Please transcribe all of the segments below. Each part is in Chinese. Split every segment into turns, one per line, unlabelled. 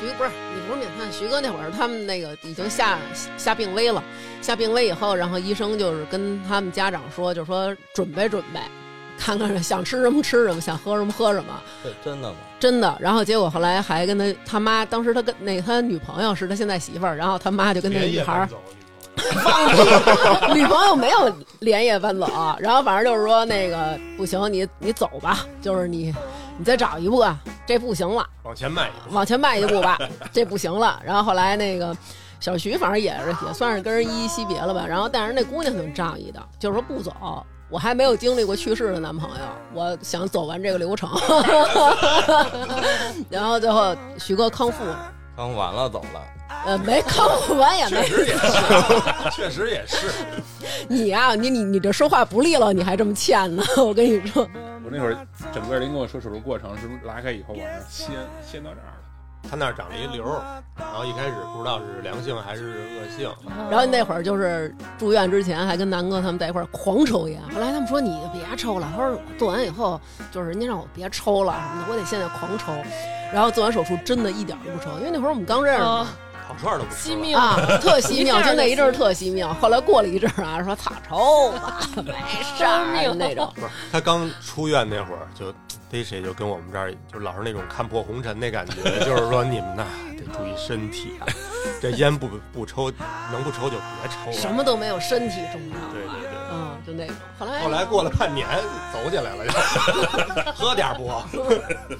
徐不是你不是免犯，徐哥那会儿他们那个已经下下病危了，下病危以后，然后医生就是跟他们家长说，就说准备准备，看看想吃什么吃什么，想喝什么喝什么，
这真的吗？
真的。然后结果后来还跟他他妈，当时他跟那他女朋友是他现在媳妇儿，然后他妈就跟那
连
女
夜
孩儿
搬走了
放屁，女朋友没有连夜搬走，啊然后反正就是说那个不行，你你走吧，就是你你再找一步啊，这不行了。
往前迈一 步，
往前迈一步吧，这不行了。然后后来那个小徐反正也是也算是跟人依依惜别了吧。然后但是那姑娘挺仗义的，就是说不走。我还没有经历过去世的男朋友，我想走完这个流程。 然后最后徐哥康复了，
刚完了走了，
呃，没康复完也
确
没
实也是，确实也 是。
你啊，你你你这说话不利落，你还这么欠呢？我跟你说，
我那会儿整个林跟我说手术过程是拉开以后往上 掀掀到这儿了，
他那儿长了一瘤儿，然后一开始不知道是良性还是恶性，
然后那会儿就是住院之前还跟南哥他们在一块儿狂抽烟，后来他们说你就别抽了，他说我做完以后就是人家让我别抽了什么的，我得现在狂抽。然后做完手术真的一点儿都不抽，因为那会儿我们刚认识嘛
哦，
烤串儿都不吃
惜
了。
命
啊，特惜
一
命
下，
就那
就
一阵儿
惜
特惜命。 后来过了一阵儿啊，说操抽吧，没事儿
命
那 种。
不是他刚出院那会儿就逮谁就跟我们这儿就老是那种看破红尘的感觉，就是说你们呐得注意身体啊，这烟不不抽，能不抽就别抽了。
什么？都没有，身体重
对
要。
对对。
嗯，就那种。后来
后来过了半年，走起来了就，喝点儿不？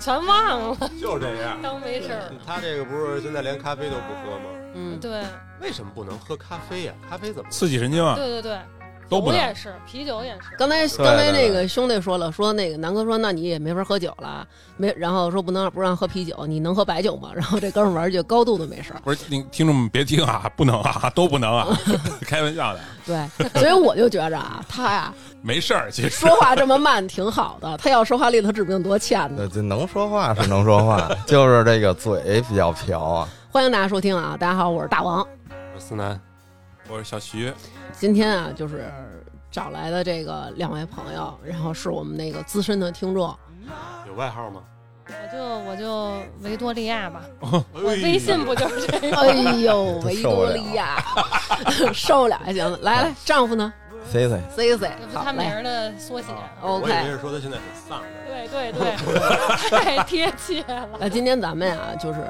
全忘了，
就是这样。
当没事儿。
他这个不是现在连咖啡都不喝吗？
嗯，
对
为什么不能喝咖啡呀、咖啡怎么了？
刺激神经
嗯
啊，
对对对，
都不
酒
能
也是，啤酒也是。
刚才
对
刚才那
对
个兄弟说了，说那个南哥说，那你也没法喝酒了，没，然后说不能不让喝啤酒，你能喝白酒吗？ 然后这哥们玩儿就高度都没事儿，
不是，你听众们别听啊，不能啊，都不能啊， 开玩笑的，
对，所以我就觉着啊，他呀
没事儿，其实
说话这么慢挺好的，他要说话利索，指不定多欠呢
对，。呃这能说话是能说话， 就是这个嘴比较瓢啊。
欢迎大家收听啊，大家好，我是大王，
思南，
我是小徐，
今天啊就是找来的这个两位朋友，然后是我们那个资深的听众，
有外号吗？
我就我就维多 利亚吧，
我
我微信不就是这 个？
哦哎 呦，维多利亚， 受不了还行，来来，丈夫呢
谁谁，
？C C，
这不是
好
他名
嘞
儿的缩写。啊
我以为
，OK。
是说他现在很丧呢。
对对
哦
对， 太贴切了。
那今天咱们啊，就是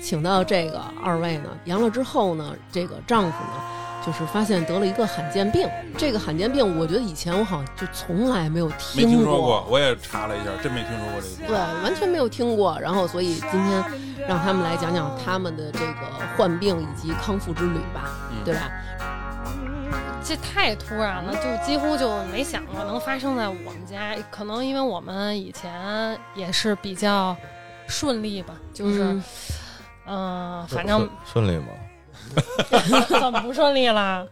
请到这个二位呢，阳了之后呢，这个丈夫呢，就是发现得了一个罕见病。这个罕见病，我觉得以前我好像就从来没有
没
听
听说过，我也查了一下，真没听说过这个病
对，完全没有听过。然后，所以今天让他们来讲讲他们的这个患病以及康复之旅吧，
嗯
对吧？
这太突然了，就几乎就没想过能发生在我们家。可能因为我们以前也是比较顺利吧，就是
嗯
嗯、呃反正
顺顺利吗？
怎么不顺利了？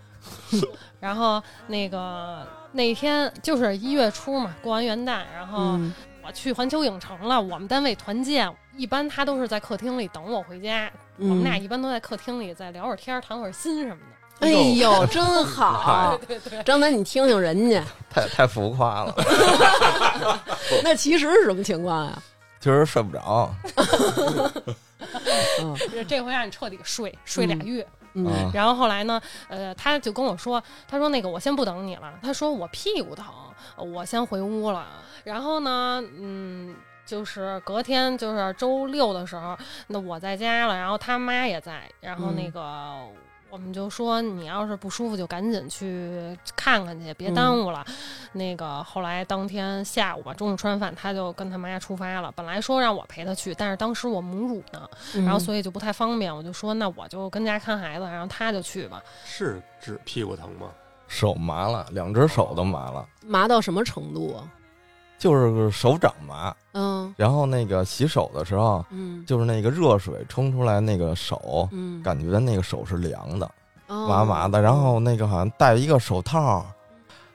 然后那个那天就是一月初嘛，过完元旦，然后
嗯
我去环球影城了。我们单位团建，一般他都是在客厅里等我回家，我
嗯
们俩一般都在客厅里再聊会儿天儿、谈会儿心什么的。
哎呦，真
哎
好！
对对对，
张楠，你听听人家，
太太浮夸了，
那其实是什么情况啊呀？
就是睡不 着。啊
嗯
这这回让你彻底睡睡俩月。
嗯
啊，
然后后来呢，呃，他就跟我说，他说那个我先不等你了，他说我屁股疼，我先回屋了。然后呢，嗯。就是隔天，就是周六的时候，那我在家了，然后他妈也在，然后那
嗯
个、我们就说，你要是不舒服就赶紧去看看去，别耽误了。那个后来当天下午吧，中午吃完饭，他就跟他妈出发了。本来说让我陪他去，但是当时我母乳呢，然
嗯
嗯
后所以就不太方便，我就说那我就跟家看孩子，然后他就去吧。
是指屁股疼吗？
手麻了，两只手都麻了，
麻到什么程度啊？
就是手掌麻。
嗯
然后那个洗手的时候，
嗯
就是那个热水冲出来那个手，
嗯，
感觉那个手是凉的，
哦
麻麻的。然后那个好像戴一个手套，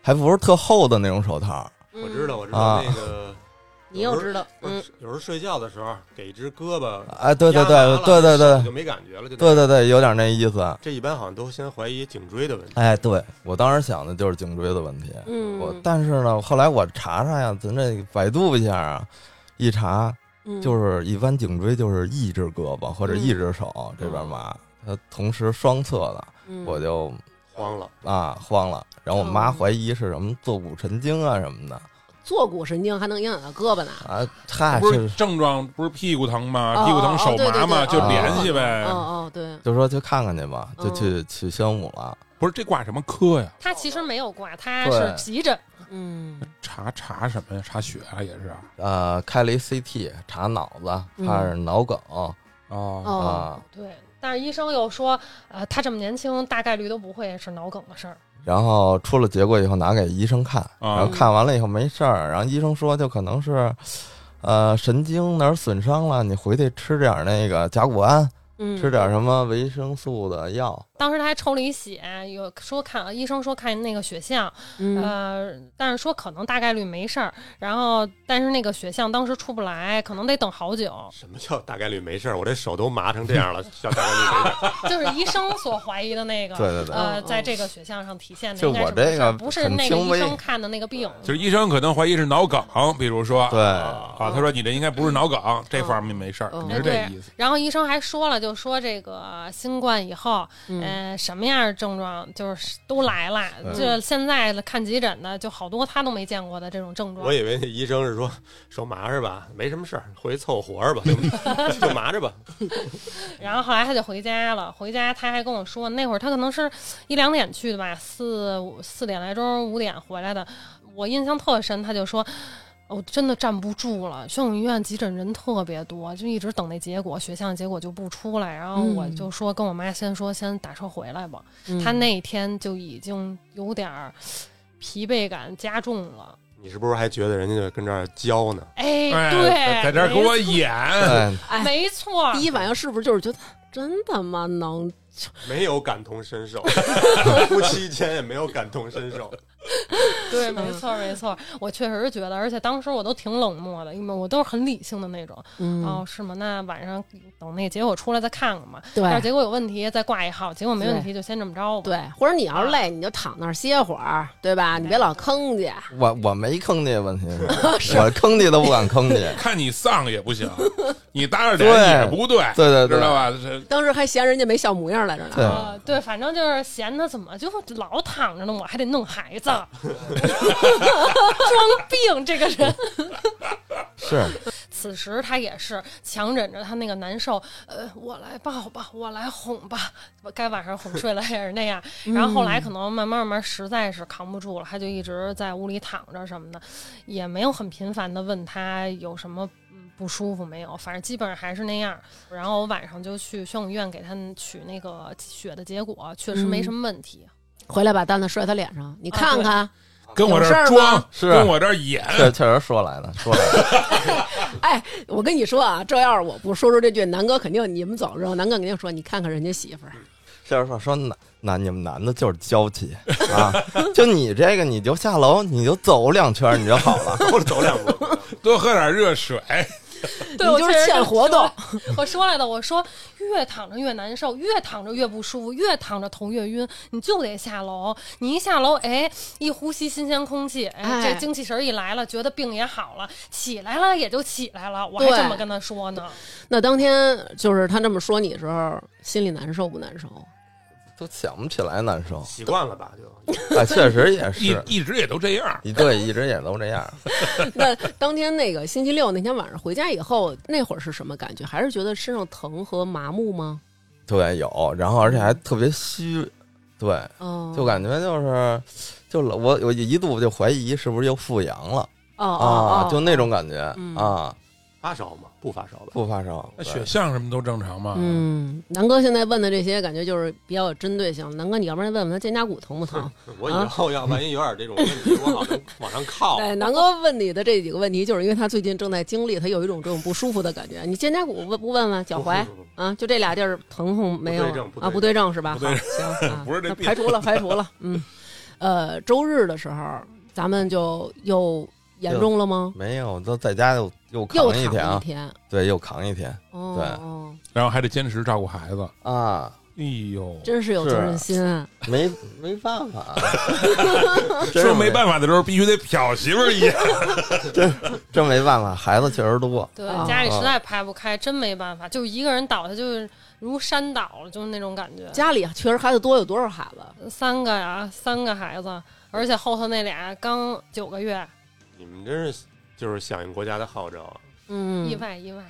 还不是特厚的那种手套。
我知道，，我知道
啊
那个，
嗯你又知道，
不
嗯
是有时候睡觉的时候给一只胳膊
哎，对对
压麻
对对
了
对
手
对
就没感觉了，就那
对。对对，有点那意思。啊
这一般好像都先怀疑颈椎的问题。
哎，对我当时想的就是颈椎的问题。
嗯，
我但是呢，后来我查查呀，咱这百度一下啊，一查
嗯
就是一般颈椎就是一只胳膊或者一只手这边麻，它同时双侧的，
哦嗯
我就
慌了，。
啊慌了。然后我
哦
妈怀疑是什么坐骨神经啊什么的
坐骨神经还能影响到胳膊呢。
啊，嗨，
不是
是
症状不是屁股疼
哦
吗？屁股疼手
哦
麻嘛，
对对对
就
哦
联系呗
哦。哦，对，
就说去看看去吧，就
嗯
去去宣武了。
不是这挂什么科呀？
他其实没有挂，他
对
是急诊，
嗯
查查什么呀？查血啊，也是啊。
呃，开了一 CT 查脑子，
嗯
怕是脑梗、
哦，
哦，
啊。
对。但是医生又说，呃，他这么年轻，大概率都不会是脑梗的事儿。
然后出了结果以后拿给医生看，
啊
然后看完了以后没事儿，然后医生说就可能是，呃，神经哪儿损伤了，你回去吃点儿那个甲钴胺，
嗯，
吃点儿什么维生素的药。
当时他还抽了一血，有说看医生说看那个血象，
嗯
呃，但是说可能大概率没事儿。然后，但是那个血象当时出不来，可能得等好久
什么叫大概率没事儿？我这手都麻成这样了，叫大概率没事儿。
就是医生所怀疑的那个，
对对对
呃，
嗯
在这个血象上体现的
就
应该
我
是没
这
事
个
儿不是
很
那个
轻
医
微
生看的那个病，
就是医生可能怀疑是脑梗，比如说
对，
啊，他说你这应该不是脑梗，这方面没事儿，
嗯
你是这意思。
然后医生还说了，就说这个新冠以后，
嗯
呃，什么样的症状就是都来了。
嗯
这现在看急诊的，就好多他都没见过的这种症状
我。以为那医生是说手麻是吧？没什么事儿，回去凑合活着吧，就就麻着吧。
然后后来他就回家了，回家他还跟我说，那会儿他可能是一两点去的吧，四五四点来钟五点回来的，我印象特深，他就说。我真的站不住了，宣武医院急诊人特别多，就一直等那结果，血项结果就不出来。然后我
嗯
就说跟我妈先说，先打车回来吧。
嗯
他那天就已经有点儿疲惫感加重了。
你是不是还觉得人家就跟这儿教呢？
哎，
哎
对，
在在这儿给我演，
对，
哎
没错，
第一反应是不是就是觉得真他妈能？
没有感同身受， 夫妻间也没有感同身受。
对，没错，没错，我确实觉得，而且当时我都挺冷漠的，因为我都是很理性的那种。哦
嗯，，
是吗？那晚上等那结果出来再看看吧。
对
要是结果有问题再挂一号，结果没问题就先这么着吧。
对，或者你要是累，你就躺那儿歇会儿，对吧？你别老坑去。
我我没坑你，问题 是我坑你都不敢坑你。
看你丧也不行，你搭着
对
脸也不对，
对对对
知道吧？这
当时还嫌人家没笑模样来着呢。
对
呃，对，反正就是闲的，怎么就老躺着呢？我还得弄孩 子， 装病这个人。
是，
此时他也是强忍着他那个难受，呃，我来抱吧，我来哄吧，该晚上哄睡了也是那样。然后后来可能慢慢慢慢实在是扛不住了，他就一直在屋里躺着什么的，也没有很频繁的问他有什么。嗯不舒服没有，反正基本上还是那样。然后我晚上就去宣武医院给他们取那个血的结果，确实没什么问题。
回来把单子摔他脸上，你看看。
跟我
有
这儿
事儿吗
装，
是
跟我这儿演，
这确实说来了，说来了，
哎，我跟你说啊，这要是我不说出这句，南哥肯定你们走之后，南哥肯定说你看看人家媳妇儿，
这是说说男男你们男的就是娇气啊， 就你这个你就下楼你就走两圈儿你就好了。
我走两步，，
多喝点热水。
对，
你
我
就是
确实
欠
这么
活
说
动。
我说来的，我说越躺着越难受，越躺着越不舒服，越躺着头越晕，你就得下楼。你一下楼，哎，一呼吸新鲜空气，哎，
哎
这精气神儿一来了，觉得病也好了，起来了也就起来了。我还
对
这么跟他说呢，
那当天就是他这么说你的时候，心里难受不难受？
都想不起来难受
习惯了吧？就
啊，确实也
一
是，
一直也都这样。
一对一直也都这样。
那当天那个星期六那天晚上回家以后，那会儿是什么感觉？还是觉得身上疼和麻木吗？
对，有，然后而且还特别虚，对，
嗯，
就感觉就是，就老我我一度就怀疑是不是又复阳了
哦
啊
哦，哦
就那种感觉
嗯
啊，
发烧吗？不发烧吧？
不发烧，
那
对
血象什么都正常嘛？
嗯，南哥现在问的这些感觉就是比较有针对性。南哥，你要不然问问他肩胛骨疼不疼？
我以后要万一有点这种问题，我好 能往上靠。
对，哎南哥问你的这几个问题，就是因为他最近正在经历，他有一种这种不舒服的感觉。你肩胛骨问不问问脚踝
不不不
啊？就这俩地儿疼痛没有
不对症不对
啊？不对症是吧？
不对
好行，啊
不是这
那
病
排除了，排除了。嗯，呃，周日的时候咱们就又严重了吗？
没有，都在家又又
又
扛
躺
一天
了一
啊，
天。
对，又扛一天
哦
对
哦
然后还得坚持照顾孩子，
啊，
哎呦，
真是有责任心啊。
没没办 法，啊真
说
是
没办法的时候必须得瞟媳妇儿一眼。
真没办法，孩子确实多，
对
啊，
家里实在排不开，真没办法，就一个人倒下，就是如山倒了，就是那种感觉。
家里啊确实孩子多，有多少孩子？
三个呀，三个孩子，而且后头那俩刚九个月，
你们真是就是响应国家的号召啊，
嗯
意，外意外。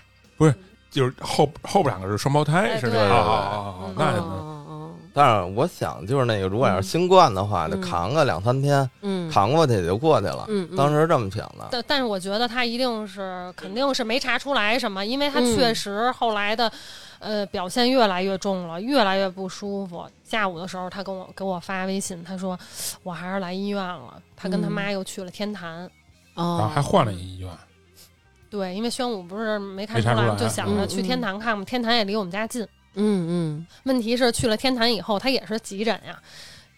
就是后后边两个是双胞胎，
哎
是吧？
对
啊啊啊啊
嗯！
那也能
哦
但是我想就是那个，如果要是新冠的话，就扛个两三天，
嗯，
扛过去也就过去了。
嗯嗯
当时这么想的，
但但是我觉得他一定是肯定是没查出来什么，因为他
嗯
确实后来的，呃，表现越来越重了，越来越不舒服。下午的时候，他跟我给我发微信，他说我还是来医院了。他跟他
嗯
妈又去了天坛，
然后
哦，
还换了一医院，
对，因为宣武不是没看
没
出
看
来，
出来
就想着
嗯
去天坛看看，天坛也离我们家近。
嗯嗯，
问题是去了天坛以后，他也是急诊呀，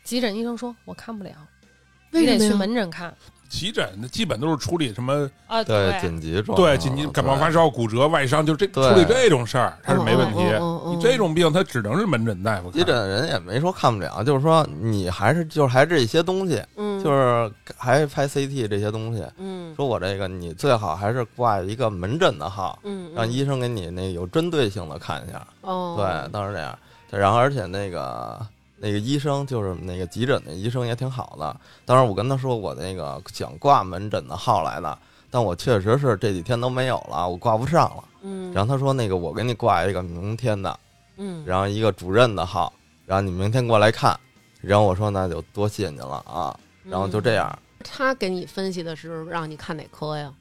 急诊医生说我看不了，你
为
得
什
去
么呀？
门诊看
急诊的基本都是处理什么
啊。
对紧急状况
对紧急感冒发烧、骨折、外伤，就这
啊对
处理这种事儿，他是没问题。
哦哦哦哦
你这种病，他只能是门诊大夫看。
急诊人也没说看不了，就是说你还是就是还这些东西，
嗯，
就是还拍 CT 这些东西。
嗯
说我这个你最好还是挂一个门诊的号，
嗯，
让
嗯
医生给你那有针对性的看一下。
哦，
对，当时这样。对然后而且那个那个医生就是那个急诊的医生也挺好的。当时我跟他说我那个想挂门诊的号来的，但我确实是这几天都没有了，我挂不上了。
嗯，
然后他说那个我给你挂一个明天的，
嗯，
然后一个主任的号，然后你明天过来看。然后我说那就多谢您了啊，
嗯
然后就这样，
他给你分析的是让你看哪科呀？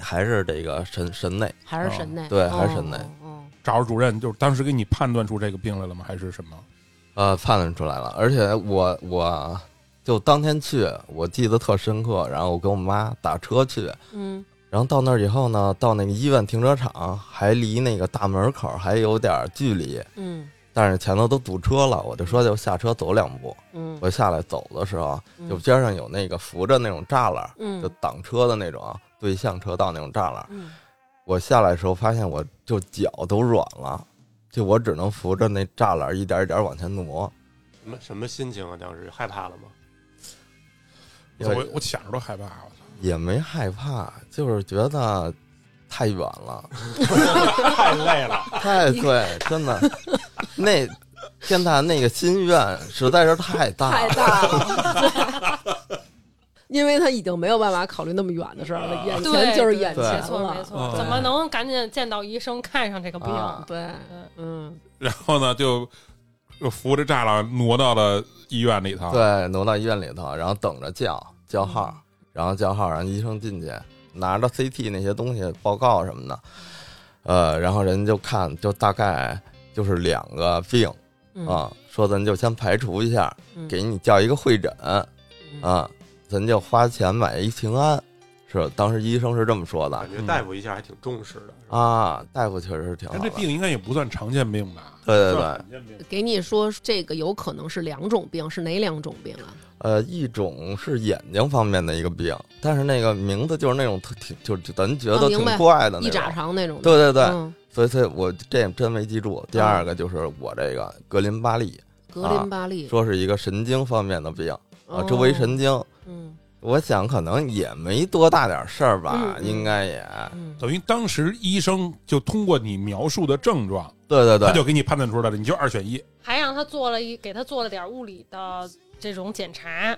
还是这个神神内，
还是神内？
哦对还是神内
哦。哦
找主任，就是当时给你判断出这个病来了吗？还是什么？
呃，判断出来了。而且我我就当天去，我记得特深刻。然后我跟我妈打车去，
哦嗯
然后到那儿以后呢，到那个医院停车场，还离那个大门口还有点距离，
嗯
但是前头都堵车了，我就说就下车走两步。
嗯，
我下来走的时候，
嗯
就边上有那个扶着那种栅栏，
嗯
就挡车的那种啊对向车道那种栅栏。
嗯
我下来的时候发现我就脚都软了，就我只能扶着那栅栏一点一点往前挪。
什么什么心情啊？当时害怕了吗？
因为
我我想着都害怕。我操
也没害怕，就是觉得太远 了，
太累了，
太对，真的，那天坛那个心愿实在是太大
太
了。
大了。 因为他已经没有办法考虑那么远的事儿了，
嗯
眼前就是眼前
对
没错没
了。
错，
对
怎么能赶紧见到医生看上这个病？
嗯啊
对，嗯，
然后呢，就就扶着栅栏挪到了医院里
啊
头。，
对，挪到医院里头，然后等着叫叫号，
嗯
然后叫号，然后医生进去拿着 CT 那些东西报告什么的，呃，然后人就看，就大概就是两个病
嗯
啊，说咱就先排除一下，
嗯
给你叫一个会诊啊，咱就花钱买一平安，是当时医生是这么说的
感觉大夫一下还挺重视的。
嗯
啊，大夫确实是挺好
但
的，
哎这病应该也不算常见病吧？
对对对
算，罕见病
给你说这个有可能是两种病，是哪两种病啊？
呃，一种是眼睛方面的一个病，但是那个名字就是那种特挺，就是就咱觉
哦
得
明
挺
白
怪的
一
那种。
扎肠那种的。
对对对，
嗯
所以所以我这真没记住。第二个就是我这个格林巴利，
格林巴利
啊说是一个神经方面的病啊，
嗯哦
周围神经。
嗯
我想可能也没多大点事儿吧，
嗯嗯
应该也
嗯
等于当时医生就通过你描述的症状，
对对
他
对
就给你判断出来了，你就二选一。
还让他做了一给他做了点物理的这种检查，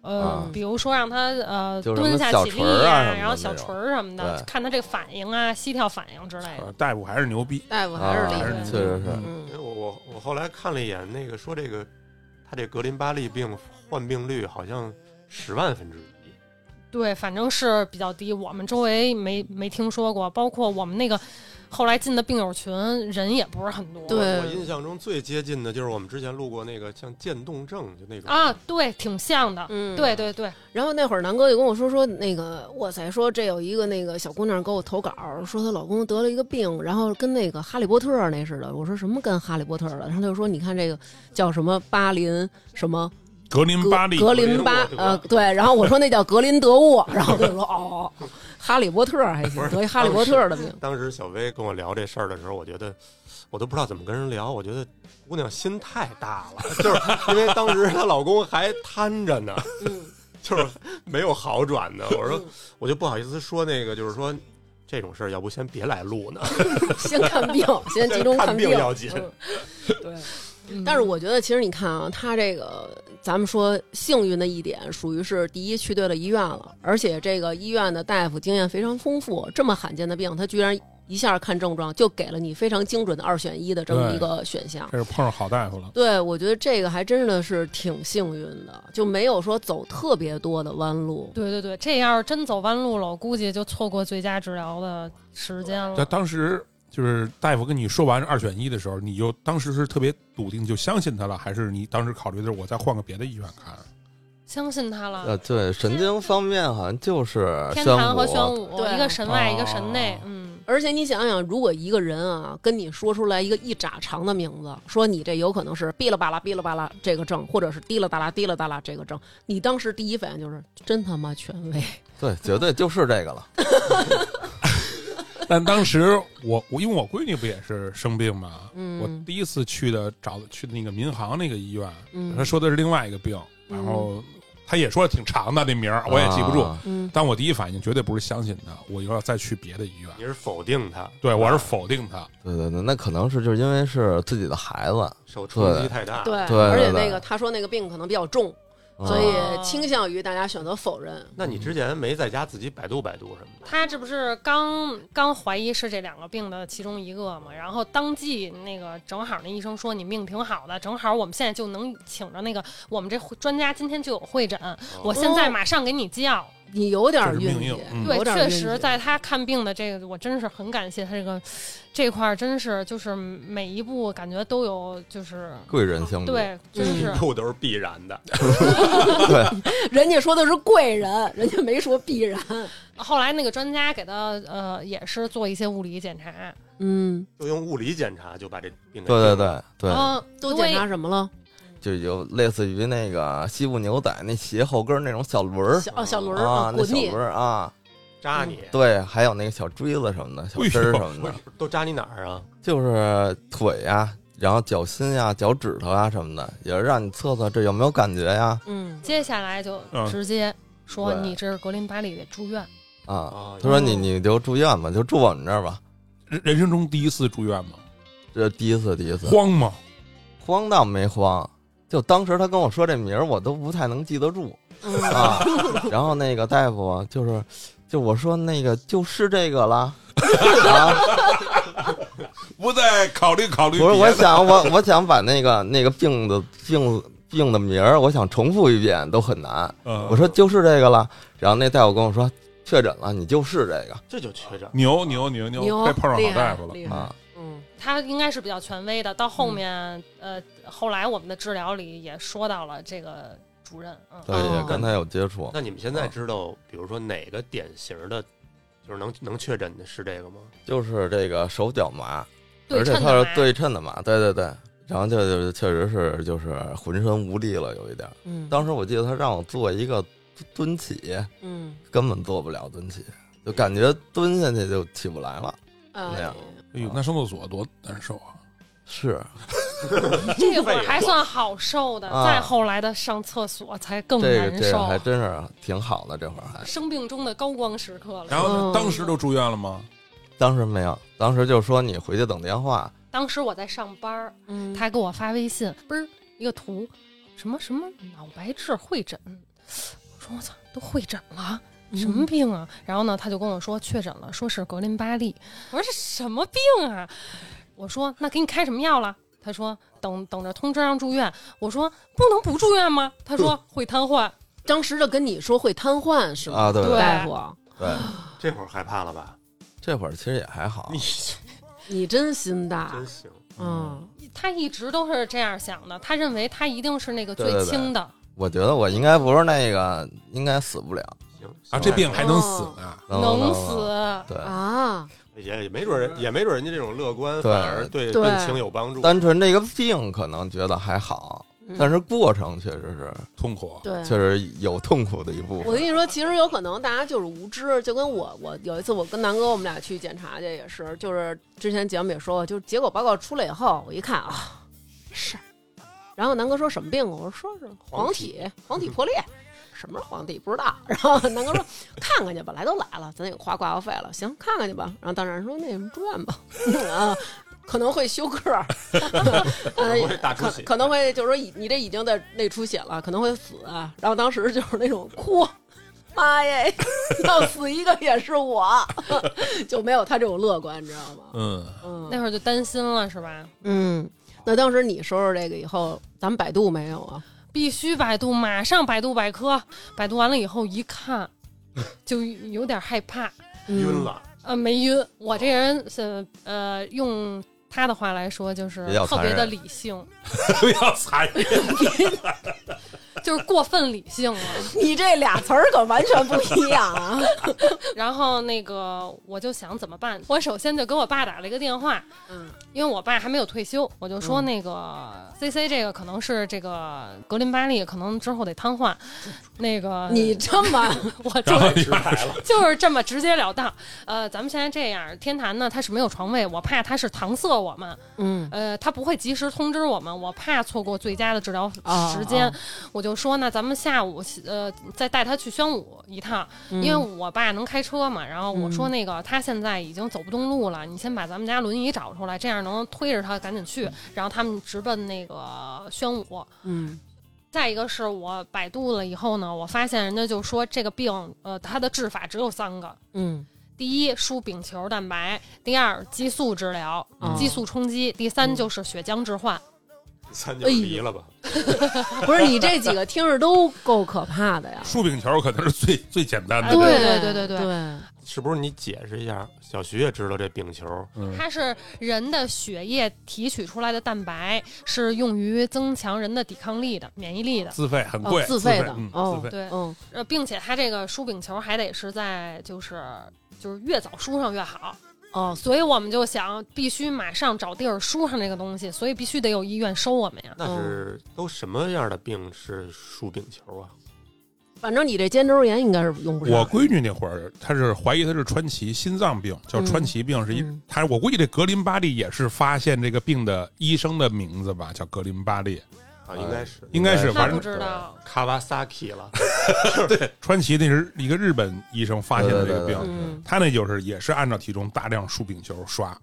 呃
啊，
比如说让他呃
就是
蹲下
什么
起
小
立
锤儿啊什么的
然后
那
小
种
锤儿什么的
对，
看他这个反应啊、心跳反应之类的
呃。大夫还是牛逼，
大夫哦还是
啊
厉害，
还是
确实是
嗯
嗯
因为我我我后来看了一眼那个说这个，他这格林巴利病患病率好像十万分之一，
对，反正是比较低，我们周围没没听说过，包括我们那个后来进的病友群，人也不是很多。
对
我印象中最接近的就是我们之前路过那个像渐冻症，就那种
啊，对，挺像的。
嗯
对对对，
然后那会儿南哥就跟我说说那个，哇塞，说这有一个那个小姑娘给我投稿，说她老公得了一个病，然后跟那个哈利波特儿那似的。我说什么跟哈利波特儿了？然后他就说你看这个叫什么巴林什么
格林
格
巴利，
格林巴
格林沃对吧
呃对，然后我说那叫格林德沃，然后他就说哦，哈利波特还行，得一哈利波特的病。
当时小薇跟我聊这事儿的时候，我觉得我都不知道怎么跟人聊。我觉得姑娘心太大了， 就是因为当时她老公还瘫着呢，
嗯，
就是没有好转呢。我说
嗯
我就不好意思说那个，就是说这种事儿，要不先别来录呢，
先看病，先集 中
看
病。
病要紧。
嗯对，但是我觉得其实你看啊，他这个咱们说幸运的一点，属于是第一去对了医院了，而且这个医院的大夫经验非常丰富，这么罕见的病，他居然一下看症状就给了你非常精准的二选一的这么一个选项。
这是碰上好大夫了。
对，我觉得这个还真的是挺幸运的，就没有说走特别多的弯路。
对对对，这要是真走弯路了，我估计就错过最佳治疗的时间
嗯
那
了。
当时就是大夫跟你说完二选一的时候，你就当时是特别笃定就相信他了，还是你当时考虑的是我再换个别的医院 看？
相信他了
呃，。对，神经方面好像就是呃
天
宣
坛
武
和宣武，
对啊
一个神外，
哦
一个神内。嗯，
而且你想想，如果一个人啊跟你说出来一个一拃长的名字，说你这有可能是哔啦吧啦哔啦吧啦这个症，或者是滴啦哒啦滴啦哒啦这个症，你当时第一反应就是真他妈权威。
对，绝对就是这个了。
但当时我我因为我闺女不也是生病嘛，
嗯
我第一次去的找的去的那个民航那个医院，
嗯
她说的是另外一个病，
嗯
然后她也说的挺长的那名儿，我也记不住。
啊
嗯，
但我第一反应绝对不是相信他，我又要再去别的医院。
嗯
你是否定她，
对我是否定他，
对对对，那可能是就是因为是自己的孩子，
受冲击太
啊
大。
对，，
对
而且
对
那
对
个他说那个病可能比较重，
嗯
所以倾向于大家选择否认。
那你之前没在家自己百度百度什么的？
他这不是刚刚怀疑是这两个病的其中一个嘛？然后当即那个正好那医生说你命挺好的，正好我们现在就能请着那个我们这专家今天就有会诊，我现在马上给你叫。
你有点
这是
运
命
气
硬，嗯
对
有，点
确
运气
实，在他看病的这个，我真是很感谢他这个这块儿，真是就是每一步感觉都有，就是
贵人相助。
对，真
嗯
是
步都是必然的，
对，
人家说的是贵人，人家没说必然。
后来那个专家给他呃也是做一些物理检查，
嗯，
就用物理检查就把这病给
对对对对
然， 后
都
对
检查什么了？
就有类似于那个西部牛仔那鞋后跟儿那种小轮儿
小哦小轮儿
啊，那
滚
小
地
轮。儿啊，
扎你，
哎
对，还有那个小锥子什么的，小
哎呦
针儿什么
不
的
是，都扎你哪儿啊？
就是腿呀、然后脚心呀、脚趾头呀、什么的，也是让你测测这有没有感觉呀
嗯，
接下来就
嗯
直接说
对
你这是格林巴里得住院，
啊。
啊，
他说
哦
你你就住院吧，就住我们这儿吧。
人人生中第一次住院嘛，
这第一次第一次，
慌吗？
慌倒没慌，就当时他跟我说这名儿，我都不太能记得住
嗯
啊。 然后那个大夫就是，就我说那个就是这 个了。啊，
不再考虑考虑
不
别
是，
的。
我想我我想把那个那个病的病病的名儿，我想重复一遍都很难。
嗯
我说就是这个了，然后那大夫跟我说确诊了，你就是这
这就缺诊。
牛牛牛
牛
牛，该碰上
厉
好
害
大夫了。
厉
个
害
啊。
嗯，
他应该是比较权威的。到后面、呃，后来我们的治疗里也说到了这个主任，嗯，
对，
哦
也跟他有接触。
那你们现在知道，比如说哪个典型的，就是能能确诊的是这个吗？
就是这个手脚麻，
对
而且
称
它
的
是
来，
对称的麻，对对对。然后就就确实是就是浑身无力了，有一点儿。
嗯，
当时我记得他让我做一个蹲起，
嗯
根本做不了蹲起，就感觉蹲下去就起不来了。
哎
那样
哎呦，那上厕所多难受啊！
是，
这会儿还算好受的，
啊
再后来的上厕所才更
这
难
个这个
受，
还真是挺好的，这会儿还。
生病中的高光时刻了。
然后
嗯
呢当时都住院了吗？
当时没有，当时就说你回去等电话，
当时我在上班儿，
嗯，
他还给我发微信，嘣儿一个图，什么什么脑白质会诊，我说我操，都会诊了。什
嗯
么病啊？然后呢，他就跟我说确诊了，说是格林巴利。我说这什么病啊？我说那给你开什么药了？他说等等着通知让住院。我说不能不住院吗？他说会瘫痪。
当时就跟你说会瘫痪是吗？
啊对
对
大夫，
对，
这会儿害怕了吧？
这会儿其实也还好
你。
你真心大
真，行，
嗯，
他一直都是这样想的，他认为他一定是那个
对
最
对对
轻的。
我觉得我应该不是那个，应该死不了，嗯
行
啊，这病还能
嗯
死 呢？
能死。
对，
啊，
也也没准人也没准人家这种乐观
对
反而对
对
论情有帮助。
单纯这个病可能觉得还好，
嗯
但是过程确实是
痛苦。
对，
确实有痛苦的一部
我
分。
跟你说，其实有可能大家就是无知，就跟我我有一次我跟南哥我们俩去检查去也是，就是之前节目也说过，就是结果报告出来以后，我一看啊是，然后南哥说什么病啊？我说说是黄体黄体破裂，什么是黄体不知道。然后南哥说看看去吧，来都来了，咱也花挂号费了，行看看去吧。然后当然说那什么住院吧， 啊。可能会休克，呃
我会大出
可
血
可能会就是说已你这已经在内出血了，可能会死、啊。然后当时就是那种哭，妈耶，要死一个也是我， 就没有他这种乐观，你知道吗？
嗯，
那
嗯
会儿就担心了，是吧？
嗯，那当时你收拾这个以后，咱们百度没有啊？
必须百度，马上百度百科，百度完了以后一看，就有点害怕。
嗯
晕了，
呃，没晕，我这人是呃，用他的话来说就是
比较
特
残
别的
忍
理性，
不要残忍。
就是过分理性了。
你这俩词儿可完全不一样啊！
然后那个我就想怎么办？我首先就给我爸打了一个电话，
嗯
因为我爸还没有退休，我就说
嗯
那个 C C 这个可能是这个格林巴利可能之后得瘫痪，那个
你这么
我 就
然后
直白了，
就是 这么直截了当。呃，咱们现在这样，天坛呢它是没有床位，我怕它是搪塞我们，
嗯
呃，他不会及时通知我们，我怕错过最佳的治疗
啊
时间，
啊
我就说那咱们下午呃再带他去宣武一趟，
嗯
因为我爸能开车嘛。然后我说那个、他现在已经走不动路了，你先把咱们家轮椅找出来，这样能推着他赶紧去。然后他们直奔那个宣武。
嗯
再一个是我百度了以后呢，我发现人家就说这个病，呃，它的治法只有三个，
嗯
第一输丙球蛋白，第二激素治疗、
嗯
激素冲击，第三就是血浆置换。
三就离了吧，
不是你这几个听着都够可怕的呀！
树饼条可能是最最简单的。
对
对
对对对
对，
是不是？你解释一下，小徐也知道这丙球，
嗯，
它是人的血液提取出来的蛋白，是用于增强人的抵抗力的、免疫力的。
自费很贵，
哦自
费
费的
嗯
哦
自费。
对，
嗯
呃，并且它这个输丙球还得是在就是就是越早输上越好，
哦，
所以我们就想必须马上找地儿输上这个东西，所以必须得有医院收我们呀。
那是都什么样的病是输丙球啊？
反正你这肩周炎应该是用不上。
我闺女那会儿，她是怀疑她是川崎心脏病，叫
嗯
川崎病，是一
嗯
她我估计这格林巴利也是发现这个病的医生的名字吧，叫格林巴利。
啊，应该是
呃应该是
那
反
不
正
知道，
卡瓦萨基了，
川崎那是一个日本医生发现的这个
对对对
病，
嗯
他那就是也是按照体重大量输丙球刷。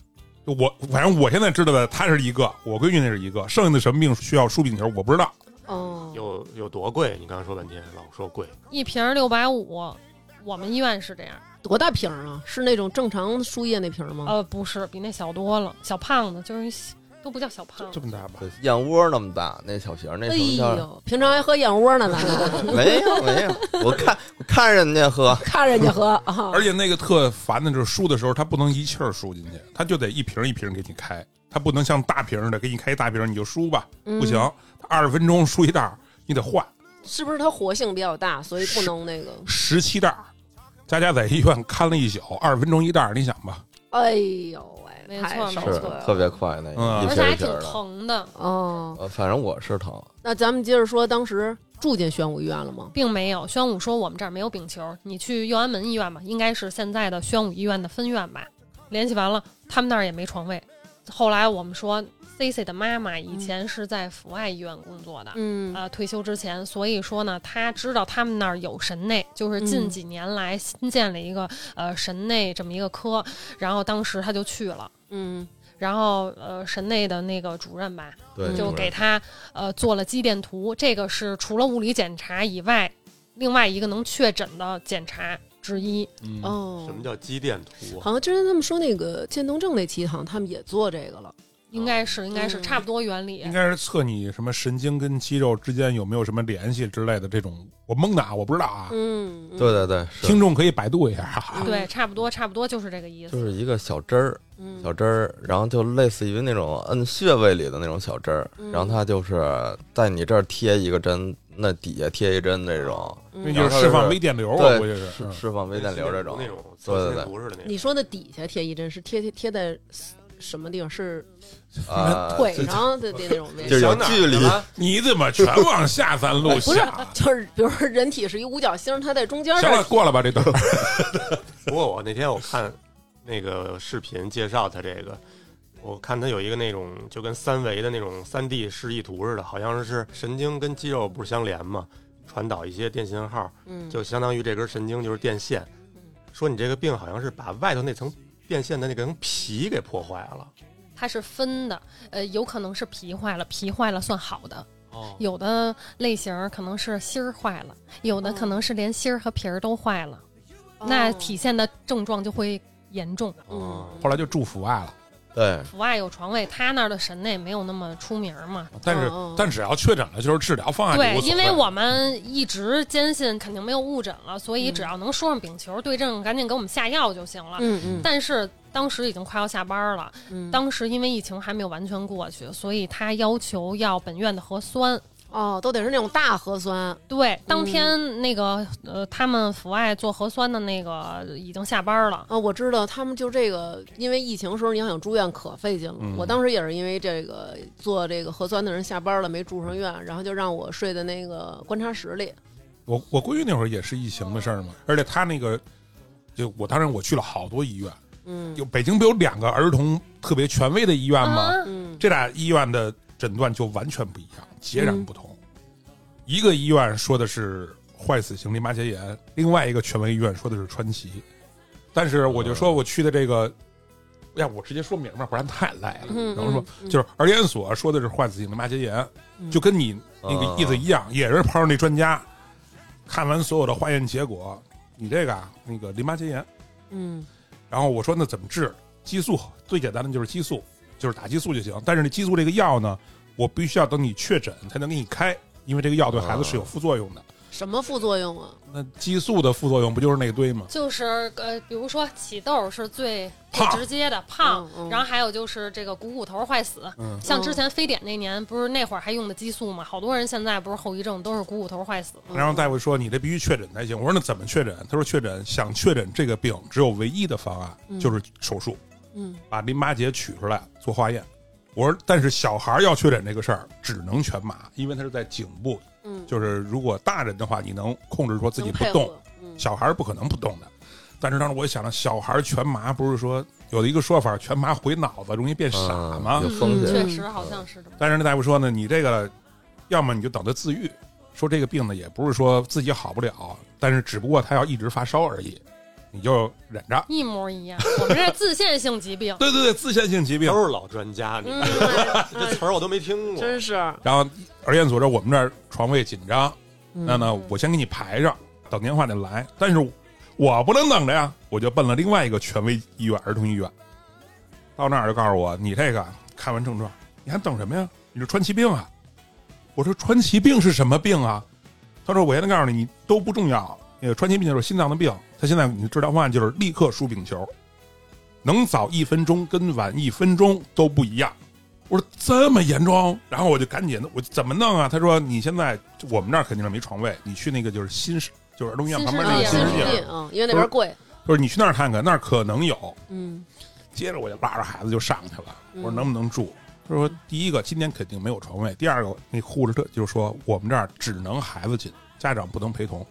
就我反正我现在知道的，他是一个，我闺女那是一个，剩下的什么病需要输丙球我不知道。
哦，
有有多贵？你刚刚说半天老说贵，
一瓶六百五，我们医院是这样。
多大瓶儿啊？是那种正常输液那瓶儿吗？
呃，不是，比那小多了，小胖子就是一小都不叫小胖子
这。么大吧？
燕窝那么大，那小瓶儿那
哎
什么叫？
呦，平常还喝燕窝呢，咱 们
没有没有，我看我看人家喝，
看人家喝啊。
而且那个特烦的就是输的时候，他不能一气儿输进去，他就得一瓶一瓶给你开，他不能像大瓶似的给你开一大瓶你就输吧，不行，二十分钟输一袋儿，你得换
是不是它活性比较大，所以不能那个？
十七袋儿。佳佳在医院看了一宿，二十分钟一袋儿，你想吧，
哎呦喂，
没
太
错
少
没
是
错啊
了。
特别快那个，
嗯
一
而
瓶
且
儿
还
一
挺
瓶儿的。
疼的，
哦，
呃，反正我是疼，
那咱们接着说，当时住进宣武医院了吗？
并没有。宣武说我们这儿没有丙球，你去右安门医院吧，应该是现在的宣武医院的分院吧。联系完了，他们那儿也没床位。后来我们说，C C 的妈妈以前是在阜外医院工作的。
嗯
呃，退休之前，所以说呢，他知道他们那儿有神内，就是近
嗯
几年来新建了一个、呃神内这么一个科，然后当时他就去了，
嗯
然后呃神内的那个主任吧，
对，
就
主
给
任
他呃做了肌电图，这个是除了物理检查以外，另外一个能确诊的检查之一。
嗯
哦，
什么叫肌电图啊？
好像之前他们说那个渐冻症那期，好像他们也做这个了。
应该是，应该是
嗯
差不多原理
应。该是测你什么神经跟肌肉之间有没有什么联系之类的这种，我蒙的啊，我不知道啊，
嗯，
对对对，是
听众可以百度一下啊。
嗯
对，差不多，差不多就是这个意思。
就是一个小汁儿，
嗯，
小汁儿，然后就类似于那种摁穴位里的那种小汁儿，
嗯
然后它就是在你这儿贴一个针，那底下贴一针这种，
那
嗯
就是释放微电流，我
对
估计是。嗯
释放微电流这种
那。种
对对对
图似的那种
你说的底下贴一针是贴贴贴在什么地方是
呃，
腿上的那种位
就
置
是。有
想哪儿
距离
去了
你怎么全往下三路
不是
想？，
就是比如说人体是一五角星，它在中间这
行了，
儿，
过了吧这段。
不过我那天我看那个视频介绍他这个，我看他有一个那种就跟三维的那种三 D 示意图似的，好像是神经跟肌肉不是相连嘛，传导一些电信号，
嗯，
就相当于这根神经就是电线。说你这个病好像是把外头那层电线的那层皮给破坏了。
它是分的，呃，有可能是皮坏了，皮坏了算好的，
哦，
有的类型儿可能是芯儿坏了，有的可能是连芯儿和皮儿都坏了，那
哦
体现的症状就会严重。
嗯，
后来就住福爱了，
对，
阜外有床位，他那儿的神呢也没有那么出名儿嘛。
但是
嗯嗯
但只要确诊了，就是治疗方案就
哦对
啊无所谓。，
因为我们一直坚信肯定没有误诊了，所以
嗯
只要能说上丙球对症，赶紧给我们下药就行了。
嗯嗯，
但是当时已经快要下班了，
嗯
当时因为疫情还没有完全过去，所以他要求要本院的核酸。
哦，都得是那种大核酸，
对，当天那个、呃，他们阜外做核酸的那个已经下班了。
啊，我知道他们就这个，因为疫情时候你想想住院可费劲了。
嗯
我当时也是因为这个做这个核酸的人下班了没住上院，然后就让我睡在那个观察室里。
我我闺女那会儿也是疫情的事儿嘛，而且她那个，就我当然我去了好多医院，
嗯
有北京不有两个儿童特别权威的医院吗？
啊，
嗯
这俩医院的诊断就完全不一样，截然不同。一个医院说的是坏死性淋巴结炎，另外一个权威医院说的是川崎。但是我就说我去的这个，哎呀，我直接说名吧，不然太赖了。
嗯
然后说
嗯
就是儿研所说的是坏死性淋巴结炎，
嗯
就跟你那个意思一样，也是碰上那专家，看完所有的化验结果，你这个啊，那个淋巴结炎。
嗯
然后我说那怎么治？激素最简单的就是激素，就是打激素就行。但是那激素这个药呢，我必须要等你确诊才能给你开，因为这个药对孩子是有副作用的。
什么副作用啊？
那激素的副作用不就是那堆吗？
就是呃，比如说起痘是最最
胖
直接的胖，
嗯嗯
然后还有就是这个股骨头坏死。
嗯
像之前非典那年，不是那会儿还用的激素嘛？好多人现在不是后遗症都是股骨头坏死。
然后大夫说你这必须确诊才行。我说那怎么确诊？他说确诊想确诊这个病，只有唯一的方案、就是手术，
嗯，
把淋巴结取出来做化验。我说但是小孩儿要确诊这个事儿只能全麻，因为他是在颈部。
嗯
就是如果大人的话，你能控制说自己
能
不
配
动
合，嗯
小孩儿不可能不动的。但是当时我想了，小孩儿全麻不是说有的一个说法，全麻毁脑子容易变傻吗？
嗯有
嗯
风险。
确实好像是这么。
但是那大夫说呢，你这个要么你就等他自愈，说这个病呢也不是说自己好不了，但是只不过他要一直发烧而已，你就忍着。。
一模一样，我们这是自限性疾病
对对对，自限性疾病。
都是老专家，你
嗯，
看
哎
这词儿我都没听过。
真是
然后儿研所说我们这儿床位紧张，
嗯
那呢我先给你排上，等电话得来。但是我不能等着呀，我就奔了另外一个权威医院——儿童医院。到那儿就告诉我，你这个看完症状，你还等什么呀？你是川崎病啊？我说川崎病是什么病啊？他说我现在告诉你，你都不重要。那个川崎病就是心脏的病，他现在你的治疗方案就是立刻输丙球，能早一分钟跟晚一分钟都不一样。我说这么严重，然后我就赶紧，我怎么弄啊？他说你现在我们那儿肯定是没床位，你去那个就是新市，就是儿童医院旁边那
啊
个
新
新
新
世
世
界
世界
界，
啊，因为那边贵。
他说你去那儿看看，那儿可能有。
嗯
接着我就拉着孩子就上去了，我说
嗯
能不能住？他说第一个今天肯定没有床位，第二个那护士特就说我们这儿只能孩子进，家长不能陪同。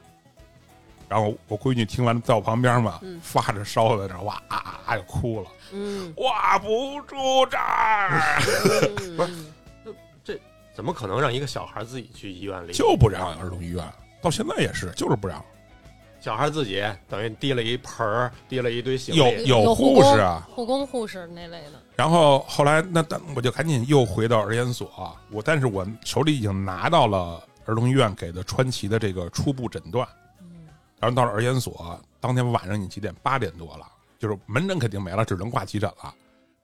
然后我闺女听完在我旁边嘛，
嗯
发着烧在那儿哇啊啊啊就哭了，
嗯，
挂不住这 儿，
不是
怎么可能让一个小孩自己去医院里？
就不让儿童医院，到现在也是就是不让，
小孩自己等于提了一盆儿，提了一堆行李。
有
有护
护
工
士啊，
护工、护士那类的，
然后后来那但我就赶紧又回到儿研所、我但是我手里已经拿到了儿童医院给的川崎的这个初步诊断，然后到了儿研所，当天晚上你几点？八点多了，就是门诊肯定没了，只能挂急诊了。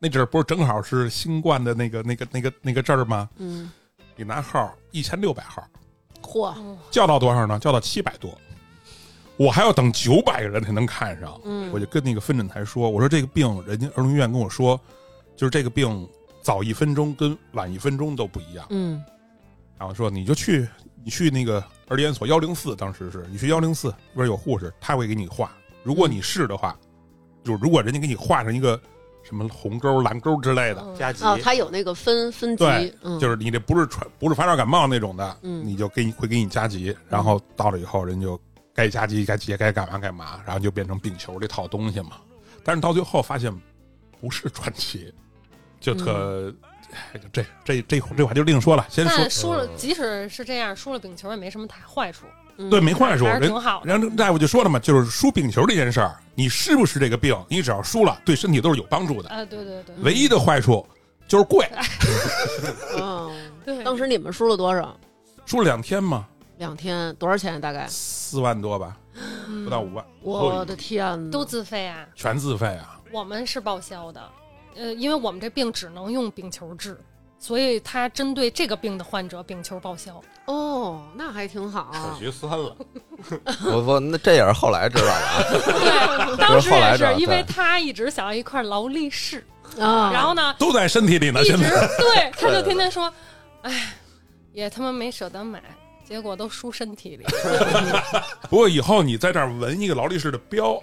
那阵儿不是正好是新冠的那个那个那个那个阵儿吗？
嗯，
你拿号一千六百号，啊
嚯，
嗯
叫到多少呢？叫到七百多，我还要等九百个人才能看上。
嗯
我就跟那个分诊台说，我说这个病，人家儿童医院跟我说，就是这个病早一分钟跟晚一分钟都不一样。
嗯
然后说你就去，你去那个儿研所幺零四，当时是你去幺零四
嗯
那边有护士，他会给你画。如果你是的话，就是如果人家给你画上一个什么红沟、蓝沟之类的，
嗯
加急
啊，它有那个分分级
对，
嗯，
就是你这不是传不是发烧感冒那种的，
嗯
你就给你会给你加急，
嗯
然后到了以后人就该加急该急该干嘛干嘛，然后就变成病球这套东西嘛。但是到最后发现不是传奇，就
嗯
特、哎这这这这话就另说了，先说
但输了
嗯，
即使是这样，输了丙球也没什么太坏处，
嗯
对，没坏处，
还是
人
挺好的。
然后大夫就说了嘛，就是输丙球这件事儿，你是不是这个病，你只要输了，对身体都是有帮助的。
啊，对对对
唯一的坏处就是贵，
嗯，
对，
当时你们输了多少？
输了两天嘛，
两天多少钱？啊大概？
四万多吧，不到五万，
我的天哪，
都自费啊，
全自费啊。
我们是报销的，呃，因为我们这病只能用丙球治，所以它针对这个病的患者丙球报销。
哦，那还挺好。
小徐酸了，
我我那这也是后来知道的啊，
对，当时
后来
也
知道
是因为
对
他一直想要一块劳力士，
啊，
然 后呢，
都在身体里呢，
一直
现在
对他就天天说，哎，也他妈没舍得买，结果都输身体里。
不过以后你在这儿纹一个劳力士的标，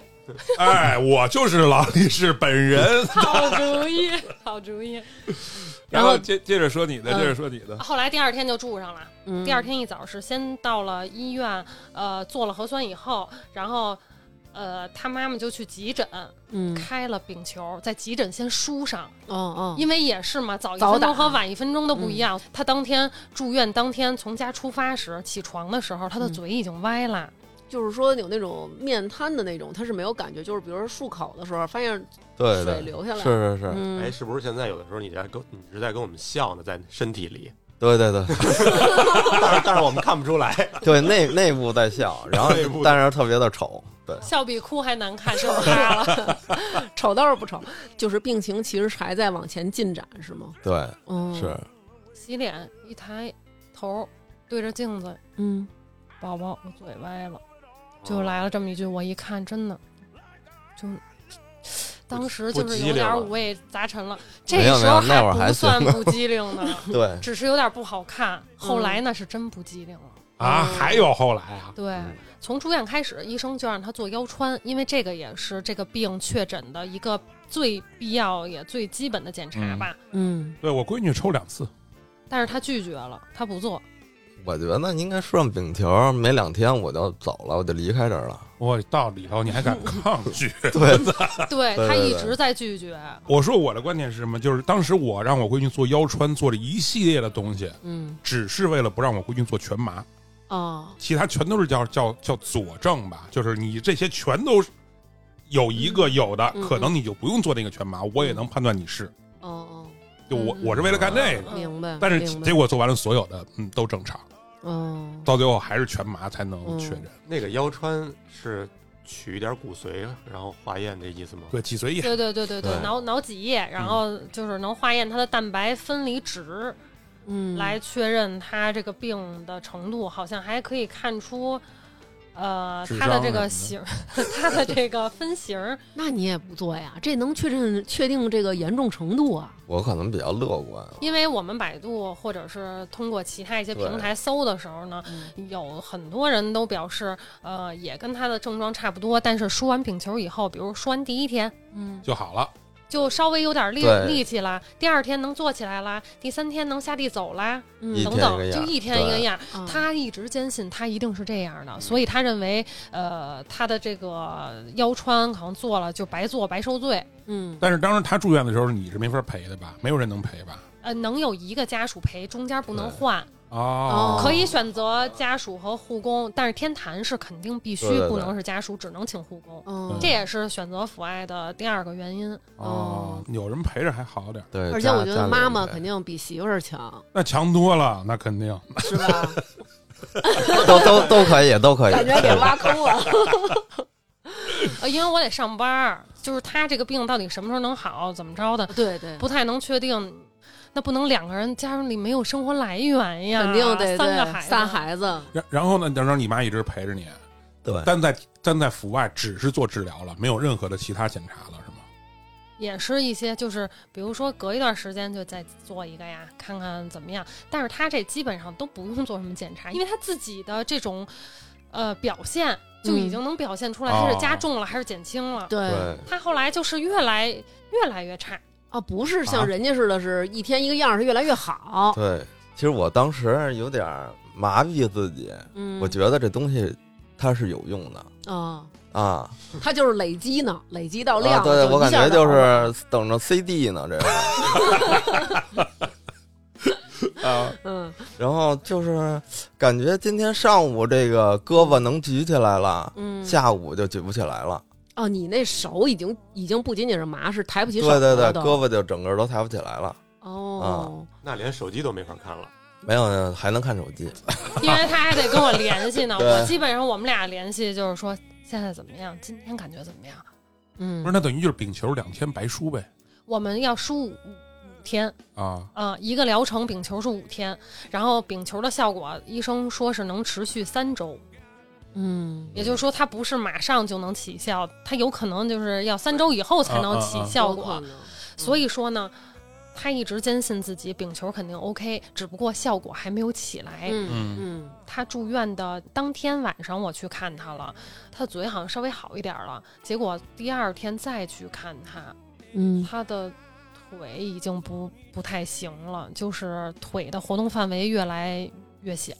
哎，我就是劳力士本 人。
好主意， 好主意。
然后
接接着说你的，
嗯
接着说你的，
后来第二天就住上了。
嗯
第二天一早是先到了医院，呃，做了核酸以后，然后，呃，他妈妈就去急诊
嗯，
开了丙球，在急诊先输上，
哦哦，
因为也是嘛，嗯早一嗯
早
分
打
钟和晚一分钟都不一样。他当天住院，当天从家出发时，起床的时候，他的
嗯
嘴已经歪了。
就是说有那种面瘫的那种，它是没有感觉，就是比如说漱口的时候发现
对
水
对，
流下来，
是是是，
嗯
哎，，是不是现在有的时候你在跟你是在跟我们笑呢，在身体里，
对对对
但是但是我们看不出来，
对，内内部在笑，然后
内部
但是特别的丑，对，
笑比哭还难看，就是他了。
丑倒是不丑，就是病情其实还在往前进展，是吗？
对，
嗯，
是，
洗脸一抬头，对着镜子，
嗯，
宝宝，我嘴歪了，就来了这么一句。我一看，真的，就 当时就是有点五味杂陈了。这
没有
时候
没有那会儿还
不算
行
不机灵 呢，
对，
只是有点不好看。后来那是真不机灵了。
啊，
嗯
还有后来啊，
对，从住院开始，医生就让他做腰穿，因为这个也是这个病确诊的一个最必要也最基本的检查吧。
嗯，
对我闺女抽两次，
但是他拒绝了，他不做。
我觉得应该说上丙球，没两天我就走了，我就离开这儿了。
我到里头你还敢抗拒？
对，
对
对
他
对
一
对
直在拒绝。
我说我的观点是什么？就是当时我让我闺女做腰穿，做了一系列的东西，
嗯，
只是为了不让我闺女做全麻，
哦，
其他全都是叫叫叫佐证吧，就是你这些全都是有一个有的，
嗯
可能你就不用做那个全麻，我也能判断你是。
哦
就我
嗯
我是为了干这个，
哦，明白。
但是
明白
结，果做完了所有的，嗯，都正常，
嗯，
到最后还是全麻才能确诊。
那个腰穿是取一点骨髓，然后化验这意思吗？
对，脊髓液
对对对对对，
对
脑脑脊液，然后就是能化验它的蛋白分离值，
嗯，
来，确认它这个病的程度，好像还可以看出，呃，
智
它的
商
这个
什
型儿， 它的这个分型儿，
那你也不做呀？这能确认确定这个严重程度啊？
我可能比较乐观，啊
因为我们百度或者是通过其他一些平台搜的时候呢，有很多人都表示，呃，也跟他的症状差不多，但是输完丙球以后，比如输完第一天，
嗯，
就好了。
就稍微有点力
对
力气啦，第二天能坐起来啦，第三天能下地走啦，
一
等
天一
等，
个
就
样
一天一个
对嗯
样。
嗯
他一直坚信他一定是这样的，所以他认为，呃，他的这个腰穿可能做了就白做白受罪。
嗯，
但是当时她住院的时候，你是没法陪的吧？没有人能陪吧？
呃，能有一个家属陪，中间不能
对
换，
哦，
可以选择家属和护工，但是天坛是肯定必须
对对对
不能是家属，只能请护工。
嗯，
这也是选择阜爱的第二个原因。
哦，有人陪着还好点儿，
对，
而且我觉得妈妈肯
肯
定比媳妇儿强，
那强多了，那肯定。
是吧？
定都都都可以，都可以，
感觉给挖坑了。
呃，因为我得上班儿，就是他这个病到底什么时候能好，怎么着的，
对对，
不太能确定。那不能两个人家里没有生活来源呀，
肯定得
三个
对
孩子，
仨啊孩子，
然然后呢，等让你妈一直陪着你，
对，
但在但在阜外只是做治疗了，没有任何的其他检查了，是吗？
也是一些就是，比如说隔一段时间就再做一个呀，看看怎么样。但是他这基本上都不用做什么检查，因为他自己的这种呃表现就已经能表现出来
哦
它是加重了还是减轻了。
对
对，
他后来就是越来越来越差，
啊，不是
啊
像人家似的，是一天一个样儿，是越来越好。
对，其实我当时有点儿麻痹自己，
嗯，
我觉得这东西它是有用的
得啊，
啊。
它就是累积呢，累积到
啊
量，
对，我
一
感
下
觉就
好了
是等着 CD 呢，这个。
啊，
嗯
然后就是感觉今天上午这个胳膊能举起来了，
嗯，
下午就举不起来了。
哦，你那手已经已经不仅仅是麻，是抬不起手
对对对
了，都
胳膊啊就整个都抬不起来了。
哦，
那连手机都没法看了。
没有，还能看手机。
因为他还得跟我联系呢。
对
我基本上我们俩联系就是说现在怎么样，今天感觉怎么样。
嗯
不是，那等于就是丙球两天白输呗
我们要输五五天
啊，
啊、呃一个疗程丙球是五天，然后丙球的效果医生说是能持续三周，
嗯
也就是说它不是马上就能起效，它有可能就是要三周以后才能起效果。
有可能
所以说呢，他一直坚信自己丙球肯定 OK，只不过效果还没有起来。
嗯
嗯
嗯
他住院的当天晚上，我去看他了，他嘴好像稍微好一点了。结果第二天再去看他，
嗯
他的腿已经不不太行了，就是腿的活动范围越来越小，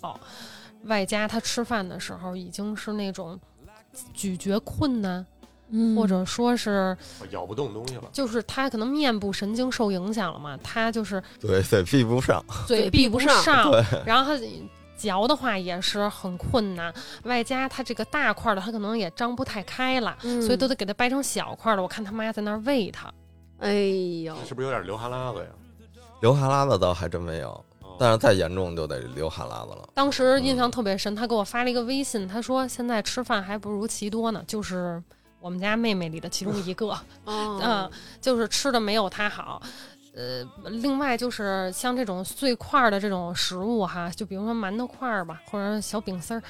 外加他吃饭的时候已经是那种咀嚼困难，
嗯
或者说是
我咬不动东西了，
就是他可能面部神经受影响了嘛，他就是
对对，闭不上。
嘴
嘴
闭
闭不
上，
上
然后他嚼的话也是很困难，外加他这个大块儿的他可能也张不太开了，
嗯
所以都得给他掰成小块儿的。我看他妈在那儿喂他，
哎呦，
是不是有点流哈喇子呀？
流哈喇子倒还真没有，
哦
但是再严重就得流哈喇子了。
当时印象特别深，他给我发了一个微信，他说现在吃饭还不如奇多呢，就是我们家妹妹里的其中一 个，嗯
哦
就是吃的没有他好。呃，另外就是像这种碎块儿的这种食物哈，就比如说馒头块儿吧，或者小饼丝儿，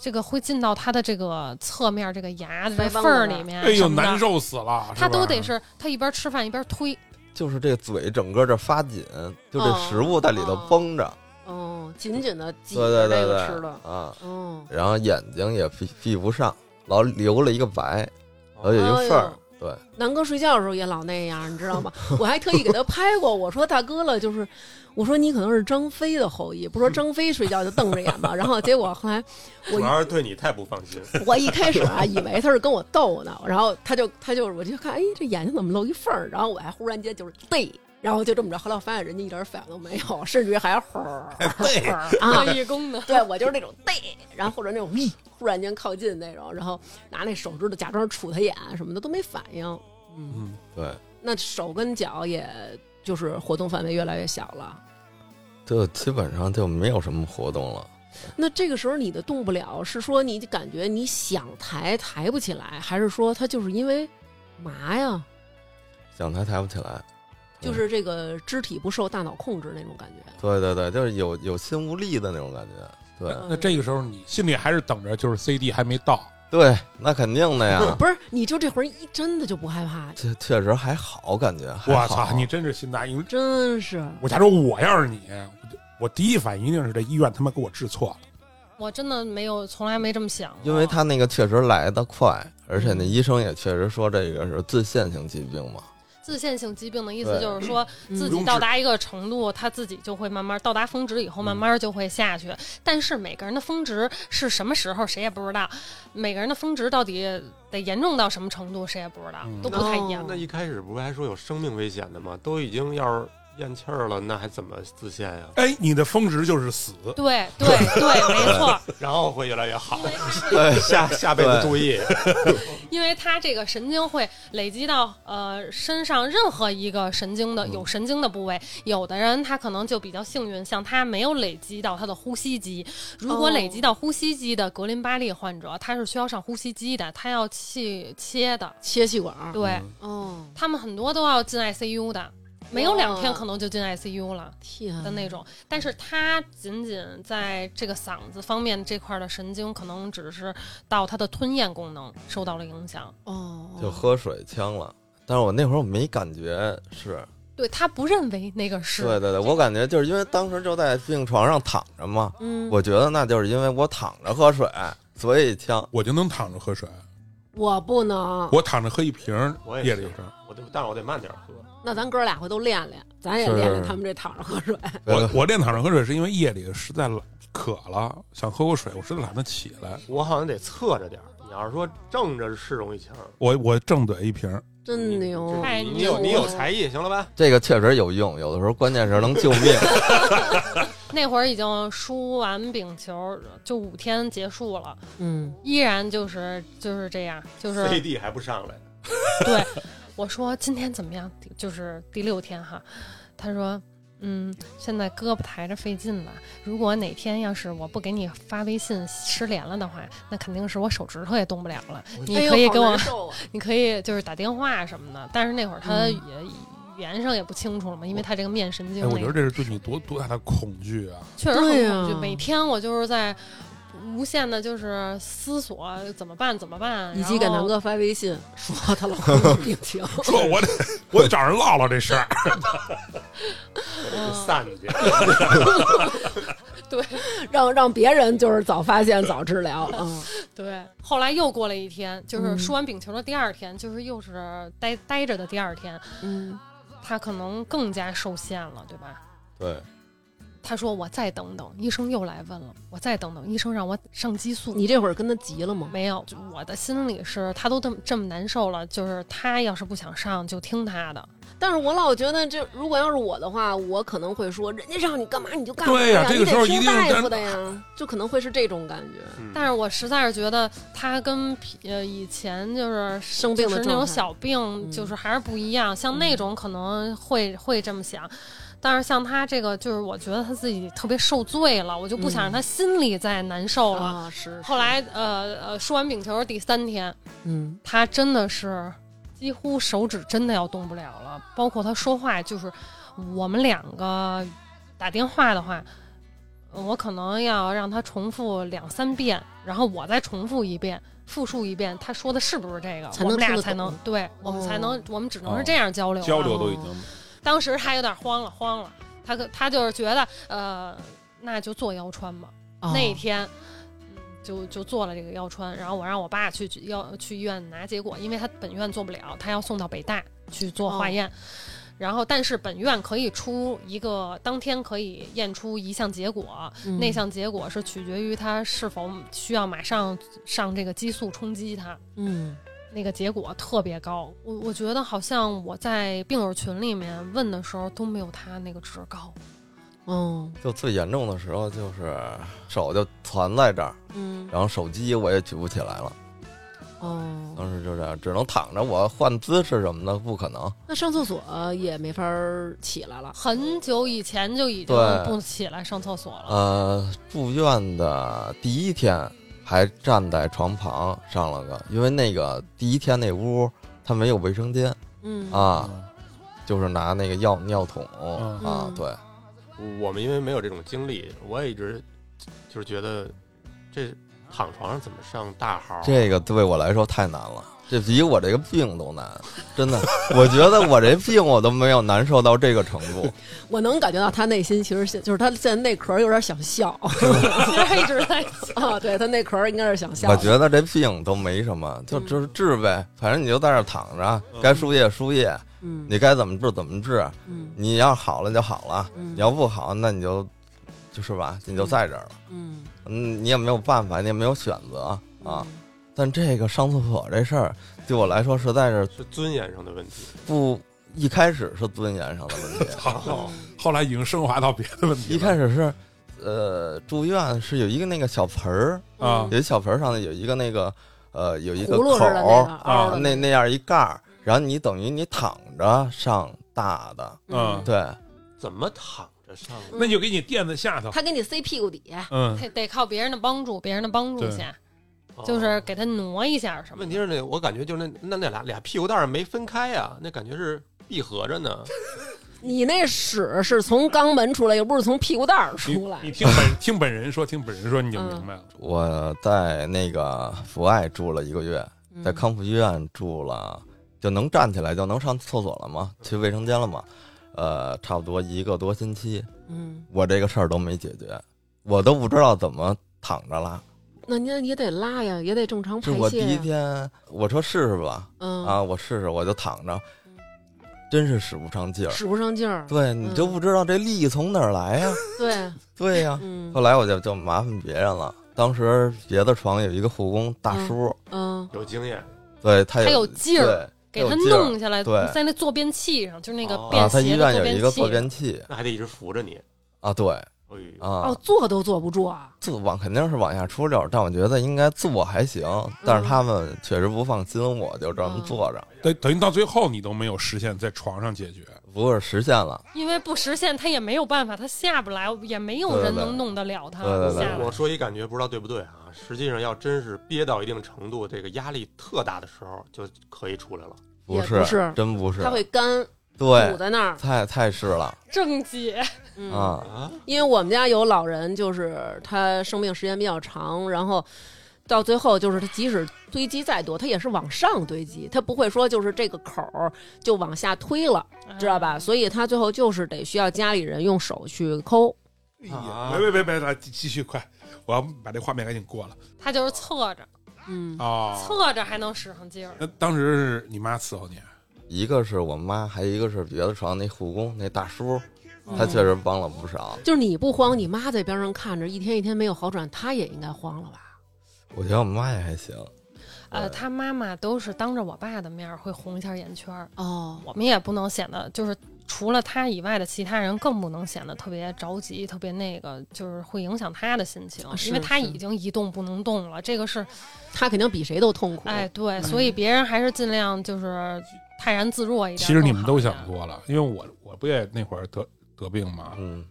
这个会进到他的这个侧面这个牙的这个
腮帮
缝
子
儿
那儿
里面，
哎呦，难。受死了，
他都
吧
得是他一边吃饭一边推，
就是这嘴整个这发紧，就这
哦
食物在里头
哦
绷着。
哦，紧紧的挤着
对对对
这
对
个吃的，
啊，
嗯，
然后眼睛也闭闭不上，老留了一个白，然后有一个
哎
缝儿
呦。
对，
南哥睡觉的时候也老那样，你知道吗？我还特意给他拍过，我说大哥了，就是我说你可能是张飞的后裔，不 说张飞睡觉就瞪着眼吧。然后结果后来我
主要是对你太不放心。
我一开始啊，以为他是跟我逗呢，然后他就他就我就看，哎，这眼睛怎么露一缝儿？然后我还忽然间就是对，然后就这么着。后来我发现人家一点反应都没有，甚至于还吼儿
对，
啊，
特异功能。
对我就是那种对，然后或者那种咦，忽然间靠近那种，然后拿那手指头假装杵他眼什么的都没反应。嗯，
嗯，
对，
那手跟脚也就是活动范围越来越小了。
就基本上就没有什么活动了。
那这个时候你的动不了，是说你感觉你想抬抬不起来，还是说他就是因为麻呀？
想抬抬不起来，
就是这个肢体不受大脑控制那种感觉。
对对对，就是有有心无力的那种感觉。对
那这个时候你心里还是等着，就是 CD 还没到，
对，啊那肯定的呀。
不是，你就这会儿一真的就不害怕，
确确实还好，感觉还
我
好
操，你真是心大，因为
真是
我假如我要是你，我就我第一反应一定是这医院他妈给我治错了，
我真的没有，从来没这么想过。
因为他那个确实来的快，而且那医生也确实说这个是自限性疾病嘛。
自限性疾病的意思
对
就是说，
不
自
用
己
治
到达一个程度，他自己就会慢慢到达峰值以
嗯
后，慢慢就会下去。但是每个人的峰值是什么时候，谁也不知道。每个人的峰值到底得严重到什么程度，谁也不知道，
嗯
都不太一样。
哦那一开始不是还说有生命危险的吗？都已经要是咽气儿了，那还怎么自限呀？
哎，你的峰值就是死，
对对对，没错。
然后会越来越好，
对
下下辈子注意。
因为它这个神经会累积到呃身上任何一个神经的有神经的部位，有的人他可能就比较幸运，像他没有累积到他的呼吸肌。如果
哦
累积到呼吸肌的格林巴利患者，他是需要上呼吸机的，他要气切的，
切气管儿。
对、
哦，
他们很多都要进 ICU 的，没有两天
哇
可能就进 ICU 了。
天
的那种，但是他仅仅在这个嗓子方面这块儿的神经，可能只是到他的吞咽功能受到了影响。
哦，
就喝水呛了。但是我那会儿我没感觉是，
对他不认为那个是
对对对，我感觉就是因为当时就在病床上躺着嘛，
嗯，
我觉得那就是因为我躺着喝水，嘴也呛，
我就能躺着喝水，
我不能。
我躺着喝一瓶儿
我也
夜
是
里 是。
我得，但是我得慢点喝。
那咱哥俩回头练练，咱也
是
练练他们这躺着喝水。
我我练躺着喝水是因为夜里实在懒渴了，想喝口水，我实在懒得起来，
我好像得侧着点儿。你要是说正着是容易呛，
我我正嘴一瓶儿，
嗯
真
哎
牛！
太
你有
牛
你有
了
才艺，行了吧？
这个确实有用，有的时候关键是能救命。
那会儿已经输完丙球，就五天结束了，
嗯，
依然就是就是这样，就是
CAD 还不上来，
对，我说今天怎么样？就是第六天哈，他说。嗯，现在胳膊抬着费劲吧。如果哪天要是我不给你发微信失联了的话，那肯定是我手指头也动不了了。你
哎
哎
可以给我，
啊
你可以就是打电话什么的。但是那会儿他也
嗯
语言上也不清楚了嘛，因为他这个面神经
哎，我
那个
觉得这是对你多多大的恐惧啊！
确实很
对
恐惧。
呀
每天我就是在无限的，就是思索怎么办，怎么办，
以及给
然后
南哥发微 信说她老公有病情，
说 我得我得找人唠唠这事儿，
嗯
散去。
对
让让别人就是早发现早治疗。 嗯，
对。后来又过了一天，就是
嗯
输完丙球的第二天，就是又是待待着的第二天，
嗯，
他可能更加受限了，对吧？
对，
他说：“我再等等。”医生又来问了：“我再等等。”医生让我上激素。
你这会儿跟他急了吗？
没有，就我的心里是，他都这么这么难受了，就是他要是不想上，就听他的。
但是我老觉得这，如果要是我的话，我可能会说，人家让你干嘛你就干嘛
对呀这
你
个
得
时候
听
一定
大
咱
夫的呀，就可能会是这种感觉。
嗯
但是我实在是觉得他跟皮呃以前就是
生病的
就是
状态
那种小病，
嗯
就是还是不一样。像那种可能会会这么想，但是像他这个，就是我觉得他自己特别受罪了，我就不想让他心里再难受了。
啊，嗯是。
后，来呃呃，输完丙球第三天，
嗯，
他真的是几乎手指真的要动不了了，包括他说话，就是我们两个打电话的话，呃我可能要让他重复两三遍，然后我再重复一遍，复述一遍，他说的是不是这个，
才能
我们
听
俩
得
才能
懂
对，我们才能，我们只能
哦
是这样交流了
交流都已经
当时他有点慌了，慌了，他可他就是觉得呃，那就做腰穿吧。
哦
那一天，嗯，就就做了这个腰穿，然后我让我爸去要去医院拿结果，因为他本院做不了，他要送到北大去做
哦
化验。然后，但是本院可以出一个当天可以验出一项结果，
嗯
那项结果是取决于他是否需要马上上这个激素冲击他。
嗯，
那个结果特别高，我我觉得好像我在病友群里面问的时候都没有他那个值高。
哦，
就最严重的时候就是手就攒在这儿，
嗯，
然后手机我也举不起来了，
哦，
当时就这样，只能躺着。我换姿势什么的不可能。
那上厕所也没法儿起来
啊
了。
很久以前就已经
对
不起来上厕所了。
呃，住院的第一天还站在床旁上了个，因为那个第一天那屋它没有卫生间
嗯，
啊，就是拿那个药尿桶
嗯
啊
嗯，
对，
我们因为没有这种经历，我也一直就是觉得这躺床上怎么上大号？啊
这个对我来说太难了，这比我这个病都难，真的。我觉得我这病我都没有难受到这个程度。
我能感觉到他内心其实现就是他现在内壳有点想 笑
其实一直在想，
啊，对他内壳应该是想笑。嗯
我觉得这病都没什么，就就是治呗，反正你就在这儿躺着，该输液输液，
嗯，
你该怎么治怎么治。
嗯
你要好了就好了，
嗯
你要不好，那你就就是吧，你就在这儿了。
嗯
嗯，你也没有办法，你也没有选择啊。，但这个上厕所这事儿，对我来说实在是
是尊严上的问题。
不一开始是尊严上的问题。
哦
好，后来已经升华到别的问题了。
一开始是，呃，住院是有一个那个小盆儿，
啊
有一小盆儿上的有一个那个，呃，有一个
葫芦似
口
的那
儿啊
个，啊凹的
那那样一盖儿，然后你等于你躺着上大的，
嗯
对，
怎么躺着上
嗯
的？
那就给你垫在 下头，
他给你塞屁股底下，
嗯，
得得靠别人的帮助，别人的帮助
对
下，
哦
就是给他挪一下什么
问
的。
题是那我感觉就是那那那俩俩屁股蛋儿没分开呀、那感觉是闭合着呢。
你那屎是从肛门出来，又不是从屁股蛋儿
你
出来
你。听本听本人说，听本人说你就明白了。
我在那个阜外住了一个月，
嗯
在康复医院住了，就能站起来，就能上厕所了吗？去卫生间了吗？呃，差不多一个多星期，
嗯，
我这个事儿都没解决，我都不知道怎么躺着拉。
那您也得拉呀，也得正常
啊
就
排
我第
泄
一
呀。
天，我说试试吧，
嗯
啊，，我试试，我就躺着，
嗯
真是使不上劲儿。
使不上劲儿。
对你就
嗯
不知道这力从哪儿来呀、
嗯
对，
对呀、
嗯
后来我就就麻烦别人了。当时别的床有一个护工大叔，
嗯，
有经验，
对他有
他有劲儿，
对
给他
有劲儿
弄下来，
对
在那坐便器上，就是那个
哦
便
啊，他
携
医
的
院
坐
有一个坐
器。
便器
那还得一直扶着你。
啊，对
哎呦，
啊
哦，，坐都坐不住啊。
自往肯定是往下出溜儿，但我觉得应该坐还行，但是他们确实不放心，我就这么
嗯
坐着，
等等于到最后你都没有实现在床上解决，
不过是实现了。
因为不实现他也没有办法，他下不来，也没有人
对对
能弄得了他
对对对
下
对
来
我。说一感觉，不知道对不对啊？实际上，要真是憋到一定程度，这个压力特大的时候，就可以出来了。
也
是，
不是
真不是啊
它，会干堵
对，啊
在那儿，
太太是了
正解，
嗯，
啊，
啊，
因为我们家有老人，就是他生病时间比较长，然后到最后就是他即使堆积再多，他也是往上堆积，他不会说就是这个口儿就往下推了， 知道吧？所以他最后就是得需要家里人用手去抠，
哎
啊
别别别别，来继继续快，我要把这画面赶紧过了
他就是侧着，
嗯，
啊。
侧着还能使上劲儿。
那当时是你妈伺候你，
一个是我妈，还一个是别的床那护工那大叔，
嗯
他确实帮了不少。
就是你不慌，你妈在边上看着，一天一天没有好转，她也应该慌了吧？
我觉得我妈也还行，
呃，他妈妈都是当着我爸的面儿会红一下眼圈儿，
哦，
我们也不能显得就是除了他以外的其他人更不能显得特别着急，特别那个，就是会影响他的心情
啊，是
因为他
是
已经一动不能动了。这个是
她肯定比谁都痛苦。
哎，
嗯
对，所以别人还是尽量就是泰然自若一点。
其实你们
更好
都
一
嗯
点
想多了，因为我我不也那会儿得得病嘛，
嗯，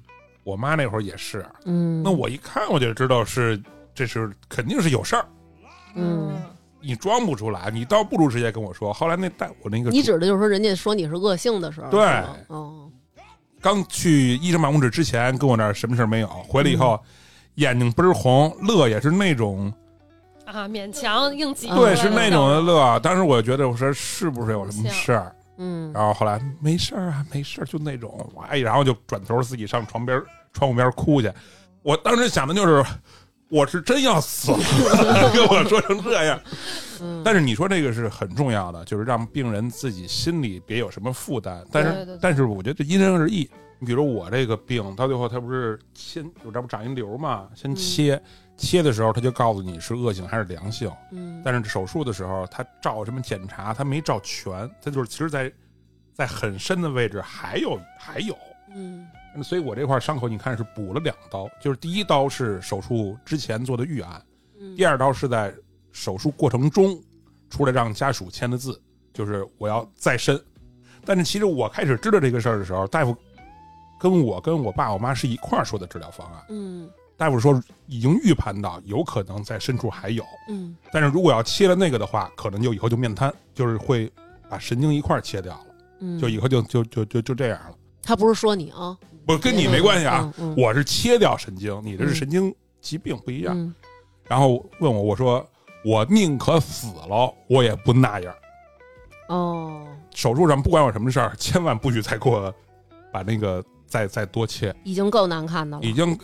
我妈那会儿也是，
嗯，
那我一看我就知道是这是肯定是有事儿，
嗯，
你装不出来，你倒不如直接跟我说。后来那带我那个
你
主
指的就是说人家说你是恶性的时候，
对
是吗哦，
刚去医生办公室之前跟我那儿什么事儿没有，回来以后、眼睛倍儿红，乐也是那种
啊，勉强硬
嗯
挤出来
对，
的
是
笑
那种的乐。当时我觉得我说是不是有什么
像
事儿？
嗯，
然后后来没事儿啊，没事儿，就那种哎，然后就转头自己上床边儿窗户边儿哭去。我当时想的就是，我是真要死了，给我说成这样。
嗯
但是你说这个是很重要的，就是让病人自己心里别有什么负担。但是，
对对对
但是我觉得这因人而异。你比如我这个病，到最后他不是先有这不长一瘤嘛，先
嗯
切，切的时候他就告诉你是恶性还是良性。
嗯，
但是手术的时候，他照什么检查，他没照全，他就是其实在，在很深的位置还有还有，
嗯
所以我这块伤口你看是补了两刀，就是第一刀是手术之前做的预案，
嗯，
第二刀是在手术过程中出来让家属签的字，就是我要再深。但是其实我开始知道这个事儿的时候，大夫跟我跟我爸我妈是一块儿说的治疗方案，
嗯
大夫说已经预判到有可能在深处还有。
嗯
但是如果要切了那个的话，可能就以后就面瘫，就是会把神经一块儿切掉了，
嗯，
就以后就就就就就这样了。
他不是说你啊，
不跟你没关系啊，
嗯，嗯
我是切掉神经，你这是
嗯
神经疾病不一样。
嗯
然后问我，我说我宁可死了，我也不那样。
哦，
手术上不管有什么事儿，千万不许再给我把那个再再多切，
已经够难看的了，
已经。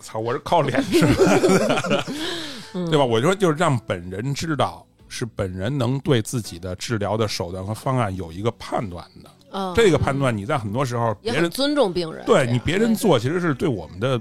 操！我是靠脸吃饭，
嗯
对吧？？我就说就是让本人知道，是本人能对自己的治疗的手段和方案有一个判断的。
嗯
这个判断你在很多时候别
也
人
很尊重病人，这
对你
样
别人做其实是对我们的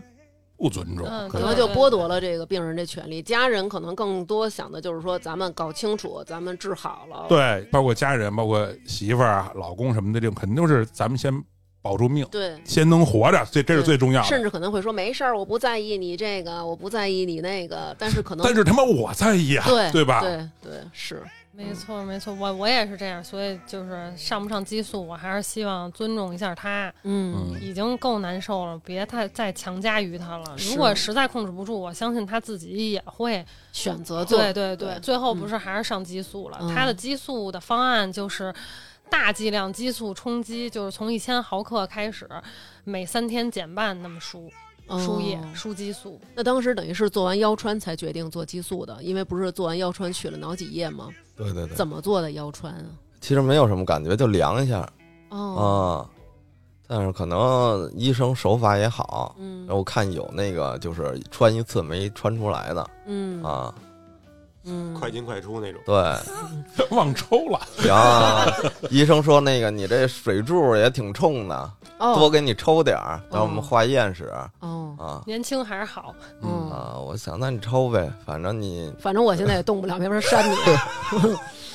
不尊重，
嗯
可
可
能
能就剥夺了这个病人这权利，家人可能更多想的就是说，咱们搞清楚，咱们治好了，
对，包括家人、包括媳妇儿啊、老公什么的，这种肯定都是咱们先保住命，
对
先能活着，这这是
对
最重要
甚
的。
至可能会说没事儿，我不在意你这个，我不在意你那个，但是可能
但是他妈我在意啊，
对
对吧？
对对是，
没错，没错，我我也是这样，所以就是上不上激素，我还是希望尊重一下他，
嗯
嗯，
已经够难受了，别太再强加于他了。
是
如果实在控制不住，我相信他自己也会。
选择呃做
对对对，
对
最后不是还是上激素了？
嗯
他的激素的方案就是大剂量激素冲击，就是从一千毫克开始，每三天减半那么输输液
哦
输激素。
那当时等于是做完腰穿才决定做激素的，因为不是做完腰穿去了脑脊液吗？
对对对，
怎么做的腰穿啊？
其实没有什么感觉，就量一下
哦，
啊，但是可能医生手法也好，
嗯
然后看有那个就是穿一次没穿出来的
嗯
啊，
嗯，
快进快出那种。
对，
忘抽了，
然后医生说那个你这水柱也挺冲的，多
哦
给你抽点儿，到我们化验室
哦
啊
年轻还是好，
嗯
啊！我想那你抽呗，反正你
反正我现在也动不了，没法扇你。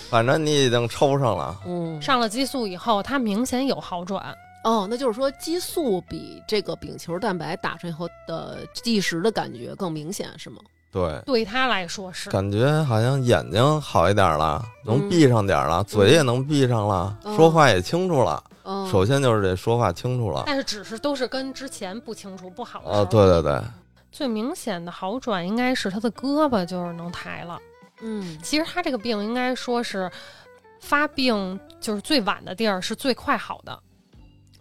反正你已经抽上了，
嗯，
上了激素以后，它明显有好转。
哦，那就是说激素比这个丙球蛋白打上以后的计时的感觉更明显，是吗？
对，
对他来说是，
感觉好像眼睛好一点了，能闭上点了，嘴也能闭上了，
嗯
说话也清楚了。
嗯，
首先就是这说话清楚了。
但是只是都是跟之前不清楚不好的时
啊，
候。
对对对，
最明显的好转应该是他的胳膊就是能抬了。
嗯
其实他这个病应该说是发病就是最晚的地儿是最快好的，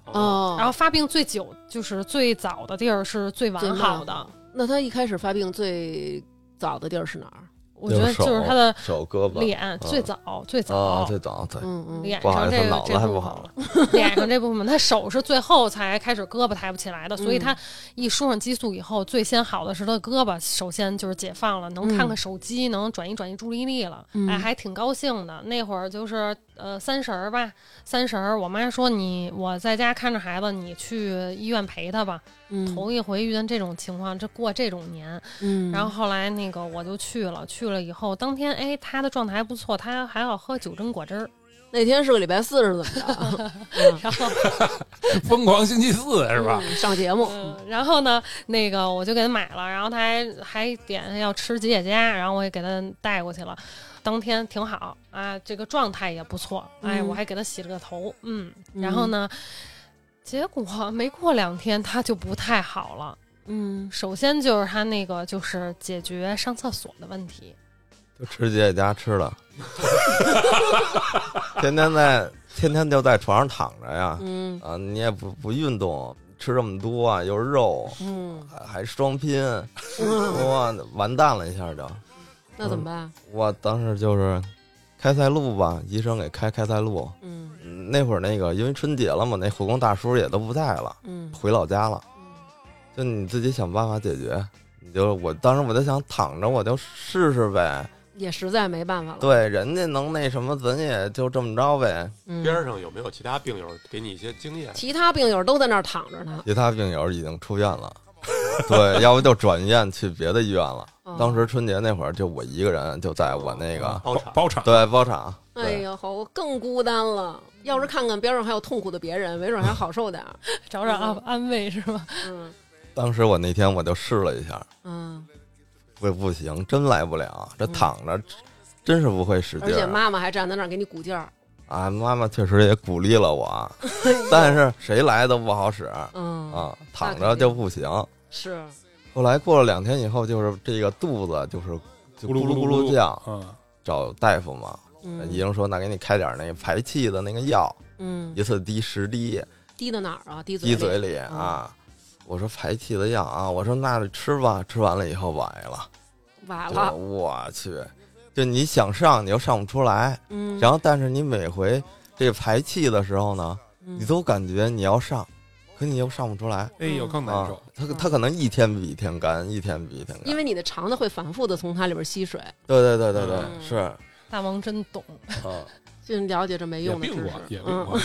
哦，
然后发病最久就是最早的地儿是嗯最
最
晚
慢
好的。
那他一开始发病最早的地儿是哪儿？
我觉得就是他的
手胳膊
脸最早最
啊，
早。
最早对，
嗯嗯，
脸
不好
上
意
这
思，
个
脑
这
子还
部
不
分
好。
脸上这部分，他手是最后才开始，胳膊抬不起来的，所
嗯
以他一输上激素以后，最先好的是他的胳膊，首先就是解放了，能看看手机，能转移转移注意力了，
嗯
哎，还挺高兴的。那会儿就是呃三十儿吧，三十儿，我妈说你我在家看着孩子，你去医院陪他吧。
嗯
头一回遇见这种情况，这过这种年，
嗯，
然后后来那个我就去了，去了以后当天哎他的状态还不错，他还要喝九珍果汁儿，
那天是个礼拜四是怎么着？
然后。
疯狂星期四是吧？
嗯上节目，
嗯，然后呢，那个我就给他买了，然后他还还点要吃吉野家，然后我也给他带过去了。当天挺好啊，这个状态也不错，哎，
嗯
我还给他洗了个头，嗯，
嗯
然后呢，结果没过两天他就不太好了。
嗯
首先就是他那个就是解决上厕所的问题，
就吃姐姐家吃的，天天在天天就在床上躺着呀，
嗯
啊，你也不不运动，吃这么多啊，又是肉，
嗯，
还还双拼，哇，完蛋了一下就。
那怎么办？
我当时就是开塞露吧，医生给开开塞露。
嗯
嗯那会儿那个因为春节了嘛，那护工大叔也都不在了，
嗯
回老家了，就你自己想办法解决。你就我当时我就想躺着，我就试试呗。
也实在没办法了。，
对，人家能那什么，咱也就这么着呗。
边
嗯，
儿上有没有其他病友给你一些经啊验？
其他病友都在那儿躺着呢。
其他病友已经出院了， 对，要不就转院去别的医院了。
哦
当时春节那会儿，就我一个人，就在我那个
包场
包场，
对包场，
哎
对，嗯
呀，好，我更孤单了。要是看看边上还有痛苦的别人，没准还好受 点儿。
找找安安慰是吧？
嗯
当时我那天我就试了一下，
嗯，
不不行，真来不了，这躺着真是不会使
而
劲
且
儿
妈妈还站在那儿给你鼓劲儿。
啊！妈妈确实也鼓励了我，但是谁来都不好使
嗯，
啊，躺着就哎不行。
是，
后来过了两天以后，就是这个肚子就是就
咕噜
咕
咕
噜
噜
叫，
嗯，
找大夫嘛，医
嗯
生说那给你开点那个排气的那个药，
嗯，
一次滴十滴，
滴到哪儿啊？滴
滴嘴
嘴里。
里啊。我说排气的药啊，我说那吃吧，吃完了以后崴了，
完
就
了，
我去，就你想上你又上不出来，
嗯，
然后但是你每回这排气的时候呢，你
你
都感觉你要上，可你又上不出来
哎呦更难
啊
受，。
它它可能一天比一天干，一天比一天干。
嗯因为你的肠子会反复的从它里边吸水，
对对对对对，
嗯
是
大王真懂，
啊。
就了解这没
也
用的
病
知
过，
识。
也病
嗯，
过，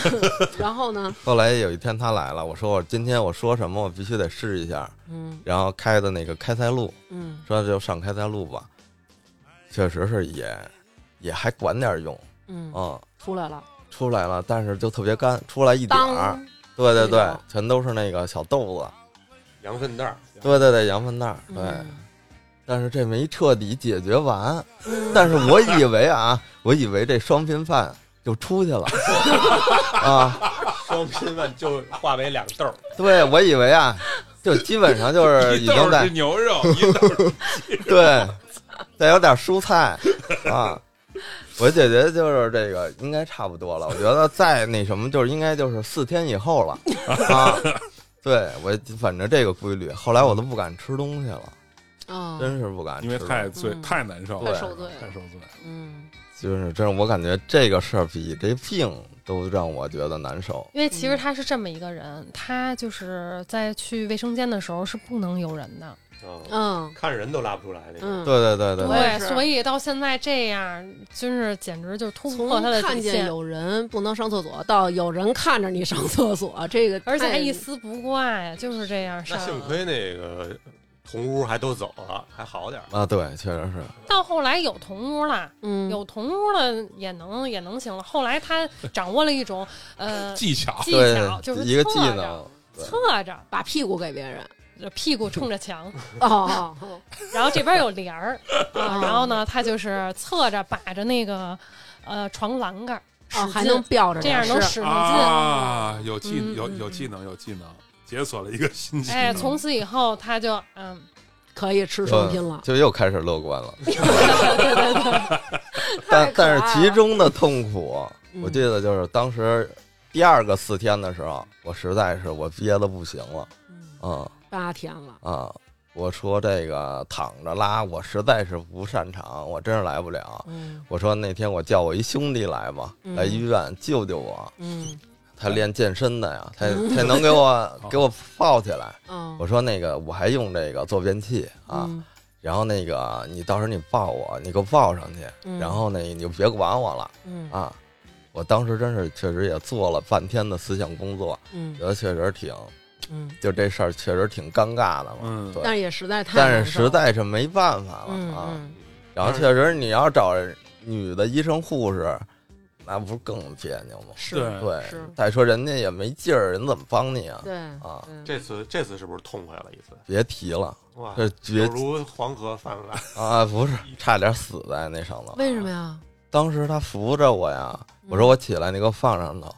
然后呢？
后来有一天他来了，我说我今天我说什么我必须得试一下，
嗯
然后开的那个开塞露，
嗯
说就上开塞露吧，确实是也也还管点用
嗯，
啊、
出来了，
出来了，但是就特别干，出来一点儿
当，哎
对对
这
对
种，
全都是那个小豆子，
羊粪蛋儿，
对对对，羊粪蛋儿，对。
嗯
但是这没彻底解决完，
嗯
但是我以为啊， 我以为这双拼饭就出去了 啊，
双拼饭就化为两豆儿，
对我以为啊，就基本上呃就是已
一豆
经
儿是
在
牛肉，一豆
对，
儿
再有点蔬菜啊，我姐姐就是这个应该差不多了，我觉得再那什么就是应该就是四天以后了啊，对我反正这个规律，后来我都不敢吃东西了，
啊，
真是不敢吃
因为
了，
太醉
嗯
太难受
太
了，
受罪
太
了，
受罪了。
嗯
就是真是我感觉这个事儿比这病都让我觉得难受。
因为其
嗯
实他是这么一个人，他就是在去卫生间的时候是不能有人的，
嗯，
嗯
看人都拉不出来那个。
嗯，
对对对对
我
对，
也是
所以到现在这样，真是简直就突
从
破他的
看
底
见
线，
有人不能上厕所，到有人看着你上厕所，这个
而且还
太
一丝不挂呀，就是这样
那
上。
幸亏那个同屋还都走了，还好点儿。
啊，对，确实是。
到后来有同屋了，
嗯
有同屋了也能也能行了。后来他掌握了一种 呃
技巧
技巧，
对，
就是
一个
侧
技
着
能，
侧着
把屁股给别人。
这屁股冲着墙，
哦，
然后这边有 帘儿，啊
啊
然后呢，他就是侧着把着那个呃床栏杆儿，使
哦，还
劲
能吊着
这
点儿
样能
是
使上劲。
啊，有技
嗯
有
嗯
有技能有技能，解锁了一个新技能。
哎，从此以后他就嗯，
可以吃双拼了
嗯。就又开始 乐观了。
太可
但
对对对，
爱
但
了
是其中的痛苦，
嗯
我记得就是当时第二个四天的时候，我实在是我憋的不行了，
嗯
嗯
八天了，
啊、我说这个躺着拉，我实在是不擅长，我真是来不了。
嗯
我说那天我叫我一兄弟来吧，
嗯
来医院救救我。
嗯
他练健身的呀，他 他能给我给我抱起来。
嗯，
我说那个我还用这个坐便器啊，
嗯
然后那个你到时候你抱我，你给我抱上去，
嗯
然后那你就别管我了。
嗯
啊，我当时真是确实也做了半天的思想工作，
嗯
觉得确实挺，
嗯，
就这事儿确实挺尴尬的嘛。
嗯
对，
但是也实在太
但
难
是
受
实
了，
在是没办法了、
嗯
啊。
嗯
然后确实你要找女的医生护士，那不是更别扭吗？
是，
对
对
是，
再说人家也没劲儿，人怎么帮你啊？
对
啊，
对
这次这次是不是痛快了一次？
别提了，
哇，
这
啊
绝
有如黄河泛滥。
啊不是，差点死在那上头。
为什么嗯呀？
当时他扶着我呀，我说我起来，你给我放上头。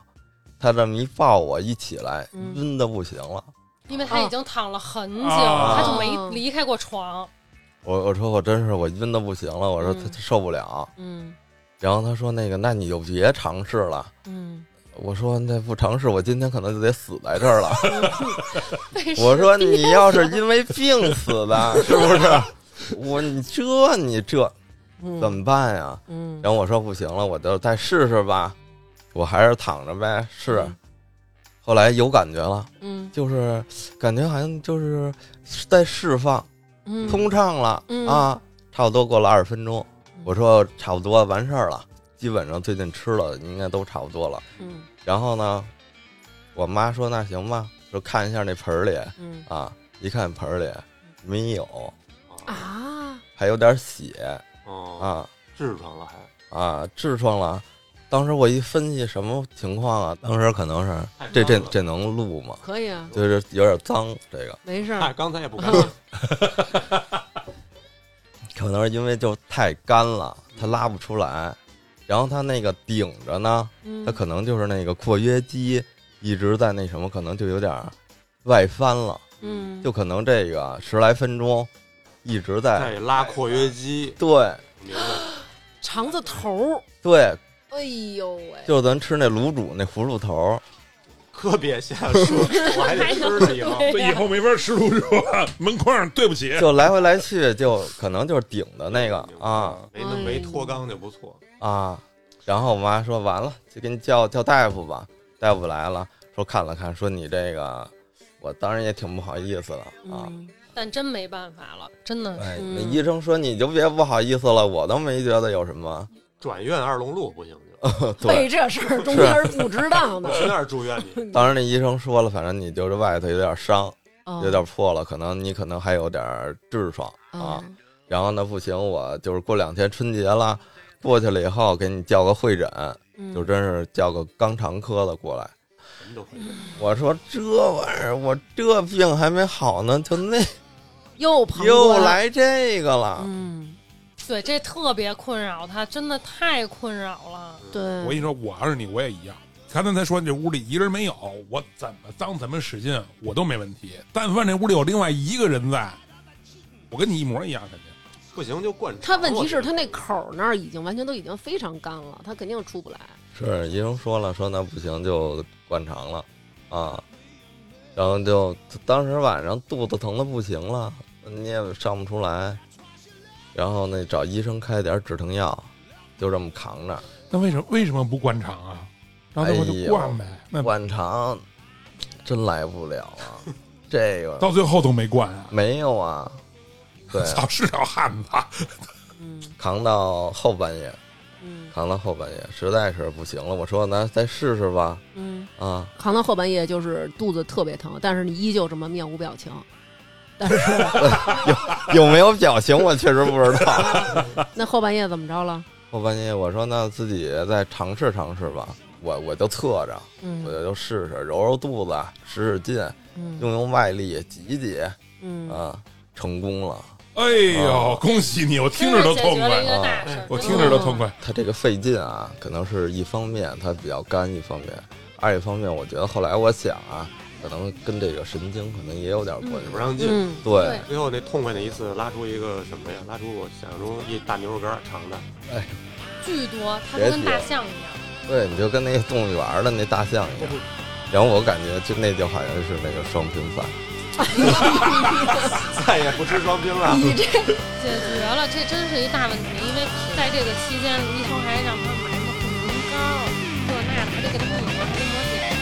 他这么一抱我，一起来
嗯
晕的不行了。
因为他已经躺了很久，
啊
他就没离开过床。
我我说我真是我晕的不行了，我说他
嗯
他受不了。
嗯
然后他说那个，那你就别尝试了。
嗯，
我说那不尝试，我今天可能就得死在这儿了。
为什么
我说你要是因为病 死的，是不是？我你这你这
嗯
怎么办呀？
嗯
然后我说不行了，我就再试试吧，我还是躺着呗。是
嗯，
后来有感觉了，
嗯
就是感觉好像就是在释放，
嗯
通畅了、
嗯
啊，差不多过了二十分钟
嗯，
我说差不多完事儿了，基本上最近吃了应该都差不多了。
嗯
然后呢，我妈说那行吧，说看一下那盆儿里
嗯
啊，一看盆儿里没有，
啊，
还有点血
哦，
啊
痔疮了还。
啊，痔疮了。当时我一分析什么情况啊，当时可能是
太
这这
哦
脏了
这能录吗？
可以啊，
就是有点脏，这个
没事儿，
哎，刚才也不敢。
可能是因为就太干了，它拉不出来，然后它那个顶着呢，
嗯
它可能就是那个括约肌一直在那什么，可能就有点儿外翻了，
嗯
就可能这个十来分钟一直在
在拉括约肌，
对
明白？
肠子头儿，
对，
哎呦喂，
就咱吃那卤煮那葫芦头儿，
可别瞎 说，我还得吃呢以后。
这以后没法吃卤煮了，门框对不起。
就来回来去，就可能就是顶的那个啊
没那
哎
没脱肛就不错。
啊。然后我妈说完了，就给你叫叫大夫吧。大夫来了，说看了看，说你这个，我当然也挺不好意思的啊。
嗯
但真没办法了，真的。
哎，
嗯
那医生说你就别不好意思了，我都没觉得有什么。
转院二龙路不行
呃对
为，这事儿中间是不值当
就，
的，
去那儿住院去。
嗯
当时那医生说了，反正你就是外头有点伤，
哦
有点破了，可能你可能还有点痔疮啊。
嗯
然后呢，不行，我就是过两天春节了，过去了以后给你叫个会诊，
嗯
就真是叫个肛肠科的过来。
什么都会。
嗯
我说这玩意儿，我这病还没好呢，就那
又旁
又
观，
来这个了。
啊嗯，
对，这特别困扰他，真的太困扰了。
对，
我跟你说，我要是你，我也一样。刚才才说这屋里一人没有，我怎么脏怎么使劲，我都没问题。但凡这屋里有另外一个人在，我跟你一模一样，肯定。
不行就灌肠。
他问题是，
我觉
他
得
那口儿那儿已经完全都已经非常干了，他肯定出不来。
是医生说了，说那不行就灌肠了，啊，然后就当时晚上肚子疼的不行了，你也上不出来，然后那找医生开点止疼药，就这么扛着。
那为什么为什么不灌肠啊？然后那会儿就灌呗，那
灌肠真来不了啊，这个
到最后都没灌啊，
没有啊， 对啊，
操是条汉子，
嗯
扛到后半夜，
嗯
扛到后半夜，实在是不行了，我说那再试试吧，
嗯，
啊，
扛到后半夜就是肚子特别疼，但是你依旧这么面无表情。但是
有没有表情我确实不知道。
那后半夜怎么着了？
后半夜我说那自己再尝试尝试吧，我我就侧着，我
嗯
就试试，揉揉肚子，使使劲，
嗯
用用外力挤挤
嗯，
啊，成功了。
哎呦
啊，
恭喜你，我听着都痛快，
哎
啊哎
个嗯大
事
我听着都痛快。
他这个费劲啊，可能是一方面它比较干，一方面，二一方面我觉得后来我想啊，可能跟这个神经可能也有点关系
使。不上劲。
嗯
对，
最后那痛快那一次拉出一个什么呀？拉出我想象中一大牛肉干儿长的，
巨多，它
别
都跟
提
大
了
象一样。
对，你就跟那个动物园的那大象一样。然后我感觉就那就好像是那个双拼赛，
再也不吃双拼了。
你这
解决了，这真是一大问题，因为在这个期间，医生还让他买什么护唇膏，这那的，还得给他抹，还得抹碘伏。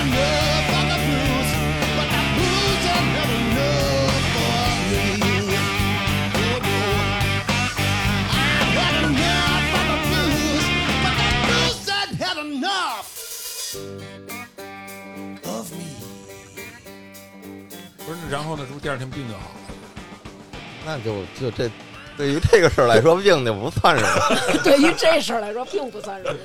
Enough of the blues, but the blues have had enough for me. I've had enough of the blues, but the blues had had enough of me.
不是，然后呢，是不是第二天病就好了？
那就就这，对于这个事儿来说，病就不算什么。
对于这事儿来说并不算什么，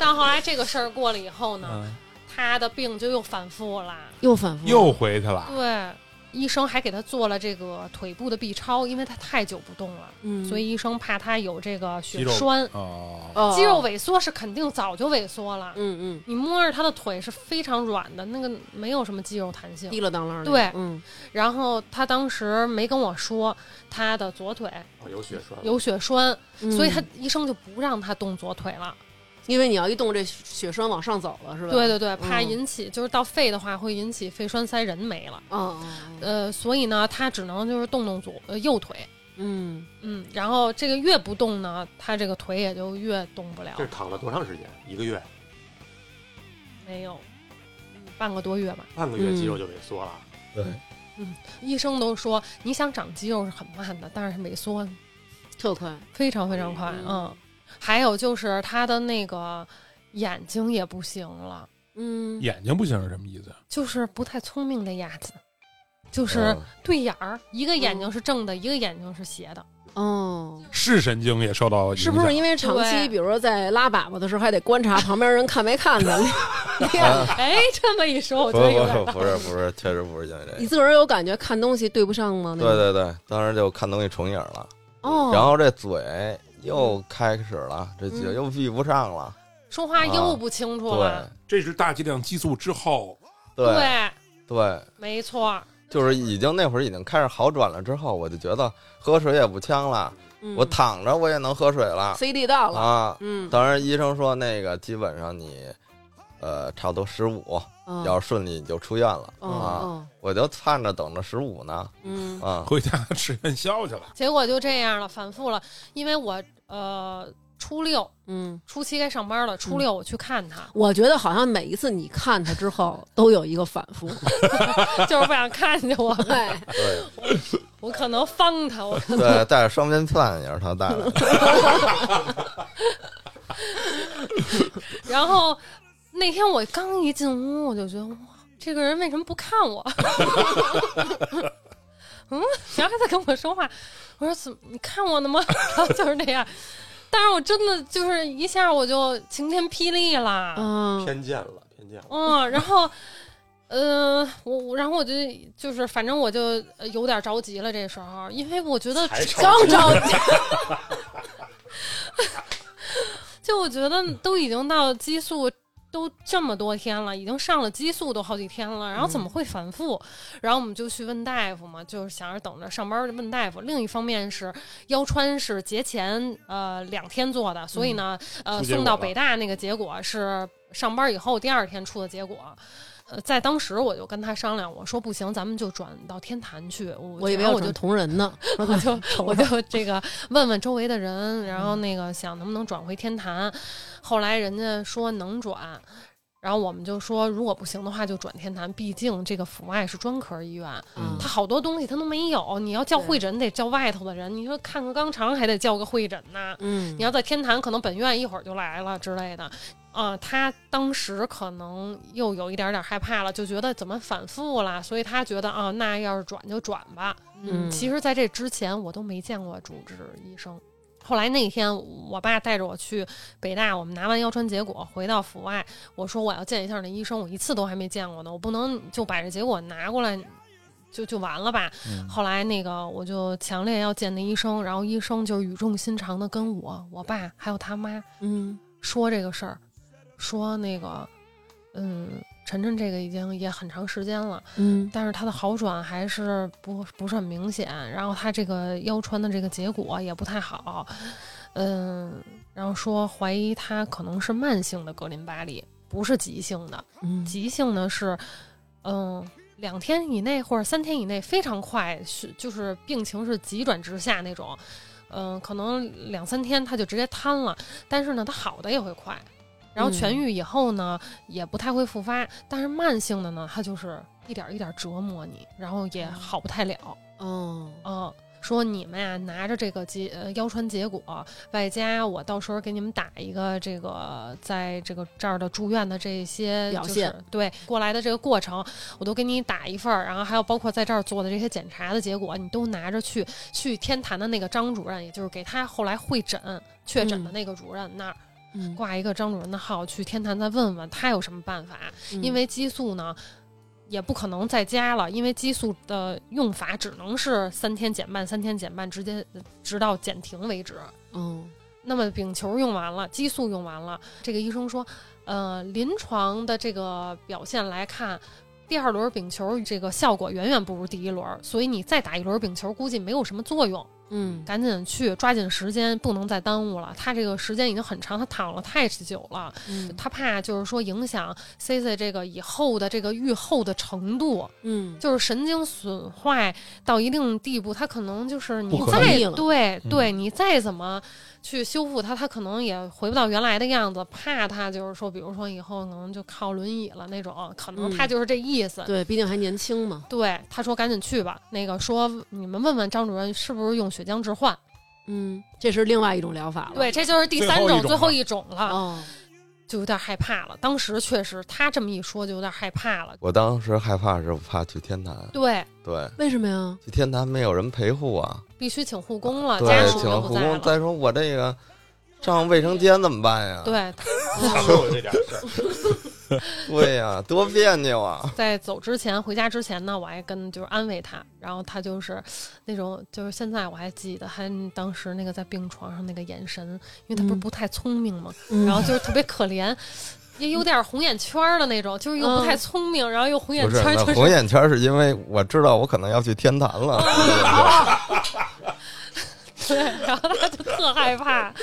但后来这个事儿过了以后呢，
嗯
他的病就又反复了。
又反复
又回去了，
对，医生还给他做了这个腿部的 B 超，因为他太久不动了，
嗯
所以医生怕他有这个
肌
血
肉
栓，
哦，
哦
肌肉萎缩是肯定早就萎缩了。
嗯
你摸着他的腿是非常软的，那个没有什么肌肉弹
嗯，。
性
滴了当啷的，
对
嗯
然后他当时没跟我说他的左腿
哎
哦有血栓，
有血栓，
嗯
所以他医生就不让他动左腿了。
因为你要一动，这血栓往上走了是吧？
对对对，怕
嗯
引起、就是到肺的话会引起肺栓塞，人没了。
哦，哦
呃，所以呢，他只能就是动动左呃右腿，
嗯，
嗯，然后这个越不动呢，他这个腿也就越动不了
这，是躺了多长时间？一个月，
没有嗯半个多月吧。
半个月
嗯
肌肉就萎缩了。
对，
医生都说你想长肌肉是很慢的，但是萎缩
特快，
非常非常快，
嗯
嗯。还有就是他的那个眼睛也不行了，
嗯，
眼睛不行是什么意思？
就是不太聪明的鸭子，就是
嗯
对眼儿，一个眼睛是正的，一个眼睛是斜的。
哦。
视神经也受到影响，
是不是因为长期，
对
比如说在拉粑粑的时候，还得观察旁边人看没看咱们？
哎，这么一说，我
不
觉得
是
有
啊不
点
是
儿
不是不是，确实不是因为这
你
个。
自个儿有感觉看东西对不上吗？那种，
对对对，当时就看东西重影了，
哦，
然后这嘴又开始了，这嘴又闭不上了。
说
啊
话又不清楚了。
这是大剂量激素之后，
对对对，
没错儿，
就是已经那会儿已经开始好转了之后，我就觉得喝水也不呛了，
嗯
我躺着我也能喝水了
CD 到了，
啊。
嗯，
当然，医生说那个基本上你，呃，差不多十五，
哦
要是顺利你就出院了
哦
啊。
哦，
我就盼着等着十五呢
嗯
啊。
回家吃元宵去了。
结果就这样了，反复了。因为我呃初六
嗯，
初七该上班了，初六我去看他，
我觉得好像每一次你看他之后，都有一个反复，
就是不想看见我，
对，
对
我可能方他，我
对，带着双边饭也是他带的。
然后那天我刚一进屋，我就觉得哇，这个人为什么不看我？ 嗯，然后还在跟我说话，我说怎么你看我呢吗？ 然后就是那样，但是我真的就是一下我就晴天霹雳了，
嗯，
偏见了，偏见了。
嗯，然后呃，我我然后我就就是反正我就呃有点着急了，这时候，因为我觉得
刚着急，
就我觉得都已经到激素都这么多天了，已经上了激素都好几天了，然后怎么会反复？然后我们就去问大夫嘛，就是想着等着上班儿就问大夫。另一方面是腰穿是节前呃两天做的，所以呢、呃
嗯出结果
送到
了
北大那个结果是上班以后第二天出的结果。呃，在当时我就跟他商量，我说不行，咱们就转到天坛去。我
我以为
然后
我
我就
就同人呢，我
我就 我
瞅着
就这个问问周围的人，然
嗯
后那个想能不能转回天坛，后来人家说能转，然后我们就说如果不行的话就转天坛，毕竟这个阜外是专科医院，
嗯
它好多东西它都没有，你要叫
对
会诊得叫外头的人，你说看个肛肠还得叫个会诊呢，
嗯
你要在天坛，可能本院一会儿就来了之类的。啊、他当时可能又有一点点害怕了，就觉得怎么反复了，所以他觉得啊，那要是转就转吧。
嗯
其实在这之前我都没见过主治医生。后来那天，我爸带着我去北大，我们拿完腰穿结果回到阜外，我说我要见一下那医生，我一次都还没见过呢，我不能就把这结果拿过来就就完了吧。后来那个我就强烈要见那医生，然后医生就语重心长的跟我、我爸还有他妈
嗯
说这个事儿，说那个，嗯，晨晨这个已经也很长时间了，
嗯
但是他的好转还是不不是很明显，然后他这个腰穿的这个结果也不太好，嗯，然后说怀疑他可能是慢性的格林巴利，不是急性的。
嗯
急性呢是，嗯，两天以内或者三天以内非常快，是就是病情是急转直下那种，嗯，可能两三天他就直接瘫了，但是呢，他好的也会快，然后
嗯
痊愈以后呢，也不太会复发，但是慢性的呢，它就是一点儿一点儿折磨你，然后
嗯
也好不太了。
哦
嗯，说你们呀、拿着这个结呃腰穿结果，外加我到时候给你们打一个这个在这个这儿的住院的这些
表
就是
现
对过来的这个过程，我都给你打一份儿，然后还有包括在这儿做的这些检查的结果，你都拿着去去天坛的那个张主任，也就是给他后来会诊确诊的
嗯
那个主任那儿、
嗯，
挂一个张主任的号，去天坛再问问他有什么办法。
嗯
因为激素呢也不可能在家了，因为激素的用法只能是三天减半，三天减半，直接直到减停为止。
嗯
那么丙球用完了，激素用完了，这个医生说，呃，临床的这个表现来看。第二轮丙球这个效果远远不如第一轮，所以你再打一轮丙球估计没有什么作用。
嗯
赶紧去，抓紧时间，不能再耽误了。他这个时间已经很长，他躺了太久了，
嗯
他怕就是说影响 C C 这个以后的这个愈后的程度，
嗯
就是神经损坏到一定地步，他可能就是你
不可嗯
再
逆了
对对，你再怎么去修复它，它可能也回不到原来的样子。怕他就是说，比如说以后可能就靠轮椅了那种，可能
嗯
他就是这意思。
对，毕竟还年轻嘛，
对，他说赶紧去吧。那个说你们问问张主任是不是用血浆置换？
嗯，这是另外一种疗法了，
对，这就是第
啊最
三
后一
种，
种
最后
了
一种了。
哦，
就有点害怕了。当时确实，他这么一说就有点害怕了。
我当时害怕是怕去天坛，
对，
对，
为什么呀？
去天坛没有人陪护啊，
必须请护工了，啊家
对，
属
请
都
了
不
护
在
工。
了。
再说我这个上卫生间怎么办呀？
对，
哦
他说过这点事儿。
对呀、多别扭啊！
在走之前，回家之前呢，我还跟就是安慰他，然后他就是那种，就是现在我还记得他当时那个在病床上那个眼神，因为他不是
嗯
不太聪明 嘛，
嗯
然后就是特别可怜，也有点红眼圈儿的那种，就是又不太聪明，然后又红
嗯
眼
不是，
圈儿，
那
就是
红眼圈是因为我知道我可能要去天坛了，
哦对，然后他就特害怕，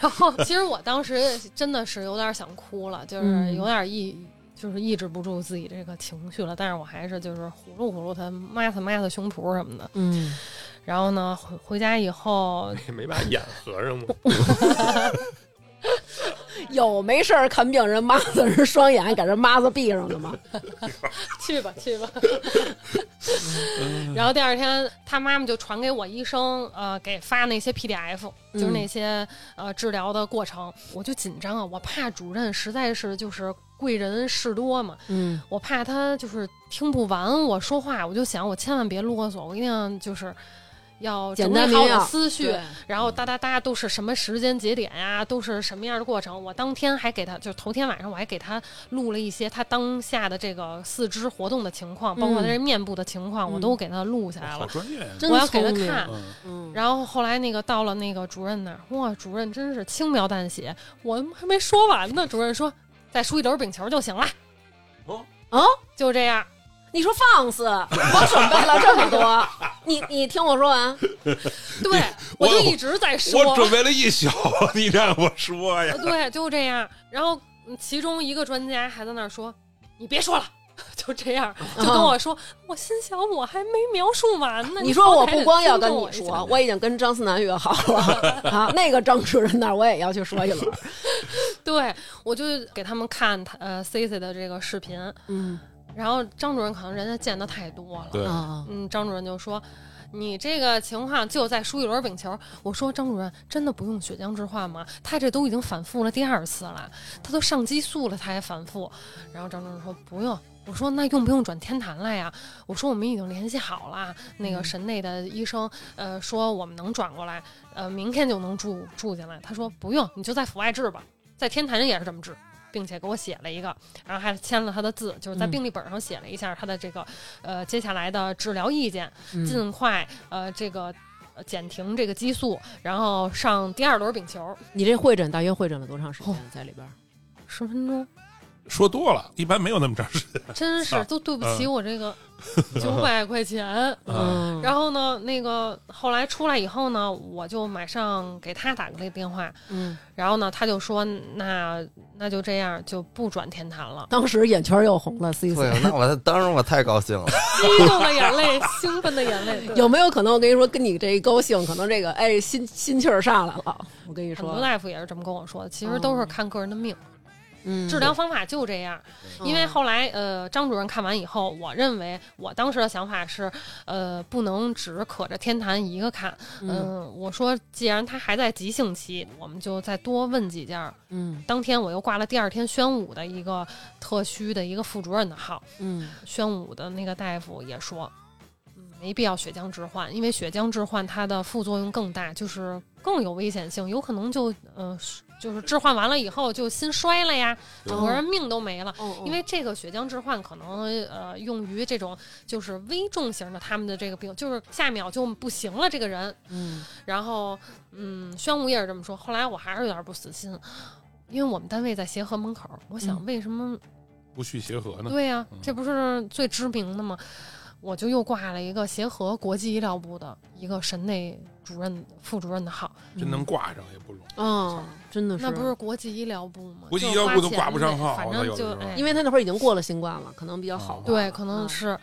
然后其实我当时也真的是有点想哭了，就是
嗯
有点抑，就是抑制不住自己这个情绪了，但是我还是就是呼噜呼噜他抹擦抹擦胸脯什么的。
嗯，
然后呢，回回家以后，
也没把眼合上嘛，
有没事儿看病人抹子人双眼，给人抹子闭上了吗？
去吧去吧。然后第二天，他妈妈就传给我医生，呃，给发那些 PDF，就是那些、呃治疗的过程，我就紧张啊，我怕主任实在是就是贵人事多嘛，
嗯
我怕他就是听不完我说话，我就想我千万别啰嗦，我一定要就是要
简
整
单
理
明
好我的
了
思绪
对，
然后哒哒哒都是什么时间节点呀、都是什么样的过程。我当天还给他，就是头天晚上我还给他录了一些他当下的这个四肢活动的情况，包括他
嗯
这面部的情况，我
嗯
都给他录下来
好
了。
专业 呀！
真
我要给他
聪明
看，
嗯，
嗯，
然后后来那个到了那个主任那儿，哇，主任真是轻描淡写，我还没说完呢，主任说再输一溜饼球就行了，
哦，
就这样。
你说放肆，我准备了这么多，你你听我说完，
对，
我
我就一直在说，嗯
我准备了一宿，你让我说呀，
对，就这样。然后嗯其中一个专家还在那儿说：“你别说了。”就 这样，就跟我说，我心想我还没描述完呢。
你
好
说
歹
我
得
不光要
尊
跟
重
你
我一下
说，我已经跟张思南约好了 啊，那个张主任那儿我也要去说一轮。
对我就给他们看他呃 C C 的这个视频，
嗯
然后张主任可能人家见的太多了，
对
啊，
嗯，张主任就说：“你这个情况就在输一轮饼球。”我说：“张主任真的不用血浆置换吗？他这都已经反复了第二次了，他都上激素了，他还反复。”然后张主任说：“不用。”我说：“那用不用转天坛来呀？”我说：“我们已经联系好了，那
嗯
个神内的医生，呃，说我们能转过来，呃，明天就能住住进来。”他说：“不用，你就在阜外治吧，在天坛也是这么治。”并且给我写了一个，然后还签了他的字，就是在
嗯
病历本上写了一下他的这个呃接下来的治疗意见，
嗯
尽快呃这个呃减停这个激素，然后上第二轮丙球，
你这会诊大约会诊了多长时间在里边？
十分钟，
说多了，一般没有那么长时间。
真是
啊
都对不起我这个九百块钱。
嗯，
嗯，
然后呢，那个后来出来以后呢，我就马上给他打个电话，
嗯，，
然后呢，他就说那那就这样，就不转天坛了
当时眼圈又红了，C
对
啊
C。，
那我当时我太高兴了，
激动的眼泪，兴奋的眼泪，对
有没有可能？我跟你说，跟你这一高兴，可能这个哎心心气儿上来了。我 跟你
很多
说，
大夫也是这么跟我说的，其实都是看个人的命。
嗯，
治疗方法就这样。
嗯
因为后来呃，张主任看完以后，我认为我当时的想法是，呃，不能只可着天坛一个看。嗯、
嗯
我说既然他还在急性期，我们就再多问几件。
嗯
当天我又挂了第二天宣武的一个特需的一个副主任的号，
嗯
宣武的那个大夫也说。嗯没必要血浆置换，因为血浆置换它的副作用更大，就是更有危险性，有可能就呃，就是置换完了以后就心衰了呀，整个人命都没了。
哦，
嗯因为这个血浆置换可能呃用于这种就是危重型的他们的这个病，就是下一秒就不行了这个人。
嗯
然后嗯，宣武也是这么说。后来我还是有点不死心，因为我们单位在协和门口，我想
嗯
为什么、
不去协和呢？
对呀、
嗯
这不是最知名的吗？我就又挂了一个协和国际医疗部的一个神内主任、副主任的号，
嗯
真能挂上也不容易。
哦，真的是，
那不是国际医疗部吗？
国际
就
医疗部
花
都
钱
挂不
呗
上号
反
那有
正
的
就
时候
哎
因为他那会儿已经过了新冠了，可能比较好。
哦对，可能
嗯
是。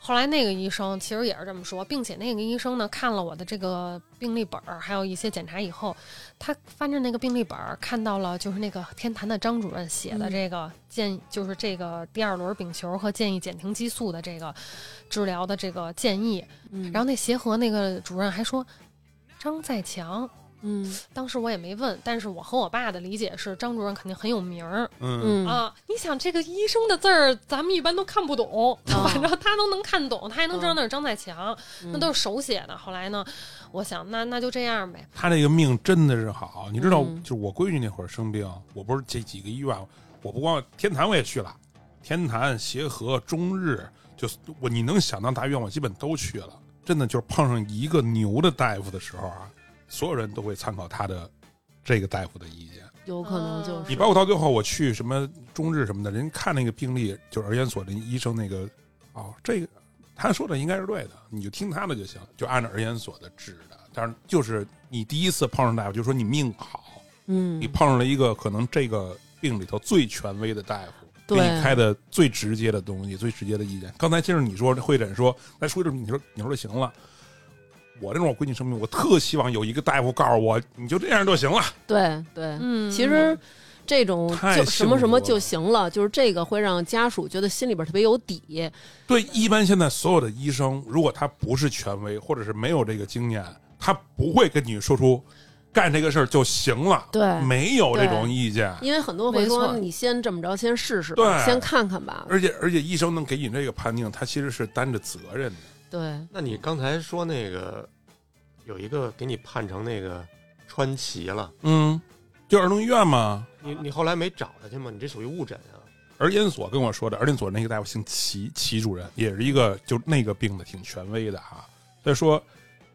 后来那个医生其实也是这么说，并且那个医生呢看了我的这个病历本儿，还有一些检查以后，他翻着那个病历本儿看到了，就是那个天坛的张主任写的
嗯
这个建，就是这个第二轮丙球和建议减停激素的这个治疗的这个建议。
嗯，
然
后
后那协和那个主任还说，张在强，
嗯
当时我也没问，但是我和我爸的理解是，张主任肯定很有名儿，
嗯，
嗯
啊，你想这个医生的字儿，咱们一般都看不懂，
啊嗯
反正他都能看懂，他还能知道那是张在强，那都
是
是手写的。后来呢，我想那那就这样呗，
他这个命真的是好，你知道，
嗯
就是我闺女那会儿生病，我不是这几个医院，我不光天坛我也去了，天坛、协和、中日，就是我你能想到大医院，我基本都去了。真的就是碰上一个牛的大夫的时候啊，所有人都会参考他的这个大夫的意见。
有可能
嗯
就是
你包括到最后我去什么中日什么的，人看那个病历，就是儿研所的医生那个，哦，这个他说的应该是对的，你就听他的就行，就按照儿研所的治的。但是就是你第一次碰上大夫，就说你命好，
嗯
你碰上了一个可能这个病里头最权威的大夫。给
对
你开的最直接的东西，最直接的意见。刚才接着你说会诊说，来说一你说你说就行了。我这种我闺女生病，我特希望有一个大夫告诉我，你就这样就行了。
对对，
嗯，
其实这种
太
就
幸
什么什么
福
就
了
行了，就是这个会让家属觉得心里边特别有底。
对，一般现在所有的医生，如果他不是权威，或者是没有这个经验，他不会跟你说出干这个事儿就行了，
对
没有这种意见。
因为很多会
没
说
错
你先这么着，先试试吧，
对
先看看吧。
而且而且，医生能给你这个判定，他其实是担着责任的。
对，
那你刚才说那个有一个给你判成那个川崎了，
嗯，就儿童医院嘛。
你你后来没找他去吗？你这属于误诊啊。
儿研所跟我说的，儿研所那个大夫姓齐，齐主任也是一个就那个病的挺权威的哈、他说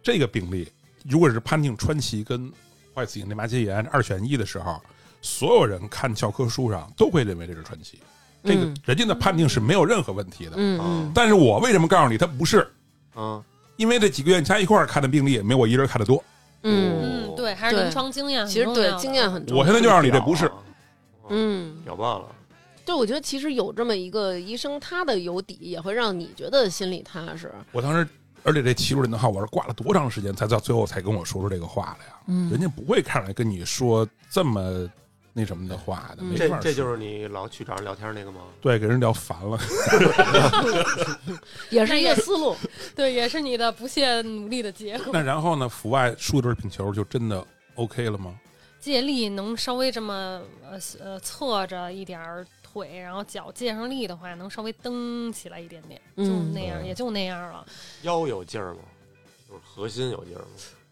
这个病例如果是判定川崎跟坏死性淋巴结炎二选一的时候，所有人看教科书上都会认为这是川崎，这个
嗯
人家的判定是没有任何问题的。
嗯
哦
嗯，
但是我为什么告诉你他不是？
嗯，
因为这几个院加一块儿看的病例也没我一人看的多。
嗯，
哦
嗯，对，还是
对
临床经嗯验很
其实
重要
对
的
经验很重要。
我现在就让你这不是，
嗯，
屌爆了。
对，我觉得其实有这么一个医生，他的有底也会让你觉得心里踏 实。
我当时，而且这齐主任的号，我是挂了多长时间才到最后才跟我说出这个话来呀？
嗯
人家不会看上来跟你说这么那什么的话的，
嗯
没
这
法说
这就是你老去找人聊天那个吗？
对给人聊烦了。
也是一个思路。
对，也是你的不懈努力的结果。
那然后呢，阜外输对品球就真的 OK 了吗？
借力能稍微这么呃呃侧着一点儿腿，然后脚借上力的话，能稍微蹬起来一点点，就
嗯
那样，
对啊
也就那样了。
腰有劲儿吗？就是核心有劲儿吗？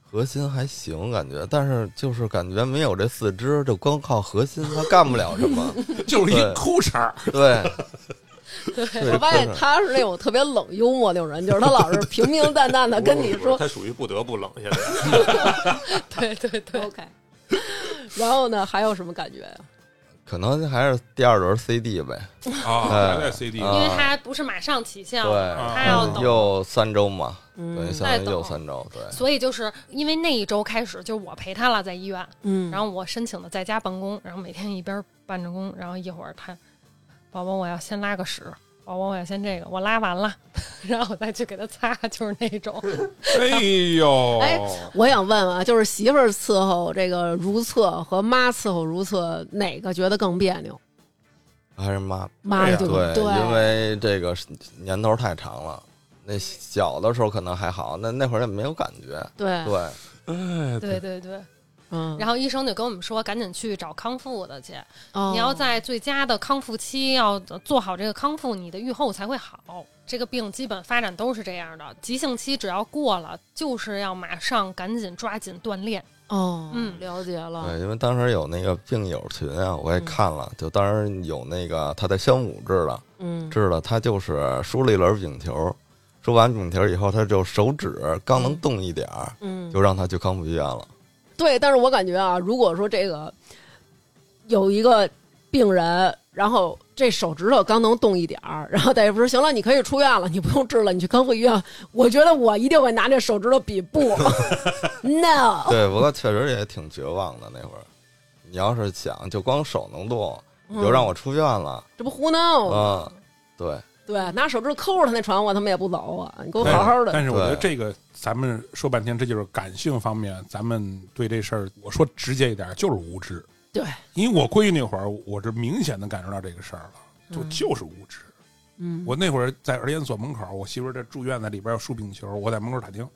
核心还行，感觉，但是就是感觉没有这四肢，就光靠核心，他干不了什 么。
就是一
对
裤衩儿，
对，
对，
对
我发现
裤衩
他是那种特别冷幽默那种人，就是他老是平平淡淡的跟你
不是
说
他属于不得不冷下来。
对，对，对，
OK。然后呢，还有什么感觉呀？
可能还是第二轮 CD 呗。
啊，
哎
还在 CD
因
啊
为它不是马上起
对，
效，
他
它要
嗯
等。
又三周嘛，对，相
再
当于又
等
三周，对。
所以就是因为那一周开始，就是我陪他了，在医院，
嗯
然后我申请的在家办公，然后每天一边办着工，然后一会儿他，宝宝我要先拉个屎，宝宝我要先这个，我拉完了， 然后我再去给他擦，就是那种。
哎呦，
哎我想问问啊，就是媳妇儿伺候这个如厕和妈伺候如厕，哪个觉得更别扭？
还是妈
妈呀，
哎对
吧？对，
因为这个是年头太长了。那小的时候可能还好，那那会儿也没有感觉。
对
对，
哎，
对对对，
嗯，
然后医生就跟我们说，赶紧去找康复的去，
后
你要在最佳的康复期要做好这个康复，你的预后才会好。这个病基本发展都是这样的，急性期只要过了，就是要马上赶紧抓紧锻炼。
哦，
嗯
了解了，
对，因为当时有那个病友群啊，我也看了，就当时有那个他在宣武治的，
嗯，
治的他就是输了一轮丙球，输完丙球以后，他就手指刚能动一点儿，
嗯，
就让他去康复医院了。
对，但是我感觉啊，如果说这个有一个病人，然后这手指头刚能动一点儿，然后大夫说行了，你可以出院了，你不用治了，你去康复医院。我觉得我一定会拿这手指头比不，no，
对，不过确实也挺绝望的那会儿。你要是想就光手能动，
嗯
就让我出院了，
这不胡闹吗？
嗯，对，
对，拿手指头抠着他那床，我他妈也不走啊！你给我好好的。
但是我觉得
对
这个，咱们说半天，这就是感性方面，咱们对这事儿，我说直接一点，就是无知。
对，
因为我闺女那会儿，我是明显的感受到这个事儿了，就就是无知。
嗯，
我那会儿在儿研所门口，我媳妇儿这住院在里边儿输丙球，我在门口打电话，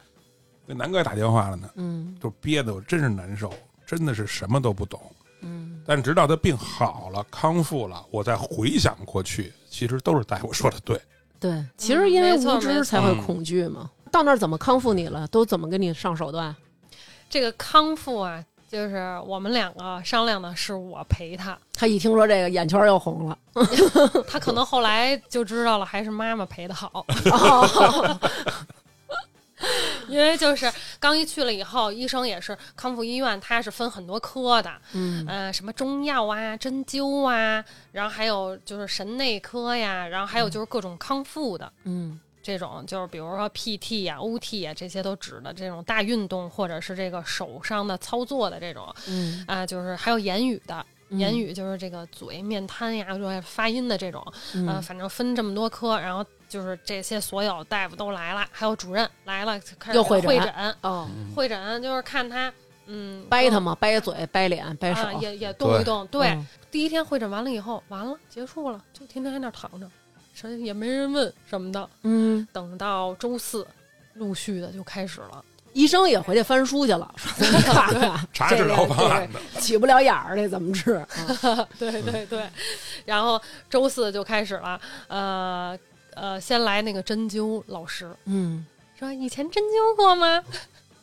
给南哥打电话了呢，
嗯
就憋得我真是难受，真的是什么都不懂。
嗯，
但直到她病好了、康复了，我再回想过去，其实都是大夫说的 对。
对，其实因为
嗯没错
无知
没
才
错
会恐惧嘛。到那儿怎么康复你了？都怎么给你上手段？
这个康复啊，就是我们两个商量的，是我陪他，
他一听说这个，眼圈儿又红了。
他可能后来就知道了，还是妈妈陪的好，
哦，
因为就是刚一去了以后，医生也是康复医院，它是分很多科的，
嗯
呃，什么中药啊、针灸啊，然后还有就是神内科呀，然后还有就是各种康复的。
嗯
这种就是比如说 PT 呀、OT 呀，这些都指的这种大运动，或者是这个手上的操作的这种啊、
嗯，
就是还有言语的，
嗯
言语就是这个嘴、面瘫呀，就是发音的这种，呃，
嗯
反正分这么多科，然后就是这些所有大夫都来了，还有主任来了，开始
又
会
会诊
诊，
哦，
会诊就是看他，嗯，
掰他
嘛，
嘛，掰嘴，掰脸，掰手
啊，，也也动一
对
动，对，
嗯
第一天会诊完了以后，完了结束了，就天天在那儿躺着，谁也没人问什么的。
嗯，
等到周四，陆续的就开始了。
医生也回去翻书去了，说咱看看
查
这
治疗
个
方案的，
起不了眼儿，这怎么治？啊
对对对，然后周四就开始了，呃呃，先来那个针灸老师
嗯，
说：“以前针灸过吗？”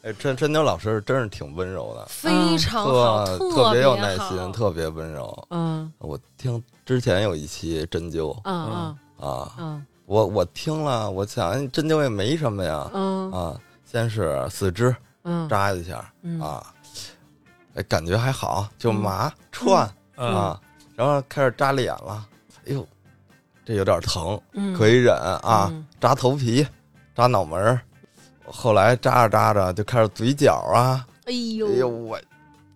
哎哎，真真妞老师真是挺温柔的，
非常好，
嗯特
特
别
别
有耐
好
心，特别温柔。
嗯
我听之前有一期针灸
嗯
啊，
嗯
我我听了，我想哎针灸也没什么呀
嗯
啊，先是四肢
嗯
扎一下
嗯
啊，哎，感觉还好，就
嗯
麻串
嗯
啊，然后开始扎脸了，哎呦，这有点疼，
嗯
可以忍啊，
嗯
扎头皮，扎脑门儿，后来扎着扎着就开始嘴角啊，
哎
哎
呦
呦我，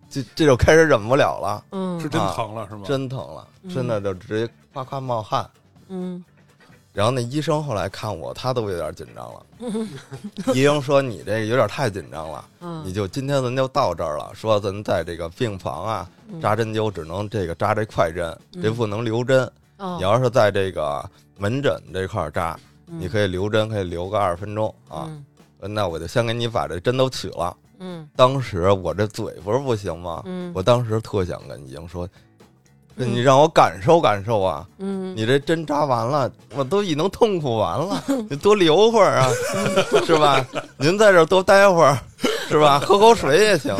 这这就开始忍不了了，
嗯
是真疼了是吗？
真疼了，真的就直接夸夸冒汗。
嗯
然后那医生后来看我，他都有点紧张了。
嗯
医生说：“你这有点太紧张了，
嗯
你就今天咱就到这儿了。说咱在这个病房啊
嗯
扎针灸，只能这个扎这快针，
嗯
这不能留针。
哦
你要是在这个门诊这块儿扎，
嗯
你可以留针，可以留个二十分钟啊。
嗯
那我就先给你把这针都取了。
嗯
当时我这嘴不是不行吗？
嗯
我当时特想跟医生说，你让我感受感受啊。”
嗯
你这针扎完了，我都已经痛苦 完了，你多留会儿啊，是吧？您在这儿多待会儿，是吧？喝口水也行啊。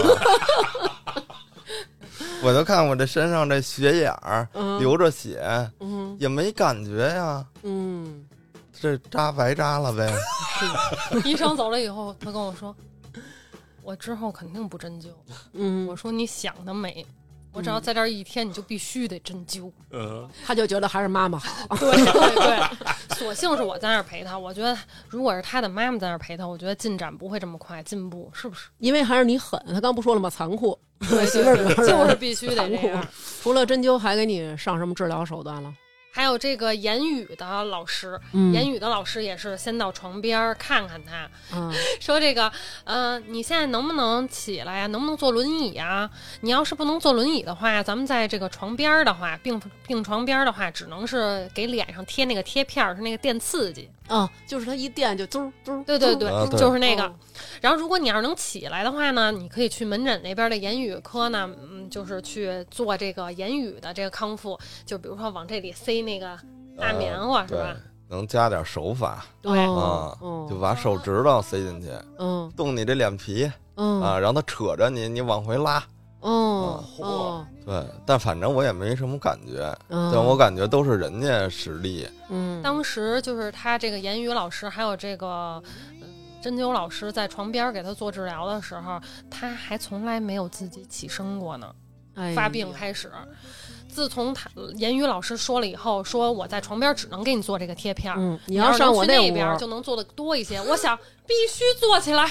我就看我这身上这血眼儿
嗯
流着血，
嗯
也没感觉呀，
嗯
这扎白扎了呗。
医生走了以后，他跟我说：“我之后肯定不针灸。”我
嗯，
说：“你想得美，我只要
嗯
在这儿一天，你就必须得针灸。
呃，
他就觉得还是妈妈好，
对 对对，所幸是我在那儿陪他。我觉得如果是他的妈妈在那儿陪他，我觉得进展不会这么快，进步是不是？
因为还是你狠，他刚不说了吗？残酷，
对
媳妇儿
对
主
对
要
就是是必须 得这
残
样
酷。除了针灸，还给你上什么治疗手段了？
还有这个言语的老师，
嗯
言语的老师也是先到床边儿看看他，
嗯
说这个，呃，你现在能不能起来呀、能不能坐轮椅呀？你要是不能坐轮椅的话，咱们在这个床边儿的话，病病床边儿的话，只能是给脸上贴那个贴片儿，是那个电刺激。
啊，就是他一电就嘟嘟，
对对对，
啊对
就是那个。
哦
然后，如果你要是能起来的话呢，你可以去门诊那边的言语科呢，嗯，就是去做这个言语的这个康复，就比如说往这里塞那个大棉花，是
对
吧？，
能加点手法
对
啊，就
嗯
把手指头塞进去，
嗯
动你这脸皮
嗯
啊，让它扯着你，你往回拉。
嗯嗯
对，但反正我也没什么感觉，
嗯，
但我感觉都是人家实力。
嗯
当时就是他这个言语老师，还有这个呃针灸老师在床边儿给他做治疗的时候，他还从来没有自己起身过呢。
哎
发病
还
开始，自从他呃言语老师说了以后，说我在床边儿只能给你做这个贴片儿。
嗯，你
你
要
是
上
能
我
去那边儿
屋
就能做的多一些。我想必须做 起来，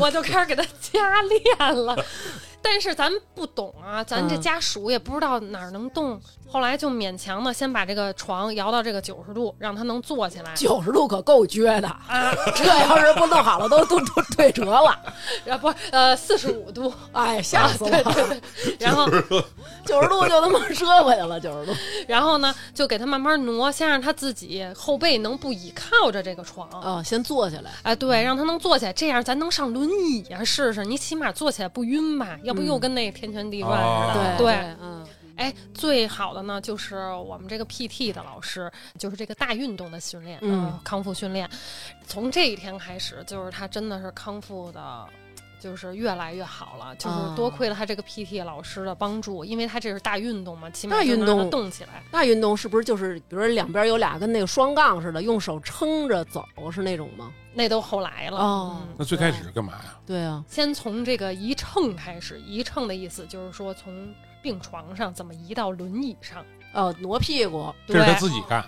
我就开始给他加练了。但是咱不懂啊，咱这
嗯
家属也不知道哪儿能动，后来就勉强的先把这个床摇到这个九十度，让他能坐起来。
九十度可够撅的， 这要是不弄好了都都都对折了，
啊，不是，呃，四十 五度，
哎，吓
啊
死我了！
然后
九十度就他妈折回去了，九十 度。
然后呢，就给他慢慢挪，先让他自己后背能不倚靠着这个床。
啊，先坐下来。
哎，对，让他能坐起来，这样咱能上轮椅呀、试试。你起码坐起来不晕吧？要不又跟那天旋地转
啊
似的。
哦
嗯对
对，，
嗯
哎，最好的呢，就是我们这个 PT 的老师，就是这个大运动的训练，
嗯
呃康复训练。从这一天开始，就是他真的是康复的。就是越来越好了，就是
嗯
多亏了他这个 PT 老师的帮助，因为他这是大运动嘛，起码
大
就能
运
让
动
他动起来。
那运动是不是就是，比如说两边有俩跟那个双杠似的，用手撑着走，是那种吗？
那都后来了。
哦
嗯
那最开始是干嘛呀？
对啊，
先从这个移秤开始，移秤的意思就是说从病床上怎么移到轮椅上。
哦，挪屁股，
这是他
对，
自己干，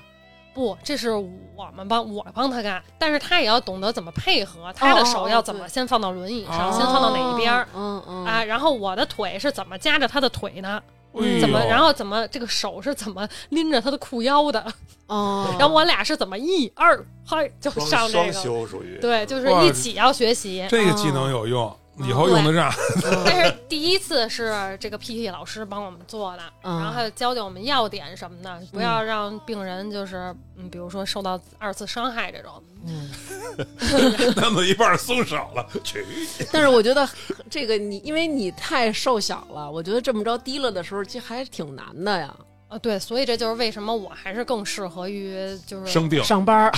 不，这是我们帮我帮他干，但是他也要懂得怎么配合，他的手要怎么
对
先放到轮椅上，
哦
先放到哪一边儿。
嗯嗯
啊，，然后我的腿是怎么夹着他的腿呢？
嗯
怎么，然
后
后怎么这个手是怎么拎着他的裤腰的？
哦，
然后我俩是怎么一二嗨就上
双
这
双
个？
修属于
对，就是
哇
一起要学习。
这个技能有用，
嗯
以后用得上。
但是第一次是这个 PT 老师帮我们做的，
嗯
然后还有教教我们要点什么的，不要让病人就是嗯，比如说受到二次伤害这种。
嗯
弄到一半儿松手了，去，
但是我觉得这个你，因为你太瘦小了，我觉得这么着提了的时候，其实还挺难的呀。
呃，对，所以这就是为什么我还是更适合于就是
生病
上班儿，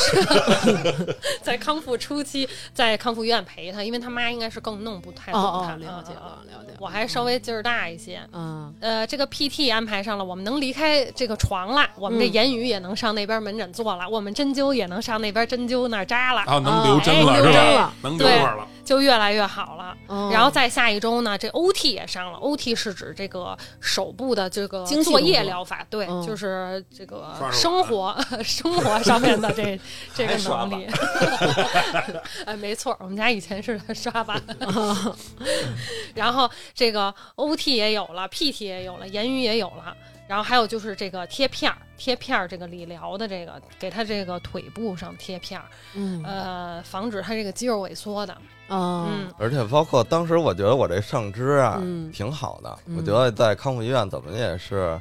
在康复初期，在康复医院陪他，因为他妈应该是更弄不太
哦
懂
哦
他。，
了解
嗯嗯
了，了解了。
我还稍微劲儿大一些。
嗯，
呃，这个 PT 安排上了，我们能离开这个床了，我们这
嗯
言语也能上那边门诊做了，我们针灸也能上那边针灸那儿扎了，
啊，
哦
能留针
哎
了
留
是
针
吧
了？
能留会儿了，
就越来越好了。
嗯
然后再下一周呢，这 OT 也上了。OT 是指这个手部的这个
精细
作业
工作
疗法，对，
嗯
就是这个
刷手
生活 生活上面的这这个
还刷
能力。 哎，没错，我们家以前是 刷板。然后这个 OT 也有了，PT 也有了，言语也有了。然后还有就是这个贴片儿，贴片儿这个理疗的这个，给他这个腿部上贴片儿，
嗯
呃，防止他这个肌肉萎缩的。
啊
嗯，
而且包括当时我觉得我这上肢啊、
嗯
挺好的，
嗯
我觉得在康复医院怎么也是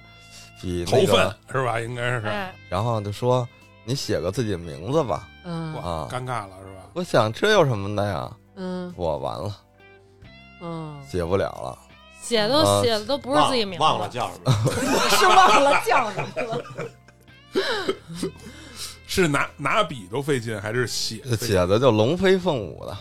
比
头
那
粪
个，
是吧？应该是
哎，
然后就说你写个自己名字吧。
嗯
哇
啊，
尴尬了是吧？
我想这有什么的呀？
嗯
我完了，
嗯，
写不了了。
写都
啊
写的都不是
忘
自己名字，
忘了叫什么，
是忘了叫什么了。
是拿拿笔都费劲，还是写
这呃写的就龙飞凤舞的啊，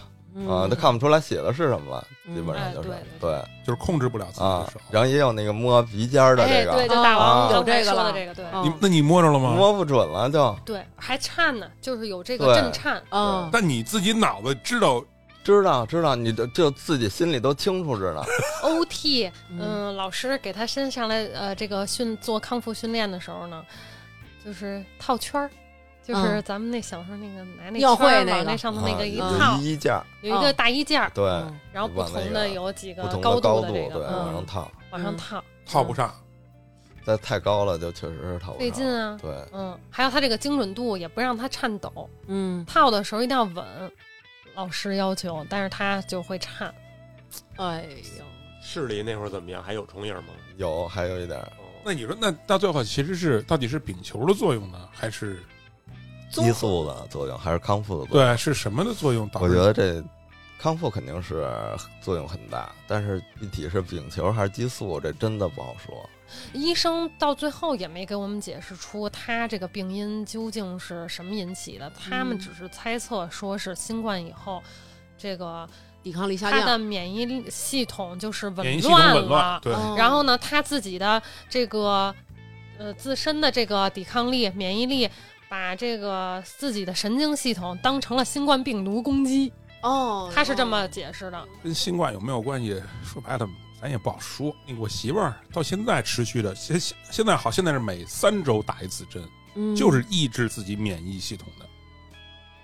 嗯
都看不出来写的是什么了，
嗯
基本上就是
哎对
对
就是控制不了自己
啊
的手。
然后也有那个摸鼻尖儿的
哎，
这
对，
个，
就大王
啊
刚才
有这个
说的
了
这个，对嗯
哦
你那你摸着了吗？
摸不准了就
对，还颤呢，就是有这个
对
震 颤，
啊，
但你自己脑子知道
知道知道，你就就自己心里都清楚知道。
OT，
嗯
嗯、老师给他身上来呃这个训做康复训练的时候呢，就是套圈儿。就是
嗯
咱们那小时候那个拿那
庙会
圈儿
那
往
个
那上头那
啊
个一
有
套，
衣架，
有一个大衣架儿，
对，
嗯
然后不
往那
同
个
的有几
不
个
同
高
高
的这
对，
个
往
嗯
上套，
往上
嗯
套
套不上，
再太高了就确实是套不
费
上
劲
了。
啊，
对，
嗯，还有他这个精准度也不让他颤抖，
嗯，
套的时候一定要稳，老师要求，但是他就会颤。
哎呦，
视力那会儿怎么样？还有重影吗？
有还有一点儿
哦
那你说那到最后其实是到底是丙球的作用呢，还是
激素的作用还是康复的作用？
对是什么的作用导致？
我觉得这康复肯定是作用很大，但是具体是丙球还是激素，这真的不好说。
医生到最后也没给我们解释出他这个病因究竟是什么引起的，他们
嗯
只是猜测说是新冠以后，这个
抵抗力下
他
降，
的免疫力系统就是
免疫
紊
系统
乱
紊乱
了，，
对，
哦
然后呢，他自己的这个呃自身的这个抵抗力、免疫力，把这个自己的神经系统当成了新冠病毒攻击，
哦，
他是这么解释的。
跟新冠有没有关系？说白了，咱也不好说。我媳妇儿到现在持续的，现现现在好，现在是每三周打一次针，
嗯
就是抑制自己免疫系统的。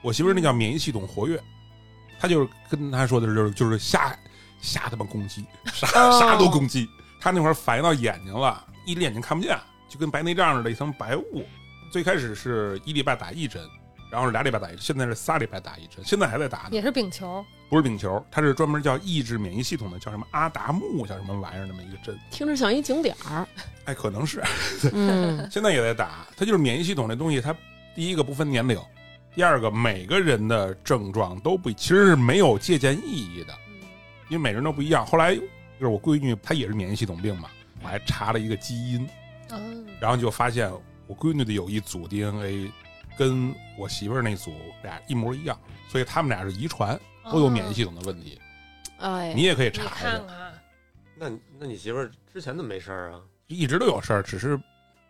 我媳妇儿那叫免疫系统活跃，她就是跟她说的是就是就是瞎瞎他妈 攻击，啥
哦
啥都攻击。她那会儿反映到眼睛了，一只眼睛看不见，就跟白内障似的，一层白雾。最开始是一礼拜打一针，然后是俩礼拜打一针，现在是仨礼拜打一针，现在还在打呢。
也是丙球，
不是丙球，它是专门叫抑制免疫系统的，叫什么阿达木，叫什么玩意儿那么一个针。
听着像一景点儿，
哎，可能是
嗯
现在也在打，它就是免疫系统这东西，它第一个不分年龄，第二个每个人的症状都不，其实是没有借鉴意义的，因为每个人都不一样。后来就是我闺女，她也是免疫系统病嘛，我还查了一个基因，
哦
嗯，
然后就发现我闺女的有一组 DNA 跟我媳妇儿那组俩一模一样，所以他们俩是遗传，
哦
都有免疫系统的问题。
哎，
你也可以
你
查一下
看。看，
那你那你媳妇儿之前怎么没事儿啊？
一直都有事儿，只是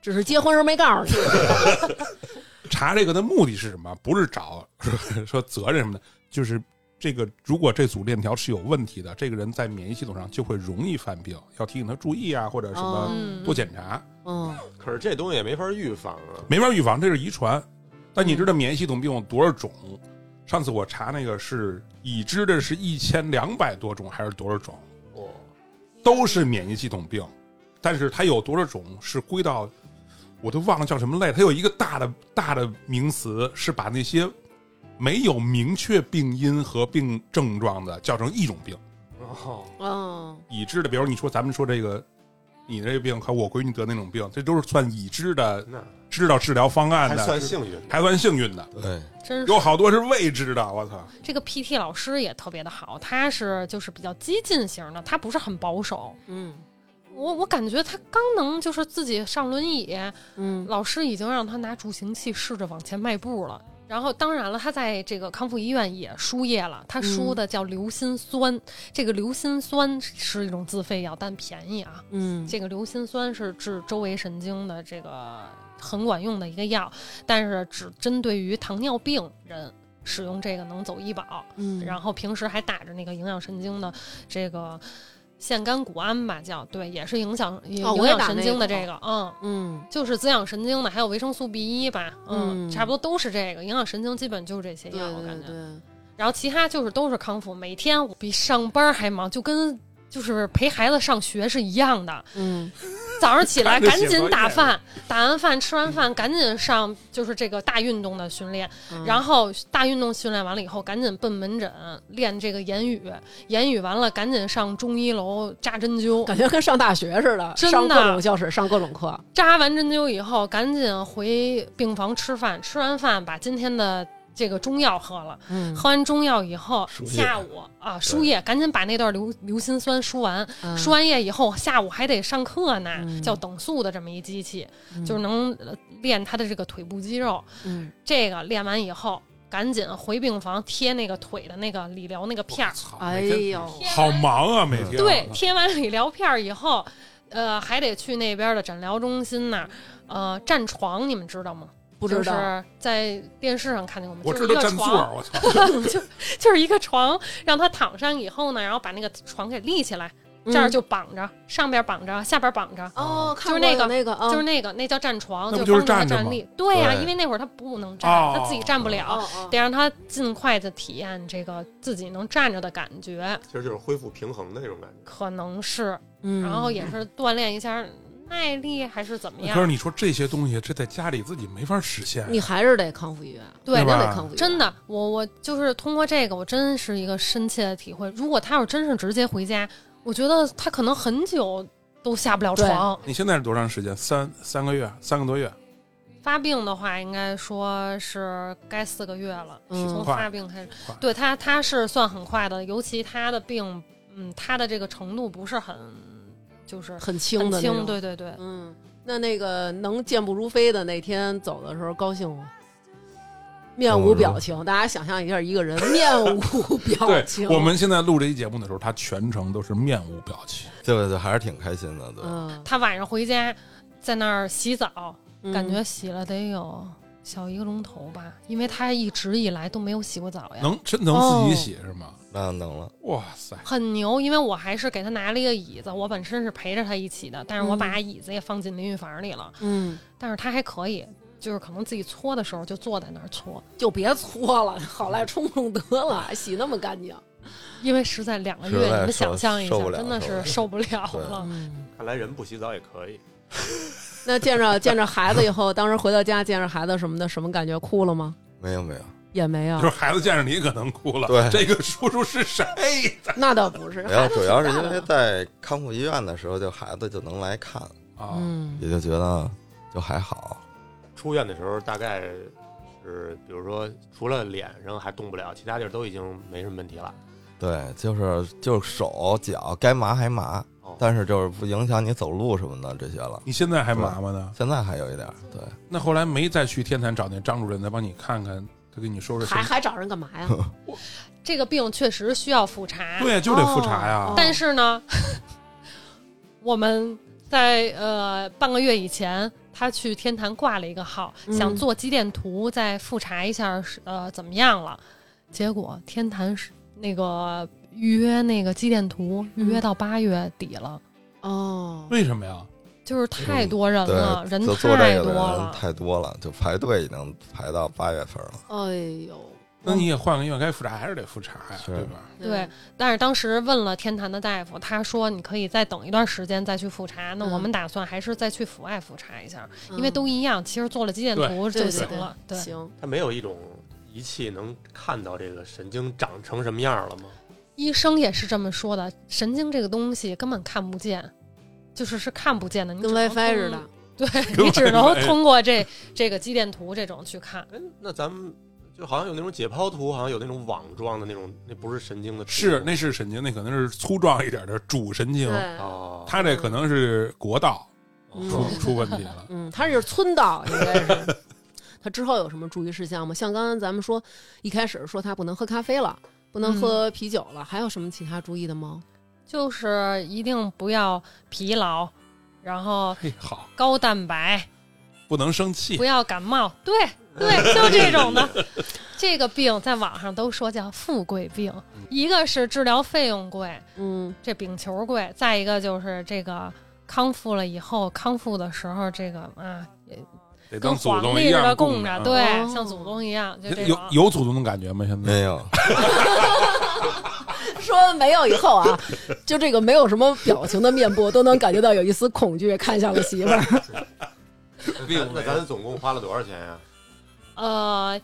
只是结婚时候没告诉你，
查这个的目的是什么？不是找说 说责任什么的，就是这个如果这组链条是有问题的，这个人在免疫系统上就会容易犯病，要提醒他注意啊，或者什么
嗯，
多检查，
嗯
可是这东西也没法预防啊。
没法预防，这是遗传。但
嗯
你知道免疫系统病有多少种？上次我查那个是已知的是一千两百多种还是多少种？
哦，
都是免疫系统病，但是它有多少种是归到，我都忘了叫什么类。它有一个大的大的名词是把那些没有明确病因和病症状的叫成一种病，
哦，
嗯
已知的。比如你说咱们说这个，你这病和我闺女得那种病，这都是算已知的，
那
知道治疗方案
还
的，
算
是
幸运。
还算幸运的。
对，
真是
有好多是未知的，我操！
这个 PT 老师也特别的好，他是就是比较激进型的，他不是很保守。
嗯，
我我感觉他刚能就是自己上轮椅，
嗯，
老师已经让他拿助行器试着往前迈步了。然后，当然了，他在这个康复医院也输液了，他
嗯
输的叫硫辛酸。这个硫辛酸是一种自费药，但便宜啊。
嗯，
这个硫辛酸是治周围神经的这个很管用的一个药，但是只针对于糖尿病人使用这个能走医保。
嗯，
然后平时还打着那个营养神经的这个腺苷谷胺吧，叫对，也是影响影
哦
影
我也
响
打
神
那
经的
个
这个，嗯。
嗯
就是滋养神经的，还有维生素 B 一吧，嗯，
嗯
差不多都是这个。营养神经基本就是这些
对
药，我感
对
觉。
对，
然后其他就是都是康复，每天我比上班还忙，就跟就是陪孩子上学是一样的。
嗯
早上起来
看着
赶
写作
紧
业
打饭，打完饭吃完饭赶紧上就是这个大运动的训练，
嗯
然后大运动训练完了以后，赶紧奔门诊练这个言语，言语完了赶紧上中医楼扎针灸，
感觉跟上大学似的，
真
上各
的
种教室，上各种课，
扎完针灸以后，赶紧回病房吃饭，吃完饭把今天的这个中药喝了，
嗯，
喝完中药以后，
输液
下午啊输液，赶紧把那段硫硫辛酸输完，
嗯
输完液以后，下午还得上课呢，
嗯
叫等速的这么一机器，就是能呃练他的这个腿部肌肉。
嗯
这个练完以后，赶紧回病房贴那个腿的那个理疗那个片儿，
操
哎
每天
呦，
好忙啊，每天
对，贴完理疗片儿以后，呃，还得去那边的诊疗中心那儿，呃，站床，你们知道吗？
不知
就
道，
是在电视上看见过吗？
我
就是
知
一
道
个
占座
床，
儿，我操，
就是一个床，让他躺上以后呢，然后把那个床给立起来，这
嗯
儿就绑着，上边绑着，下边绑着。
哦，
就是那个
那个啊，
就是那个，那叫站床，
那不
就
就是
帮助他
站着
站
吗
立。对呀、
对
因为那会儿他不能站，
哦
他自己站不了，
哦哦
得让他尽快的体验这个自己能站着的感觉，
其实就是恢复平衡的那种感觉。
可能是，
嗯，
然后也是锻炼一下耐力还是怎么样
可是。你说这些东西，这在家里自己没法实现。啊
你还是得康复医院，
对
一定
吧
得康复医院，
真的，我我就是通过这个，我真是一个深切的体会。如果他要真是直接回家，我觉得他可能很久都下不了
对
床。
你现在是多长时间？三三个月，三个多月，
发病的话，应该说是该四个月了，
嗯
从
快
发病开始
快。
对他，他是算很快的，尤其他的病，嗯，他的这个程度不是很，就是
很轻
很
的，
轻。，对对对，
嗯，那那个能健步如飞的那天走的时候高兴吗？面无表情，大家想象一下，一个人面无表
对
情。，
我们现在录这期节目的时候，他全程都是面无表情。
对对对，还是挺开心的，对。
嗯，
他晚上回家，在那儿洗澡，
嗯
感觉洗了得有小一个钟头吧，因为他一直以来都没有洗过澡呀。
能真能自
哦
己洗是吗？
那能了，
哇塞！
很牛，因为我还是给他拿了一个椅子，我本身是陪着他一起的，但是我
嗯
把椅子也放进淋浴房里了，
嗯，
但是他还可以，就是可能自己搓的时候就坐在那儿搓，
就别搓了，好赖冲冲得了，洗那么干净。
因为实在两个
实
月，
在
你们
受
想象一下
受不，了
真的是受不了了。
嗯，
看来人不洗澡也可以，
那见着见着孩子以后，当时回到家见着孩子什么的，什么感觉？哭了吗？
没有没有，
也没有
就，是孩子见着你可能哭了，
对
这个叔叔是谁？
那倒不是。
没有，
孩子
主要是
挺大
因
的
为在康复医院的时候，就孩子就能来看，
啊，
嗯
也就觉得就还好。
出院的时候大概是，比如说除了脸上还动不了，其他地儿都已经没什么问题了。
对，就是就是手脚该麻还麻，
哦，
但是就是不影响你走路什么的这些了。
你现在还麻麻呢？
现在还有一点儿，对，
那后来没再去天坛找那张主任，再帮你看看，再给你说说什
还
么。
还找人干嘛呀？
这个病确实需要复查，
啊
对，就得复查呀
哦。
但是呢， 我们在呃半个月以前，他去天坛挂了一个号，
嗯
想做肌电图，再复查一下是呃怎么样了。结果天坛是那个预约那个肌电图，预
嗯
约到八月底了，
哦，
为什么呀？
就是太多人了，
对，
嗯人
就做这
太
个
多
的人
了。
太多了，就排队已经排到八月份了。
哎呦，
那你也换个医院，该复查还是得复查呀，
是
对吧？
对，
嗯
但是当时问了天坛的大夫，他说你可以再等一段时间再去复查。那
嗯
我们打算还是再去阜外复查一下，
嗯
因为都一样，其实做了肌电
对
图
对
就
对
行
对
了。对，
行，
它没有一种仪器能看到这个神经长成什么样了吗？
医生也是这么说的，神经这个东西根本看不见，就是是看不见的，你
跟
只能
WiFi 似
通
的。。
对你只能通过这这个肌电图这种去看。
哎，那咱们就好像有那种解剖图，好像有那种网状的那种，那不是神经的图，
是那是神经，那可能是粗壮一点的主神经，
对，
哦，
他这可能是国道
嗯
出出问题了。
嗯，他是村道，应该是。他之后有什么注意事项吗？像刚刚咱们说，一开始说他不能喝咖啡了，不能喝啤酒了，还有什么其他注意的吗？
就是一定不要疲劳，然后
嘿，好，
高蛋白，
不能生气
不，要感冒。对对，就这种的。这个病在网上都说叫富贵病，一个是治疗费用贵，
嗯，
这饼球贵，再一个就是这个康复了以后，康复的时候这个啊，也
得
跟
跟祖
皇
宗
帝
一
似的
样
供
着。啊
对，
哦
像祖宗一样，就这
有
种。
有祖宗的感觉吗？现在
没有，
说完没有以后啊， 就这个没有什么表情的面部都能感觉到有一丝恐惧，看向了媳妇儿。
那那咱总共花了多少钱呀、
呃，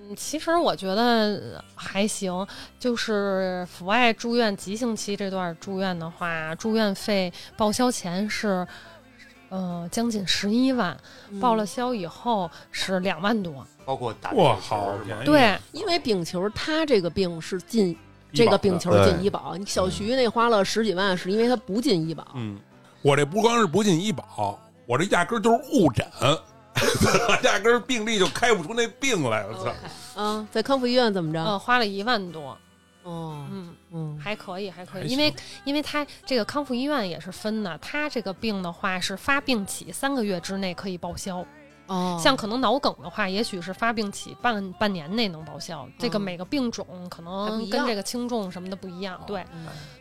嗯其实我觉得还行，就是阜外住院急性期这段住院的话，住院费报销前是。呃，将近十一万，报了销以后是两万多。
包括打
哇，
电池
好
是
便
吗
宜，
对，
因为丙球，他这个病是进
医
这
保
个
的哎
丙球
对
进医保，你小徐那花了十几万，是因为他不进医保。
嗯，我这不光是不进医保，我这压根儿就是误诊， 压根儿病例就开不出那病来。我
哦
操！
啊，在康复医院怎么着？
呃，花了一万多，
哦，
嗯，
嗯，
还可以，还可
还
以，因为因为他这个康复医院也是分的，他这个病的话是发病起三个月之内可以报销，
哦，
像可能脑梗的话，也许是发病起半半年内能报销。这个
嗯
每个病种
还
可
不一样
能跟这个轻重什么的不一样。对，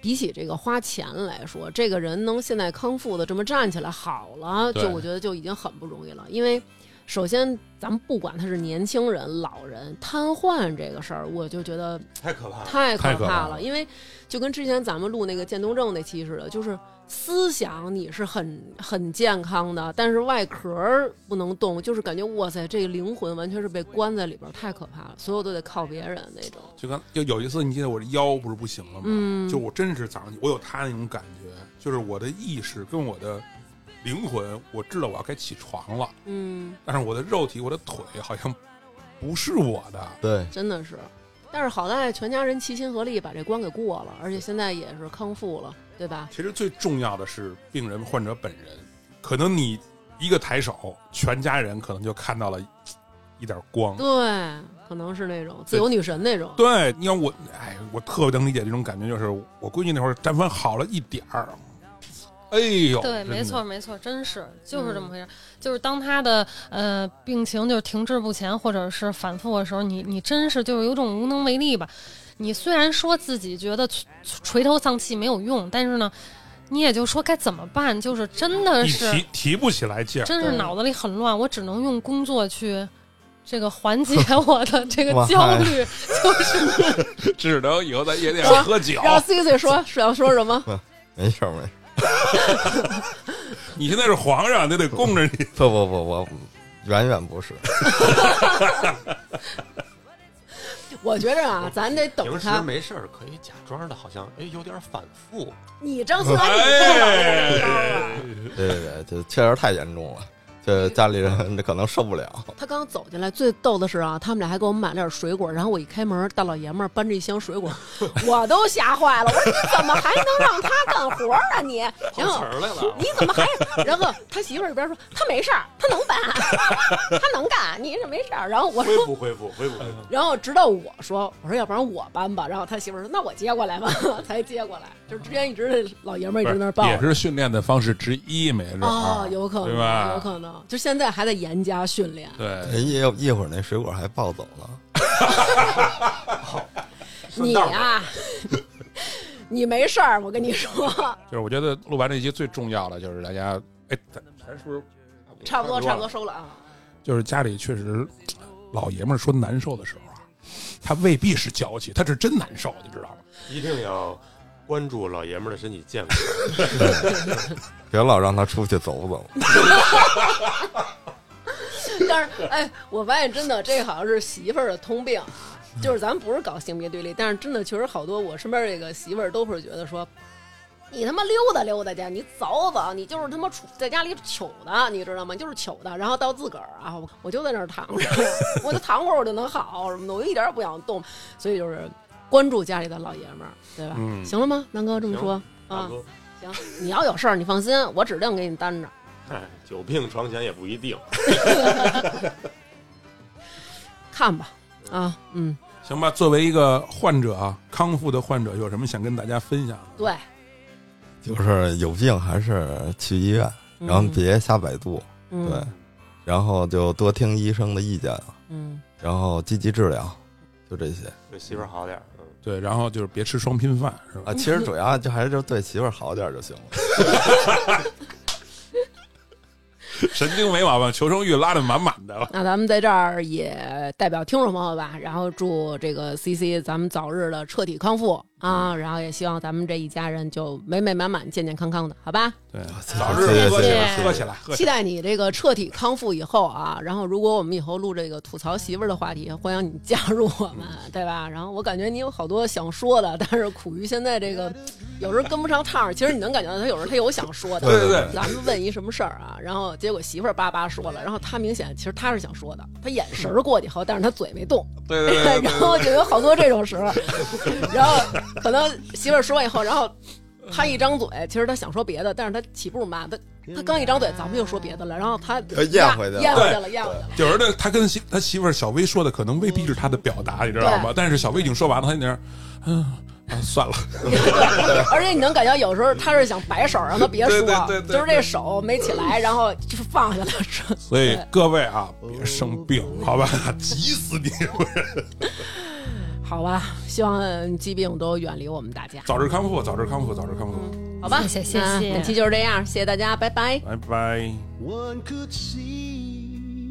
比起这个花钱来说，这个人能现在康复的这么站起来好了，
对
就我觉得就已经很不容易了。因为首先，咱们不管他是年轻人、老人、瘫痪这个事儿，我就觉得
太可怕了。
太可
啊太可怕
了。
了
因为就跟之前咱们录那个渐冻症那期似的，就是思想你是很很健康的，但是外壳儿不能动，就是感觉哇塞，这灵魂完全是被关在里边儿，太可怕了，所有都得靠别人那种。
就刚就有一次，你记得我这腰不是不行了吗？
嗯
嗯就我真是早上起我有他那种感觉，就是我的意识跟我的灵魂，我知道我要该起床了，
嗯。
但是我的肉体，我的腿好像不是我的。
对，
真的是。但是好在全家人齐心合力把这关给过了，而且现在也是康复了，对吧？
其实最重要的是病人患者本人，可能你一个抬手，全家人可能就看到了一点光。
对，可能是那种自由女神那种。
对，你看我，哎，我特别能理解这种感觉，就是我闺女那会儿，但凡好了一点儿，哎呦，
对，没
真
错，
的，
没错，真是就是
嗯
这么回事。就是当他的呃病情就是停滞不前，或者是反复的时候，你你真是就是有种无能为力吧。你虽然说自己觉得垂垂头丧气没有用，但是呢，你也就说该怎么办，就是真的
你
是
提提不起来劲儿，
真是
对
脑子里很乱，我只能用工作去。这个缓 解我的这个
哇
焦虑，
只能以后在夜店
是吧
喝酒。
然后 C C 说是要说什么？
没事儿没事儿，
你现在是皇上，得得供着你。
不不不，我远远不是，
我觉着啊，咱得等
平时
他。
没事儿可以假装的，好像哎有点反复，
你张思涵，你不老这么着
哎
了。，
对对对，这确实太严重了，这家里人可能受不了。
他刚走进来，最逗的是啊，他们俩还给我们买了点水果，然后我一开门，大老爷们儿搬着一箱水果， 我都吓坏了。我说你怎么还能让他干活儿啊你？
碰
然
瓷
后
儿来了。
你怎么还？ 然后他媳妇儿一边说他没事儿，他能办， 他能干，你是没事儿。然后我
恢
说，
复恢复恢复恢复，
然后直到我说，我说要不然我搬吧。然后他媳妇儿说那我接过来吧， 才接过来。就是之前一直老爷们儿一直在那儿抱
也
着。
是训练的方式之一，没准儿
哦，有可
对
能，
吧
有可能，就现在还在严加训练。
对，
哎一一会儿那水果还暴走了，
你啊， 你没事儿，我跟你说，
就是我觉得录完这期最重要的就是大家，哎，咱咱是不是
差不多，差不多
了
收了啊。
就是家里确实老爷们儿说难受的时候啊，他未必是娇气，他是真难受，你知道吗？
一定要关注老爷们儿的身体健康。
别老让他出去走走。
但是，哎，我发现真的，这好像是媳妇儿的通病，啊就是咱不是搞性别对立，但是真的确实好多我身边这个媳妇儿都会觉得说，你他妈溜达溜达去，你走走，你就是他妈杵在家里糗的，你知道吗？就是糗的，然后到自个儿啊，我我就在那儿躺着， 我就躺会儿我就能好什么的，我一点儿也不想动，所以就是关注家里的老爷们儿，对吧？
嗯
行了吗，南哥这么
行
说
大
啊？
哥，
行，你要有事儿你放心，我指定给你担着。
哎，久病床前也不一定。
看吧，啊，嗯，
行吧，作为一个患者啊，康复的患者，有什么想跟大家分享的？
对，
就是有病还是去医院，
嗯
然后别瞎百度，
嗯
对，然后就多听医生的意见，
嗯，
然后积极治疗，就这些
对媳妇儿好点儿，嗯，
对，然后就是别吃双拼饭，是吧？
啊。其
嗯
实主要就还是就对媳妇儿好点儿就行了。
神经没毛病，求生欲拉的满满的。
那咱们在这儿也代表听众朋友吧，然后祝这个 C C 咱们早日的彻底康复啊，然后也希望咱们这一家人就美美满满、健健康康的，好吧？
对，
谢谢
早日
谢谢
喝起来，
谢谢
喝起来，喝起
期待你这个彻底康复以后啊，然后如果我们以后录这个吐槽媳妇儿的话题，欢迎你加入我们，
嗯
对吧？然后我感觉你有好多想说的，但是苦于现在这个有时候跟不上趟儿，其实你能感觉到他有时候他有想说的，
对对对
咱们问一什么事儿啊，然后结果媳妇儿叭叭说了，然后他明显其实他是想说的，他眼神儿过去以后，但是他嘴没动，
来，对对对对
然后就有好多这种时候，然后可能媳妇儿说完以后，然后他一张嘴，其实他想说别的，但是他起步慢，他他刚一张嘴，咱们又说别的了，然后他
又咽回去了
咽回去了，咽回 去了。
有时候他跟媳他媳妇儿小薇说的可能未必是他的表达，你知道吗？但是小薇已经说完了，他在那儿，嗯、啊，算了，
对，而且你能感觉有时候他是想摆手让他别说，
对对对对
就是这手没起来，然后就放下了。 说
所以各位啊，别生病，好吧？急死你！
好吧，希望嗯疾病都远离我们大家，
早日康复，早日康复，早日康复，
好吧？
谢谢
那
谢谢
本期就是这样，谢谢大家，拜拜。
拜拜。
One could see.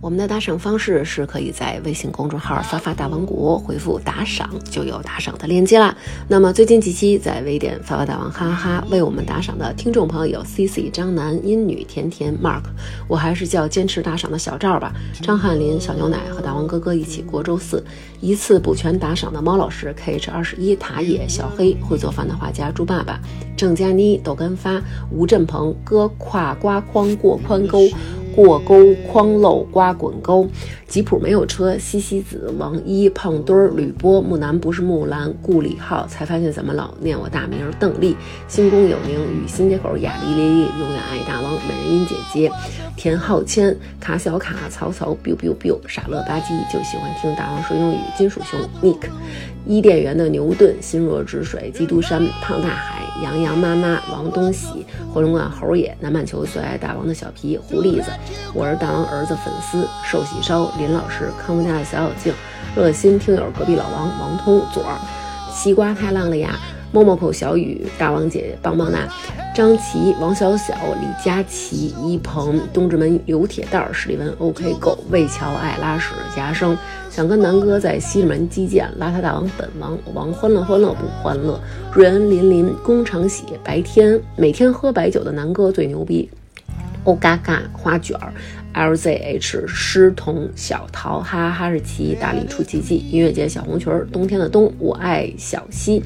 我们的打赏方式是可以在微信公众号“发发大王国”回复“打赏”就有打赏的链接啦。那么最近几期在微店“发发大王哈哈哈”为我们打赏的听众朋友有 C C、张楠、英女、甜甜、Mark，我还是叫坚持打赏的小赵吧。张翰林、小牛奶和大王哥哥一起过周四，一次补全打赏的猫老师 K H 二十一、塔野、小黑、会做饭的画家猪爸爸、郑佳妮、豆干发、吴振鹏、哥跨瓜筐过宽沟。过沟、筐漏、瓜滚沟、吉普没有车、西西子、王一、胖墩儿、吕波、木南不是木兰、顾里浩，才发现怎么老念我大名儿邓丽、星宫有宁与新街口雅丽丽丽永远爱大王美人音姐姐、田浩谦、卡小卡、曹操、biu biu biu、傻乐吧唧就喜欢听大王说英语、金属熊、Nick、伊甸园的牛顿、心若止水、基督山、胖大海、洋洋妈妈、王东喜、回龙观猴爷、南半球最爱大王的小皮、狐狸子。我是大王儿子粉丝，寿喜烧林老师，康复家的小小静，热心听友隔壁老王王通左儿，西瓜太浪了呀，摸摸口小雨，大王姐棒棒哒，张琪、王小小、李佳琦、一鹏、东直门刘铁蛋儿、史蒂文 OK 狗、魏乔爱拉屎、夹生，想跟南哥在西直门击剑，邋遢大王本王王欢乐欢乐不欢乐，瑞恩林林工厂喜白天每天喝白酒的南哥最牛逼，欧嘎嘎花卷儿，LZH 诗童小桃哈哈哈士奇大理出奇迹音乐节小红裙儿冬天的冬我爱小溪。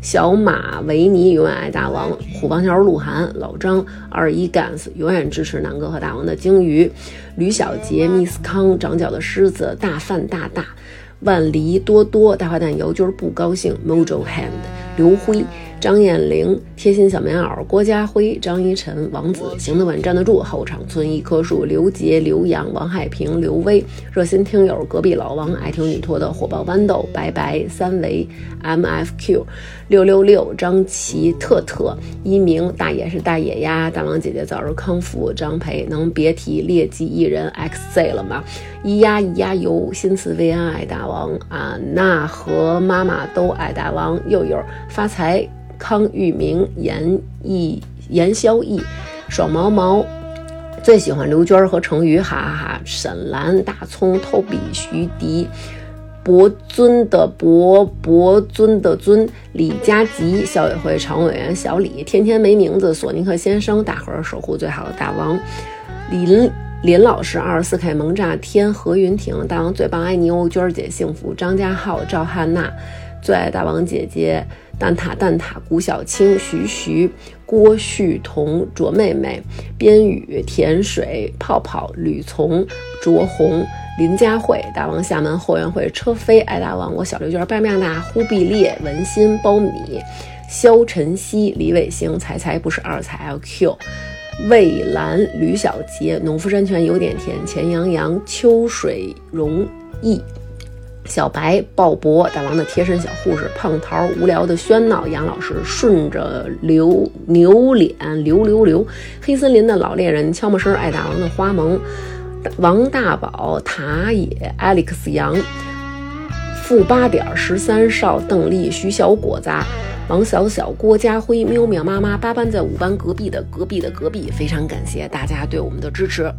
小马维尼永远爱大王，虎王桥鹿晗，老张二一 gans 永远支持南哥和大王的鲸鱼，吕小杰 miss 康长角的狮子大范大大，万黎多多大坏蛋油就是不高兴 mojo hand 刘辉张艳玲贴心小棉袄郭家辉张一晨王子行得稳站得住后场村一棵树刘杰刘洋王海平刘威热心听友隔壁老王爱听你托的火爆豌豆拜拜三维 mfq 六六六张琪特特一鸣大爷是大爷呀大王姐姐早日康复张培能别提劣迹艺人 xz 了吗？咿呀咿呀哟，新词为安爱大王啊，那和妈妈都爱大王，佑佑发财，康裕明，严艺严萧逸，爽毛毛。最喜欢刘娟儿和成宇，哈哈哈！沈兰、大葱、透比、徐迪、博尊的博、博尊的尊、李佳琦、校委会常委员小李、天天没名字、索尼克先生、大伙儿守护最好的大王、林林老师、二十四 K 萌炸天、何云婷、大王最棒，爱你哦，娟儿姐幸福，张家浩、赵汉娜、最爱大王姐姐、蛋挞蛋挞、谷小青、徐徐、郭旭彤、卓妹妹、边宇、甜水、泡泡、吕从、卓红、林佳慧、大王厦门后援会、车飞、爱大王、我小刘娟、拜麦娜、忽必烈、文心、苞米、肖晨曦、李伟星、才才不是二才 LQ。魏兰、吕小杰、农夫山泉有点甜、钱洋洋、秋水容易、小白、鲍勃、大王的贴身小护士、胖桃、无聊的喧闹、杨老师、顺着流牛脸、流流流、黑森林的老猎人、悄没声爱大王的花萌、王大宝、塔野、Alex 杨、负八点十三少邓丽、徐小果子、王小小、郭家辉、喵喵妈妈、八班在五班隔壁的隔壁的隔壁，非常感谢大家对我们的支持。